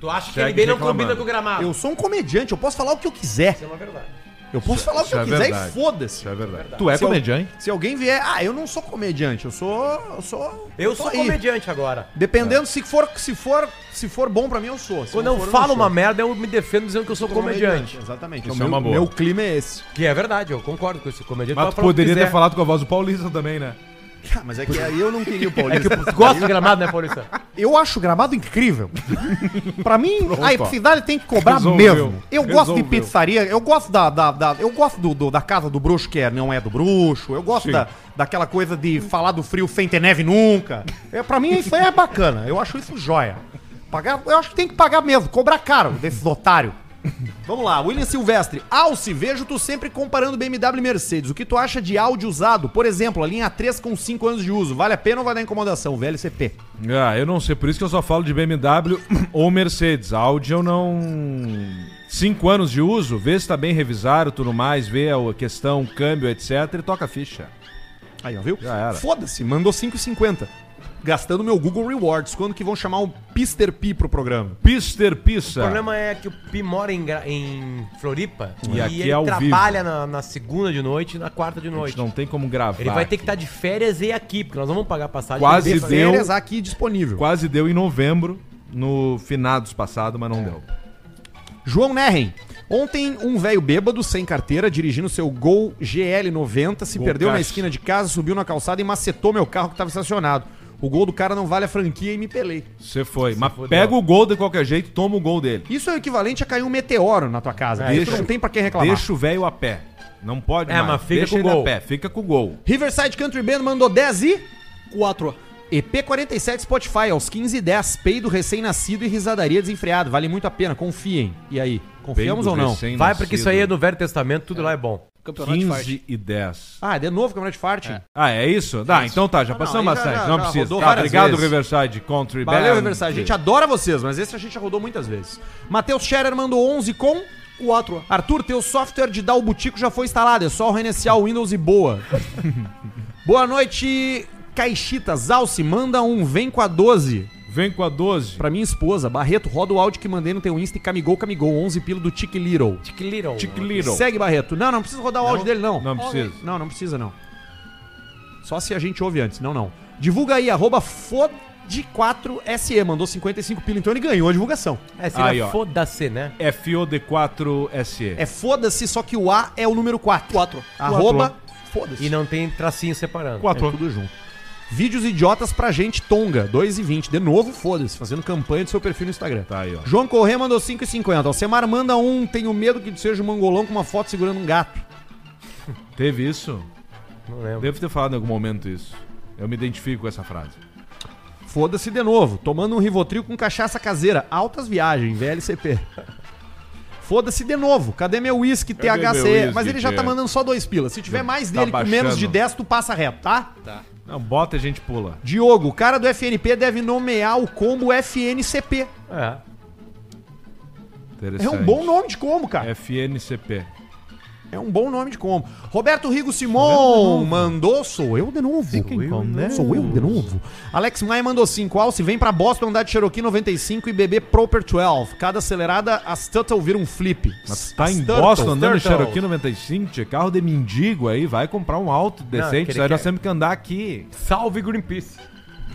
[SPEAKER 3] Tu acha que
[SPEAKER 2] Segue
[SPEAKER 3] ele bem não
[SPEAKER 2] reclamando.
[SPEAKER 3] combina com o gramado?
[SPEAKER 1] Eu sou um comediante, eu posso falar o que eu quiser.
[SPEAKER 3] Ah. Isso é uma verdade.
[SPEAKER 1] Eu posso falar o
[SPEAKER 2] isso
[SPEAKER 1] que eu
[SPEAKER 2] é
[SPEAKER 1] quiser
[SPEAKER 2] verdade.
[SPEAKER 1] e foda-se.
[SPEAKER 2] Isso é verdade. Tu é
[SPEAKER 1] Se eu-
[SPEAKER 2] comediante?
[SPEAKER 1] Se alguém vier, ah, eu não sou comediante, eu sou. Eu sou.
[SPEAKER 3] Eu
[SPEAKER 1] tô
[SPEAKER 3] sou
[SPEAKER 1] aí.
[SPEAKER 3] comediante agora.
[SPEAKER 1] Dependendo se for, se for, se for bom pra mim, eu sou. Se
[SPEAKER 3] Quando
[SPEAKER 1] não
[SPEAKER 3] eu
[SPEAKER 1] for,
[SPEAKER 3] falo
[SPEAKER 1] não sou.
[SPEAKER 3] uma merda, eu me defendo dizendo que eu sou
[SPEAKER 1] Sou
[SPEAKER 3] comediante.
[SPEAKER 1] Exatamente.
[SPEAKER 2] Isso
[SPEAKER 1] o meu,
[SPEAKER 2] é uma boa.
[SPEAKER 1] meu clima é esse.
[SPEAKER 3] Que é verdade, eu concordo com esse comediante.
[SPEAKER 2] Mas
[SPEAKER 3] pode
[SPEAKER 2] tu
[SPEAKER 3] falar o que é-
[SPEAKER 2] poderia
[SPEAKER 3] quiser.
[SPEAKER 2] ter falado com a voz do Paulista também, né?
[SPEAKER 1] Ah, mas é que aí eu não queria o
[SPEAKER 3] É que
[SPEAKER 1] Paulista.
[SPEAKER 3] tu gosta de gramado, né, Paulista?
[SPEAKER 1] Eu acho o gramado incrível. pra mim, a cidade tem que cobrar
[SPEAKER 2] Resolveu.
[SPEAKER 1] mesmo. Eu gosto de
[SPEAKER 2] Resolveu.
[SPEAKER 1] pizzaria, eu gosto da. da, da- eu gosto do, do- da casa do bruxo que é, não é do bruxo. Eu gosto
[SPEAKER 2] Sim.
[SPEAKER 1] da, daquela coisa de falar do frio sem ter neve nunca. É, pra mim, isso aí é bacana. Eu acho isso joia. Pagar, eu acho que tem que pagar mesmo, cobrar caro desses otários. Vamos lá, William Silvestre. Alce, vejo tu sempre comparando BMW e Mercedes. O que tu acha de áudio usado? Por exemplo, a linha 3 com 5 anos de uso. Vale a pena ou vai dar incomodação? VLCP.
[SPEAKER 2] Ah, eu não sei, por isso que eu só falo de BMW ou Mercedes. A Audi eu não. Cinco anos de uso, vê se tá bem revisado, tudo mais, vê a questão, câmbio, etc. e toca a ficha.
[SPEAKER 1] Aí, ó, viu?
[SPEAKER 2] Já era.
[SPEAKER 1] Foda-se, mandou 5,50. Gastando meu Google Rewards. Quando que vão chamar o Pister Pi pro programa?
[SPEAKER 2] Pister
[SPEAKER 3] O
[SPEAKER 2] Pissa.
[SPEAKER 3] problema é que o Pi mora em, Gra- em Floripa
[SPEAKER 2] E
[SPEAKER 3] e,
[SPEAKER 2] aqui
[SPEAKER 3] ele
[SPEAKER 2] é ao
[SPEAKER 3] trabalha na, na segunda de noite e na quarta de
[SPEAKER 2] A
[SPEAKER 3] noite.
[SPEAKER 2] gente não tem como gravar.
[SPEAKER 3] Ele vai ter que estar de férias e aqui, porque nós não vamos pagar passagem.
[SPEAKER 2] Quase
[SPEAKER 3] Ele-
[SPEAKER 2] deu.
[SPEAKER 1] Férias aqui disponível.
[SPEAKER 2] Quase deu em novembro, no finados passado, mas não
[SPEAKER 3] É.
[SPEAKER 2] deu.
[SPEAKER 1] João Nerren. Ontem, um velho bêbado, sem carteira, dirigindo seu Gol GL90, se
[SPEAKER 2] Gol
[SPEAKER 1] perdeu na
[SPEAKER 2] caixa.
[SPEAKER 1] esquina de casa, subiu na calçada e macetou meu carro que tava estacionado. O gol do cara não vale a franquia e me pelei.
[SPEAKER 2] Você foi. mas pega o gol de qualquer jeito, toma o gol dele.
[SPEAKER 1] Isso é o equivalente a cair um meteoro na tua casa.
[SPEAKER 2] Deixa-
[SPEAKER 1] Isso não tem pra quem reclamar.
[SPEAKER 2] É, Deixa o velho a pé. Não pode
[SPEAKER 3] É, mas fica
[SPEAKER 2] Deixa
[SPEAKER 3] com
[SPEAKER 2] ele
[SPEAKER 3] gol.
[SPEAKER 2] a pé, fica com o gol.
[SPEAKER 1] Riverside Country Band mandou 10 e...
[SPEAKER 4] 4.
[SPEAKER 1] EP47 Spotify, aos 15 e 10, peido recém-nascido e risadaria desenfreada. Vale muito a pena, confiem. E aí, confiamos
[SPEAKER 2] Peido
[SPEAKER 1] ou não?
[SPEAKER 2] recém-nascido.
[SPEAKER 3] Vai, porque isso aí é do Velho Testamento, tudo lá é bom.
[SPEAKER 4] Campeonato de faixa.
[SPEAKER 2] 15 e 10.
[SPEAKER 1] Ah, de novo, Campeonato de Farte.
[SPEAKER 2] Ah, é isso? Dá, então tá, já
[SPEAKER 1] Não,
[SPEAKER 2] passamos
[SPEAKER 1] aí já-
[SPEAKER 2] bastante,
[SPEAKER 1] já-
[SPEAKER 2] não
[SPEAKER 1] já
[SPEAKER 2] precisa.
[SPEAKER 1] rodou
[SPEAKER 2] Tá,
[SPEAKER 1] várias
[SPEAKER 2] obrigado,
[SPEAKER 1] vezes.
[SPEAKER 2] Riverside Country
[SPEAKER 1] Valeu,
[SPEAKER 2] Band.
[SPEAKER 1] Riverside. A gente adora vocês, mas esse a gente já rodou muitas vezes. Matheus Scherer mandou 11 com...
[SPEAKER 4] 4.
[SPEAKER 1] Arthur, teu software de dar o butico já foi instalado, é só reiniciar o Windows e boa. boa noite, Caixita. Alce, manda um vem com a 12.
[SPEAKER 2] Vem com a 12.
[SPEAKER 1] Pra minha esposa, Barreto, roda o áudio que mandei no teu Insta e camigou, camigou, 11 pilo do Tic Little.
[SPEAKER 3] Tic Little.
[SPEAKER 2] Tic Little.
[SPEAKER 1] Segue, Barreto. Não, não precisa rodar o áudio dele, não.
[SPEAKER 2] Não precisa.
[SPEAKER 1] Não, não precisa, não. Só se a gente ouve antes. Não, não. Divulga aí, arroba FOD4SE. Mandou 55 pila, então ele ganhou a divulgação.
[SPEAKER 3] É, seria
[SPEAKER 2] Aí, ó.
[SPEAKER 3] foda-se, né?
[SPEAKER 2] FOD4SE.
[SPEAKER 1] É foda-se, só que o A é o número 4. 4. Arroba foda-se.
[SPEAKER 3] E não tem tracinho separando.
[SPEAKER 1] É tudo junto. Vídeos idiotas pra gente, Tonga, 2 e 20. De novo, foda-se, fazendo campanha do seu perfil no Instagram.
[SPEAKER 2] Tá aí, ó.
[SPEAKER 1] João Corrêa mandou 5,50. Alcemar manda um, tenho medo que seja um mangolão com uma foto segurando um gato.
[SPEAKER 2] Teve isso?
[SPEAKER 3] É, Não lembro.
[SPEAKER 2] Devo ter falado em algum momento isso. Eu me identifico com essa frase.
[SPEAKER 1] Foda-se de novo, tomando um Rivotril com cachaça caseira. Altas viagens, VLCP. Foda-se de novo, cadê meu uísque
[SPEAKER 2] Cadê meu
[SPEAKER 1] THC?
[SPEAKER 2] whisky,
[SPEAKER 1] Mas ele já tá
[SPEAKER 2] tio?
[SPEAKER 1] mandando só dois pilas. Se tiver
[SPEAKER 2] Já
[SPEAKER 1] mais
[SPEAKER 2] tá
[SPEAKER 1] dele com menos
[SPEAKER 2] baixando.
[SPEAKER 1] de 10, tu passa reto, tá?
[SPEAKER 2] Não, bota e a gente pula.
[SPEAKER 1] Diogo, o cara do FNP deve nomear o combo FNCP.
[SPEAKER 3] É.
[SPEAKER 1] É
[SPEAKER 2] Interessante.
[SPEAKER 1] um bom nome de combo, cara.
[SPEAKER 2] FNCP.
[SPEAKER 1] É um bom nome de combo. Roberto Rigo Simon mandou. Sou eu de novo.
[SPEAKER 2] em
[SPEAKER 1] eu, né?
[SPEAKER 2] combo. né?
[SPEAKER 1] Sou eu de novo. Alex Maia mandou 5. Alce, vem pra Boston andar de Cherokee 95 e beber Proper 12. Cada acelerada, as Tuttle vira um flip.
[SPEAKER 2] Mas tá
[SPEAKER 1] As
[SPEAKER 2] em
[SPEAKER 1] Tuttle.
[SPEAKER 2] Boston andando em
[SPEAKER 3] Turtles.
[SPEAKER 2] Cherokee 95, tio, é carro de mendigo aí, vai comprar um alto decente,
[SPEAKER 3] aquele
[SPEAKER 2] isso aí nós
[SPEAKER 1] é-
[SPEAKER 3] que-
[SPEAKER 2] temos que andar aqui.
[SPEAKER 3] Salve Greenpeace.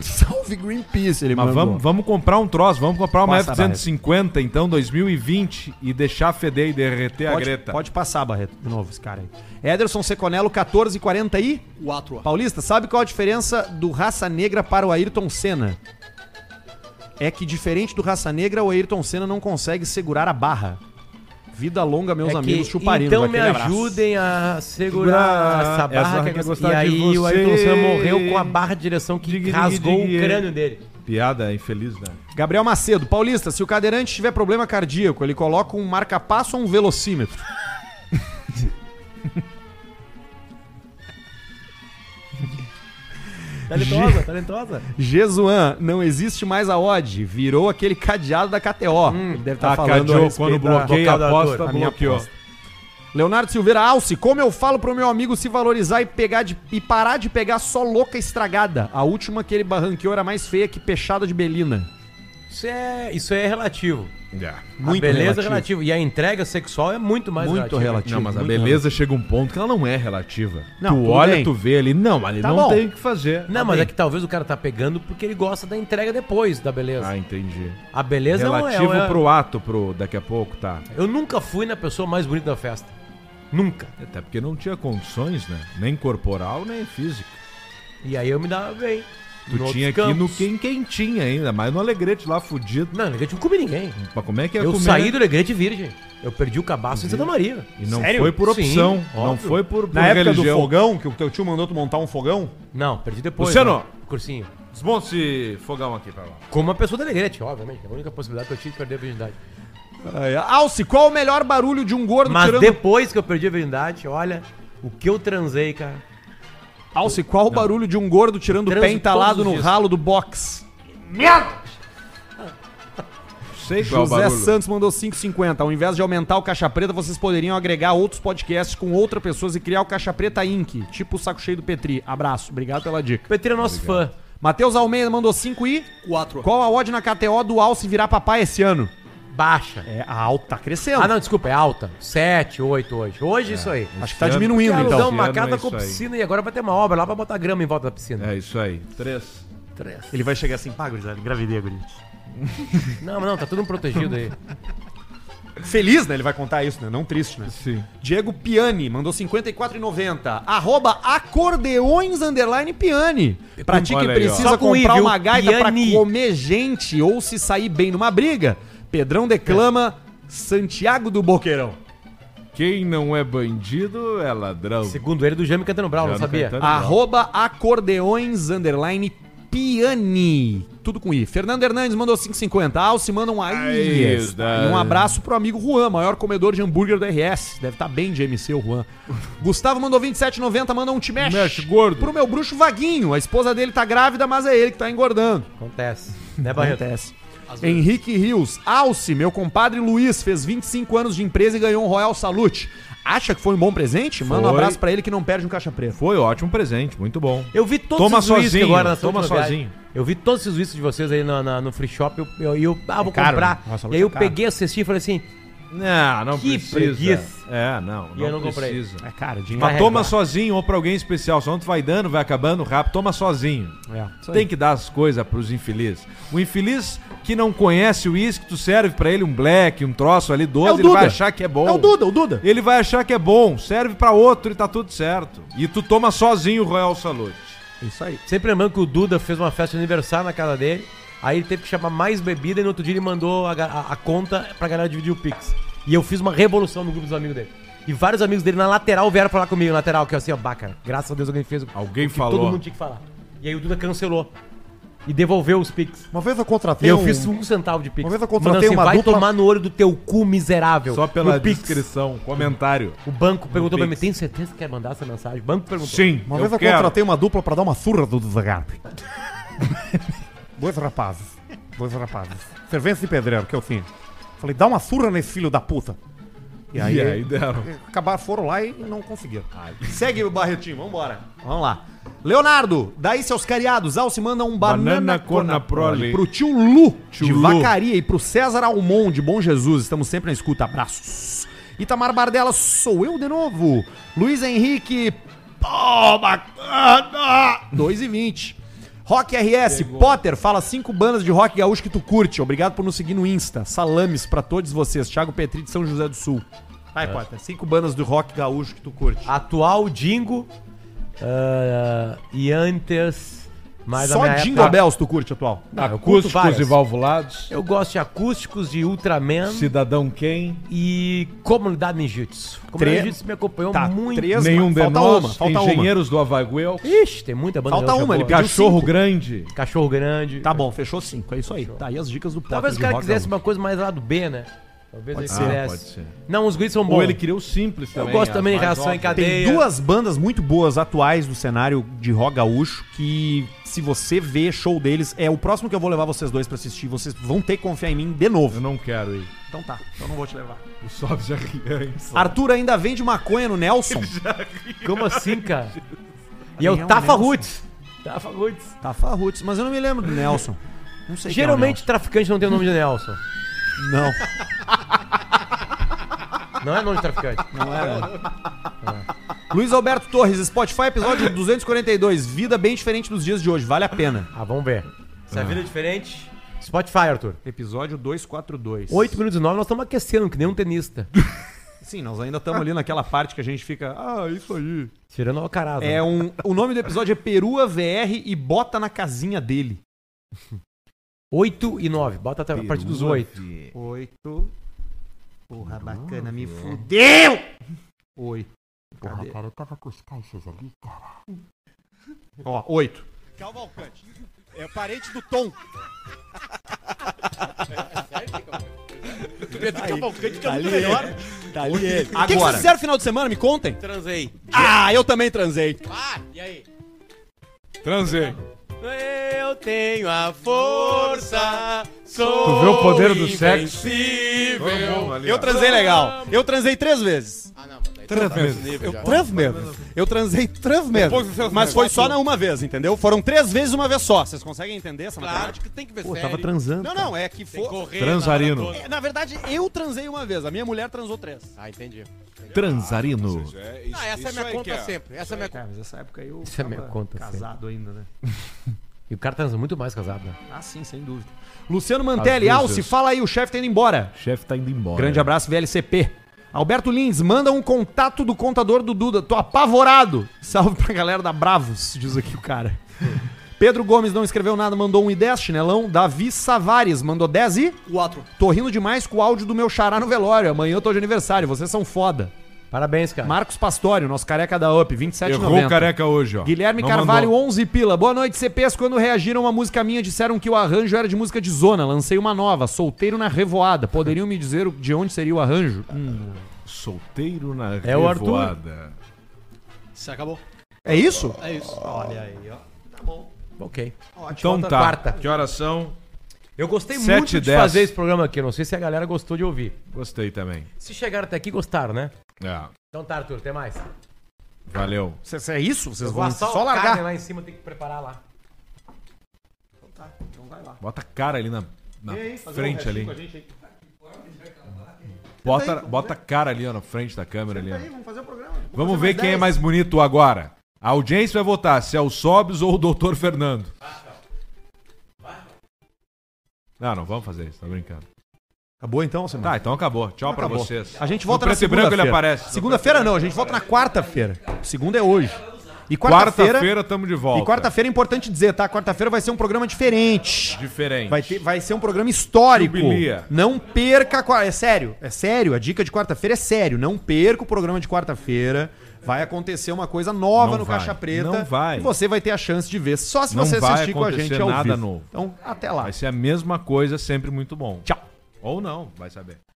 [SPEAKER 1] Salve Greenpeace, ele
[SPEAKER 2] Mas
[SPEAKER 1] mandou.
[SPEAKER 2] vamos, vamos comprar um troço, vamos comprar uma
[SPEAKER 1] Passa,
[SPEAKER 2] F-150, então, 2020, e deixar feder e derreter a
[SPEAKER 1] Pode,
[SPEAKER 2] Greta.
[SPEAKER 1] pode passar, Barreto, de novo, esse cara aí. Ederson Seconello, 14,40 e...
[SPEAKER 4] 4.
[SPEAKER 1] Paulista, sabe qual a diferença do Raça Negra para o Ayrton Senna? É que diferente do Raça Negra, o Ayrton Senna não consegue segurar a barra. Vida longa, meus
[SPEAKER 3] É que-
[SPEAKER 1] amigos chuparinos.
[SPEAKER 3] Então me
[SPEAKER 1] Aquele abraço.
[SPEAKER 3] ajudem a segurar essa
[SPEAKER 2] Ah, Essa
[SPEAKER 3] barra
[SPEAKER 2] que eu
[SPEAKER 3] que
[SPEAKER 2] gostar
[SPEAKER 3] E
[SPEAKER 2] de
[SPEAKER 3] aí o
[SPEAKER 2] você.
[SPEAKER 3] Ayrton Senna morreu com a barra de direção que
[SPEAKER 2] Digui, digui,
[SPEAKER 3] rasgou
[SPEAKER 2] digui.
[SPEAKER 3] o crânio dele.
[SPEAKER 2] Piada infeliz, né?
[SPEAKER 1] Gabriel Macedo, Paulista, se o cadeirante tiver problema cardíaco, ele coloca um marca-passo ou um velocímetro?
[SPEAKER 3] Talentosa, talentosa.
[SPEAKER 1] Jesuan, não existe mais a odd, virou aquele cadeado da KTO. ele deve estar
[SPEAKER 2] Hum. a
[SPEAKER 1] falando a
[SPEAKER 2] Cadio,
[SPEAKER 1] respeito
[SPEAKER 2] quando
[SPEAKER 1] da-
[SPEAKER 2] bloqueia a
[SPEAKER 3] vocal da
[SPEAKER 2] aposta,
[SPEAKER 3] dor,
[SPEAKER 1] a minha
[SPEAKER 2] bloqueou.
[SPEAKER 1] aposta. Leonardo Silveira Alce, como eu falo pro meu amigo se valorizar e pegar de- e parar de pegar só louca estragada. A última que ele barranqueou era mais feia que peixada de Belina.
[SPEAKER 3] Isso é, isso é relativo.
[SPEAKER 2] É.
[SPEAKER 1] Muito
[SPEAKER 3] a beleza
[SPEAKER 1] relativo.
[SPEAKER 3] é relativa. E a entrega sexual é muito mais
[SPEAKER 1] Muito relativo.
[SPEAKER 2] Não, mas a
[SPEAKER 1] muito
[SPEAKER 2] beleza chega um ponto que ela não é relativa.
[SPEAKER 1] Não,
[SPEAKER 2] tu
[SPEAKER 1] tudo
[SPEAKER 2] olha,
[SPEAKER 1] bem.
[SPEAKER 2] tu vê ali, não, ali
[SPEAKER 1] Tá
[SPEAKER 2] não
[SPEAKER 1] bom.
[SPEAKER 2] tem o que fazer.
[SPEAKER 3] Não, mas é que talvez o cara tá pegando porque ele gosta da entrega depois da beleza.
[SPEAKER 2] Ah, entendi.
[SPEAKER 3] A beleza
[SPEAKER 2] Relativo
[SPEAKER 3] não é, é...
[SPEAKER 2] pro ato, pro daqui a pouco, tá.
[SPEAKER 3] Eu nunca fui na pessoa mais bonita da festa. Nunca.
[SPEAKER 2] Até porque não tinha condições, né? Nem corporal, nem física.
[SPEAKER 3] E aí eu me dava bem.
[SPEAKER 2] Tu
[SPEAKER 3] Em outros
[SPEAKER 2] tinha aqui
[SPEAKER 3] campos.
[SPEAKER 2] no quem quem tinha ainda, mas no Alegrete lá fudido.
[SPEAKER 3] Não, eu não comi ninguém.
[SPEAKER 2] Mas como é que ia
[SPEAKER 3] Eu
[SPEAKER 2] comer?
[SPEAKER 3] saí do Negrete virgem. Eu perdi o cabaço em Santa Maria.
[SPEAKER 2] E não
[SPEAKER 1] Sério?
[SPEAKER 2] foi por
[SPEAKER 3] Sim,
[SPEAKER 2] opção, não
[SPEAKER 3] óbvio.
[SPEAKER 2] foi por, por
[SPEAKER 1] Na época
[SPEAKER 2] religião.
[SPEAKER 1] do fogão, que o teu tio mandou tu montar um fogão,
[SPEAKER 3] Não, perdi depois.
[SPEAKER 2] Luciano!
[SPEAKER 3] né? Cursinho.
[SPEAKER 2] Desmonta esse fogão aqui pra lá.
[SPEAKER 3] Como uma pessoa da Negrete, obviamente. É a única possibilidade que eu tive de perder a virgindade.
[SPEAKER 1] Ai, Alce, qual o melhor barulho de um gordo
[SPEAKER 3] Mas
[SPEAKER 1] tirando...
[SPEAKER 3] depois que eu perdi a virgindade, olha o que eu transei, cara.
[SPEAKER 1] Alce, qual o barulho de um gordo tirando o pé
[SPEAKER 3] Transo
[SPEAKER 1] entalado
[SPEAKER 3] todos
[SPEAKER 1] no
[SPEAKER 3] os dias.
[SPEAKER 1] ralo do box?
[SPEAKER 2] Sei qual é o
[SPEAKER 1] José
[SPEAKER 2] barulho.
[SPEAKER 1] Santos mandou 5,50. Ao invés de aumentar o Caixa Preta, vocês poderiam agregar outros podcasts com outras pessoas e criar o Caixa Preta Inc. Tipo o Saco Cheio do Petri. Abraço. Obrigado pela dica.
[SPEAKER 3] Petri é nosso fã.
[SPEAKER 1] Matheus Almeida mandou 5 e...
[SPEAKER 4] 4.
[SPEAKER 1] Qual a odd na KTO do Alce virar papai esse ano?
[SPEAKER 3] Baixa.
[SPEAKER 1] É, a alta tá crescendo.
[SPEAKER 3] Ah, não, desculpa, é alta. 7, 8 hoje. Hoje isso aí.
[SPEAKER 1] Acho que tá
[SPEAKER 2] Esse ano-
[SPEAKER 1] diminuindo,
[SPEAKER 3] Quero dar
[SPEAKER 1] então.
[SPEAKER 3] uma
[SPEAKER 2] Esse ano
[SPEAKER 3] casa
[SPEAKER 2] é
[SPEAKER 3] com
[SPEAKER 2] isso aí.
[SPEAKER 3] piscina e agora vai ter uma obra lá pra botar grama em volta da piscina.
[SPEAKER 2] É isso aí. Três.
[SPEAKER 1] Ele vai chegar assim, pá, gurizada, engravidei a gurizada.
[SPEAKER 3] Não, mas não, tá tudo protegido aí.
[SPEAKER 1] Feliz, né? Ele vai contar isso, né? Não triste, né?
[SPEAKER 2] Sim.
[SPEAKER 1] Diego Piani mandou 54,90. Arroba acordeões underline Piani. Pra ti que
[SPEAKER 2] Então, Olha aí, ó.
[SPEAKER 1] precisa
[SPEAKER 3] Só com I,
[SPEAKER 1] comprar
[SPEAKER 3] viu?
[SPEAKER 1] uma gaita
[SPEAKER 3] Piani.
[SPEAKER 1] pra comer gente ou se sair bem numa briga, Pedrão declama Santiago do Boqueirão.
[SPEAKER 2] Quem não é bandido é ladrão.
[SPEAKER 3] Segundo ele, do Jaime Cantando Brau, não
[SPEAKER 2] Jânio
[SPEAKER 3] sabia? Ah.
[SPEAKER 2] Caetano.
[SPEAKER 1] Arroba acordeões underline Piani. Tudo com I. Fernando Hernandes mandou 5,50. Alce manda um
[SPEAKER 2] Aí,
[SPEAKER 1] aí.
[SPEAKER 2] dá.
[SPEAKER 1] E um abraço pro amigo Juan, maior comedor de hambúrguer do RS. Deve estar bem de MC o Juan. Gustavo mandou 27,90, manda um te mexe.
[SPEAKER 2] Mexe, gordo.
[SPEAKER 1] Pro meu bruxo Vaguinho. A esposa dele tá grávida, mas é ele que tá engordando.
[SPEAKER 3] Acontece. Né, Barreto?
[SPEAKER 1] Acontece. Henrique Rios. Alce, meu compadre Luiz, fez 25 anos de empresa e ganhou um Royal Salute. Acha que foi um bom presente? Manda um
[SPEAKER 2] Foi.
[SPEAKER 1] abraço pra ele que não perde um caixa preta.
[SPEAKER 2] Foi ótimo presente, muito bom.
[SPEAKER 3] Eu vi todos
[SPEAKER 2] Toma
[SPEAKER 3] whisky
[SPEAKER 2] sozinho,
[SPEAKER 3] agora na
[SPEAKER 2] toma
[SPEAKER 3] última viagem.
[SPEAKER 2] sozinho.
[SPEAKER 3] Eu vi todos esses whisky de vocês aí na- na- no free shop. Eu, eu, eu- ah, vou
[SPEAKER 1] É caro,
[SPEAKER 3] comprar.
[SPEAKER 1] né? Nossa,
[SPEAKER 3] e aí eu
[SPEAKER 1] é caro.
[SPEAKER 3] peguei, assisti e falei assim:
[SPEAKER 2] Não, não
[SPEAKER 3] Que
[SPEAKER 2] precisa.
[SPEAKER 3] preguiça.
[SPEAKER 2] É, não,
[SPEAKER 3] E eu não comprei.
[SPEAKER 2] precisa.
[SPEAKER 1] É, cara, dinheiro.
[SPEAKER 2] Mas toma sozinho ou pra alguém especial. Só não tu vai dando, vai acabando rápido. Toma sozinho.
[SPEAKER 1] É,
[SPEAKER 2] Tem que dar as coisas pros infelizes. O infeliz que não conhece o uísque, tu serve pra ele um black, um troço ali, 12,
[SPEAKER 1] É o
[SPEAKER 2] ele vai
[SPEAKER 1] Duda.
[SPEAKER 2] achar que é bom.
[SPEAKER 1] É o Duda, o Duda.
[SPEAKER 2] Ele vai achar que é bom. Serve pra outro e tá tudo certo. E tu toma sozinho o Royal Salute.
[SPEAKER 1] Isso aí.
[SPEAKER 3] sempre lembrando que o Duda fez uma festa de aniversário na casa dele. Aí ele teve que chamar mais bebida e no outro dia ele mandou a, ga- a- a conta pra galera dividir o Pix. E eu fiz uma revolução no grupo dos amigos dele. E vários amigos dele na lateral vieram falar comigo, lateral, que eu assim, ó, bah, cara, graças a Deus alguém fez o
[SPEAKER 2] Alguém
[SPEAKER 3] que
[SPEAKER 2] falou.
[SPEAKER 3] todo mundo tinha que falar. E aí o Duda cancelou. E devolveu os Pix.
[SPEAKER 4] Uma vez eu
[SPEAKER 3] E
[SPEAKER 4] contratei
[SPEAKER 3] eu
[SPEAKER 4] um-
[SPEAKER 3] fiz um centavo de Pix.
[SPEAKER 4] Uma vez eu contratei
[SPEAKER 3] Mandou
[SPEAKER 4] uma
[SPEAKER 3] vai
[SPEAKER 4] dupla-
[SPEAKER 3] tomar no olho do teu cu miserável.
[SPEAKER 2] Só pela
[SPEAKER 3] No Pix.
[SPEAKER 2] descrição, comentário.
[SPEAKER 3] O banco perguntou pra mim,
[SPEAKER 2] Pix.
[SPEAKER 3] tem certeza que quer mandar essa mensagem? O banco perguntou.
[SPEAKER 2] Sim,
[SPEAKER 4] Uma vez eu
[SPEAKER 2] quero.
[SPEAKER 4] contratei uma dupla pra dar uma surra do Zagarpe. Dois rapazes. Dois rapazes. Serventes de pedreiro, que eu tinha. Falei, dá uma surra nesse filho da puta. E aí,
[SPEAKER 2] E aí deram.
[SPEAKER 4] acabaram, foram lá e não conseguiram.
[SPEAKER 1] Segue o Barretinho, vambora. Vamos lá. Leonardo, daí seus cariados. Alce manda um banana,
[SPEAKER 2] Banana Cornaprole.
[SPEAKER 1] pro tio Lu
[SPEAKER 2] Tio
[SPEAKER 1] de
[SPEAKER 2] Lu.
[SPEAKER 1] Vacaria e pro César Almon de Bom Jesus. Estamos sempre na escuta. Abraços. Itamar Bardella, sou eu de novo. Luiz Henrique, pô, bacana. 2 e 20. Rock RS, Potter, fala cinco bandas de rock gaúcho que tu curte. Obrigado por nos seguir no Insta. Salames pra todos vocês. Thiago Petri de São José do Sul.
[SPEAKER 3] É.
[SPEAKER 1] Vai, Potter. Cinco bandas do rock gaúcho que tu curte.
[SPEAKER 3] Ah, Atual Dingo ah, e antes... Mas
[SPEAKER 1] Só Jingle Bells tu curte atual.
[SPEAKER 3] Não, eu curto
[SPEAKER 2] Acústicos
[SPEAKER 3] várias.
[SPEAKER 2] e Tá, valvulados.
[SPEAKER 3] Eu gosto de acústicos, de Ultraman
[SPEAKER 2] Cidadão quem?
[SPEAKER 3] e Comunidade Ninjutsu. Comunidade
[SPEAKER 1] Tre-
[SPEAKER 3] Ninjutsu me acompanhou
[SPEAKER 1] Tá,
[SPEAKER 3] muito.
[SPEAKER 1] três,
[SPEAKER 2] Nenhum
[SPEAKER 1] mas
[SPEAKER 2] de
[SPEAKER 1] falta
[SPEAKER 2] nós.
[SPEAKER 1] uma, falta uma.
[SPEAKER 2] engenheiros do Avaguel.
[SPEAKER 3] Ixi, tem muita banda.
[SPEAKER 1] Falta
[SPEAKER 3] gaúcha
[SPEAKER 1] uma, ele
[SPEAKER 3] boa.
[SPEAKER 1] pediu
[SPEAKER 2] Cachorro
[SPEAKER 1] cinco.
[SPEAKER 2] grande.
[SPEAKER 3] Cachorro Grande.
[SPEAKER 1] Tá bom, fechou cinco, é isso aí. Tá aí as dicas do Potter.
[SPEAKER 3] Talvez o
[SPEAKER 1] de
[SPEAKER 3] cara
[SPEAKER 1] rock
[SPEAKER 3] quisesse
[SPEAKER 1] gaúcho.
[SPEAKER 3] uma coisa mais lá do B, né? Talvez ele
[SPEAKER 2] ser.
[SPEAKER 3] quisesse.
[SPEAKER 2] Ah, pode ser.
[SPEAKER 3] Não, os guris são bons.
[SPEAKER 2] Ou ele queria o simples
[SPEAKER 3] Eu
[SPEAKER 2] também.
[SPEAKER 3] gosto
[SPEAKER 2] as
[SPEAKER 3] também de
[SPEAKER 2] mais
[SPEAKER 3] reação em
[SPEAKER 2] óbvias.
[SPEAKER 3] cadeia.
[SPEAKER 1] Tem duas bandas muito boas atuais do cenário de rock gaúcho que se você vê show deles, é o próximo que eu vou levar vocês dois pra assistir, vocês vão ter que confiar em mim de
[SPEAKER 2] Eu
[SPEAKER 1] novo.
[SPEAKER 2] não quero ir.
[SPEAKER 1] Então tá, então não vou te levar.
[SPEAKER 2] O Sob já ria.
[SPEAKER 1] Arthur ainda vende maconha no Nelson.
[SPEAKER 3] Como assim, cara? E
[SPEAKER 1] Nem
[SPEAKER 3] é
[SPEAKER 1] é
[SPEAKER 3] o
[SPEAKER 1] um
[SPEAKER 3] Tafa
[SPEAKER 1] Nelson.
[SPEAKER 3] Roots. Tafa Roots.
[SPEAKER 1] Tá farrutes, mas eu não me lembro do Nelson. Não sei quem é o
[SPEAKER 3] Geralmente traficante não tem o nome de Nelson.
[SPEAKER 1] Não.
[SPEAKER 3] Não é nome de traficante.
[SPEAKER 1] Não era. Luiz Alberto Torres, Spotify, episódio 242. Vida bem diferente dos dias de hoje, vale a pena.
[SPEAKER 3] Ah, vamos ver. Se a vida é diferente. Spotify, Arthur.
[SPEAKER 1] Episódio 242.
[SPEAKER 3] 8 minutos e 9, nós estamos aquecendo, que nem um tenista.
[SPEAKER 1] Sim, nós ainda estamos ali naquela parte que a gente fica. Ah, isso aí.
[SPEAKER 3] Tirando o Alcaraz. né?
[SPEAKER 1] É um, o nome do episódio é Perua VR e bota na casinha dele.
[SPEAKER 3] 8 e 9, bota até a partir dos 8.
[SPEAKER 1] Oito. Porra, bacana, me fudeu! Oito. Cadê?
[SPEAKER 10] é. Cara, eu tava com os caixas ali, cara.
[SPEAKER 1] Ó, oito.
[SPEAKER 8] Cavalcante. É parente do Tom.
[SPEAKER 10] Tá
[SPEAKER 8] Pedro Cavalcante que é muito melhor.
[SPEAKER 1] Tá ali ele. O que, que vocês Agora. fizeram no final de semana? Me contem.
[SPEAKER 8] Transei.
[SPEAKER 1] Ah, eu também transei.
[SPEAKER 8] Ah, e aí?
[SPEAKER 2] Transei.
[SPEAKER 8] Eu tenho a força. Sou
[SPEAKER 2] Tu vê o poder do sexo?
[SPEAKER 8] invencível.
[SPEAKER 1] Eu transei legal. Eu transei três vezes.
[SPEAKER 8] Ah, não, mas daí
[SPEAKER 2] Três
[SPEAKER 8] tá nesse
[SPEAKER 2] vezes.
[SPEAKER 8] nível já.
[SPEAKER 1] Três mesmo. Eu transei três mesmo.
[SPEAKER 2] dos seus
[SPEAKER 1] Mas foi só na uma vez, entendeu? Foram três vezes uma vez só. Vocês conseguem entender essa
[SPEAKER 8] Claro,
[SPEAKER 1] matemática?
[SPEAKER 8] acho que tem que ver
[SPEAKER 3] Pô,
[SPEAKER 8] série.
[SPEAKER 3] tava transando.
[SPEAKER 1] Não, não, é que
[SPEAKER 8] Tem que
[SPEAKER 1] foi. É,
[SPEAKER 8] correr.
[SPEAKER 2] Transarino.
[SPEAKER 8] na maratona.
[SPEAKER 1] Na verdade, eu transei uma vez. A minha mulher transou três.
[SPEAKER 8] Ah, entendi.
[SPEAKER 2] Transarino.
[SPEAKER 8] Ah, essa é a minha conta sempre. Essa é a minha conta.
[SPEAKER 1] mas essa época eu
[SPEAKER 3] Isso é minha tava conta, casado
[SPEAKER 1] ainda, né?
[SPEAKER 3] E o cara transa muito mais casado, né?
[SPEAKER 1] Ah, sim, sem dúvida. Luciano Mantelli,
[SPEAKER 2] Às
[SPEAKER 1] Alce,
[SPEAKER 2] vezes.
[SPEAKER 1] fala aí, o chefe tá indo embora.
[SPEAKER 2] O chefe tá indo embora.
[SPEAKER 1] Grande abraço, VLCP. Alberto Lins, manda um contato do contador do Duda. Tô apavorado. Salve pra galera da Bravos, diz aqui o cara. Pedro Gomes não escreveu nada, mandou um e 10, chinelão. Davi Savares mandou 10 e...
[SPEAKER 8] Quatro.
[SPEAKER 1] Tô rindo demais com o áudio do meu xará no velório. Amanhã eu tô de aniversário, vocês são foda.
[SPEAKER 3] Parabéns, cara.
[SPEAKER 1] Marcos Pastório, nosso careca da UP, 27,90.
[SPEAKER 2] Errou o careca hoje, ó.
[SPEAKER 1] Guilherme
[SPEAKER 2] Não
[SPEAKER 1] Carvalho,
[SPEAKER 2] mandou.
[SPEAKER 1] 11 pila. Boa noite, CPs. Quando reagiram a uma música minha, disseram que o arranjo era de música de zona. Lancei uma nova, Solteiro na Revoada. Poderiam me dizer o- de onde seria o arranjo?
[SPEAKER 2] Solteiro na
[SPEAKER 3] É o Arthur.
[SPEAKER 2] revoada.
[SPEAKER 8] Isso acabou.
[SPEAKER 1] É isso?
[SPEAKER 8] É isso. Olha aí, ó.
[SPEAKER 3] Ok.
[SPEAKER 2] Então tá.
[SPEAKER 3] quarta.
[SPEAKER 2] Que horas são?
[SPEAKER 3] Eu gostei
[SPEAKER 2] Sete
[SPEAKER 3] muito
[SPEAKER 2] e
[SPEAKER 3] de
[SPEAKER 2] dez.
[SPEAKER 3] fazer esse programa aqui. Eu não sei se a galera gostou de ouvir.
[SPEAKER 2] Gostei também.
[SPEAKER 3] Se chegaram até aqui, gostaram, né?
[SPEAKER 2] É.
[SPEAKER 3] Então tá, Arthur, até mais.
[SPEAKER 2] Valeu.
[SPEAKER 1] Cê- É isso? Vocês
[SPEAKER 3] Eu
[SPEAKER 1] vão
[SPEAKER 3] assar
[SPEAKER 1] só
[SPEAKER 3] o carne
[SPEAKER 2] né?
[SPEAKER 1] largar.
[SPEAKER 3] lá em cima, tem que preparar lá.
[SPEAKER 2] Bota a cara ali na, na
[SPEAKER 1] um
[SPEAKER 2] frente ali. Bota, bota a cara ali ó, na frente da câmera ali. ó.
[SPEAKER 1] vamos fazer o programa. Vamos,
[SPEAKER 2] Vamos ver quem é mais bonito agora. A audiência vai votar se é o Sobes ou o Dr. Fernando. Não, não vamos fazer isso, tá brincando.
[SPEAKER 1] Acabou então, você
[SPEAKER 2] Tá, então acabou. Tchau pra
[SPEAKER 1] Acabou.
[SPEAKER 2] vocês.
[SPEAKER 1] A gente volta
[SPEAKER 2] No
[SPEAKER 1] na
[SPEAKER 2] preto e branco
[SPEAKER 1] segunda-feira.
[SPEAKER 2] ele aparece.
[SPEAKER 1] Segunda-feira não, a gente volta na quarta-feira. Segunda é hoje. E quarta-feira.
[SPEAKER 2] Quarta-feira tamo de volta.
[SPEAKER 1] e quarta-feira é importante dizer, tá? Quarta-feira vai ser um programa diferente.
[SPEAKER 2] Diferente.
[SPEAKER 1] Vai, ter- vai ser um programa histórico.
[SPEAKER 2] Jubilia.
[SPEAKER 1] Não perca. a qua- É sério, é sério. A dica de quarta-feira é sério. Não perca o programa de quarta-feira. Vai acontecer uma coisa nova
[SPEAKER 2] Não
[SPEAKER 1] no
[SPEAKER 2] vai,
[SPEAKER 1] Caixa Preta.
[SPEAKER 2] não vai.
[SPEAKER 1] E você vai ter a chance de ver. Só se
[SPEAKER 2] Não
[SPEAKER 1] você
[SPEAKER 2] vai
[SPEAKER 1] assistir com a
[SPEAKER 2] acontecer
[SPEAKER 1] gente ao
[SPEAKER 2] nada
[SPEAKER 1] vivo.
[SPEAKER 2] novo.
[SPEAKER 1] Então, até lá.
[SPEAKER 2] Vai ser a mesma coisa, sempre muito bom.
[SPEAKER 1] Tchau.
[SPEAKER 2] Ou não, vai saber.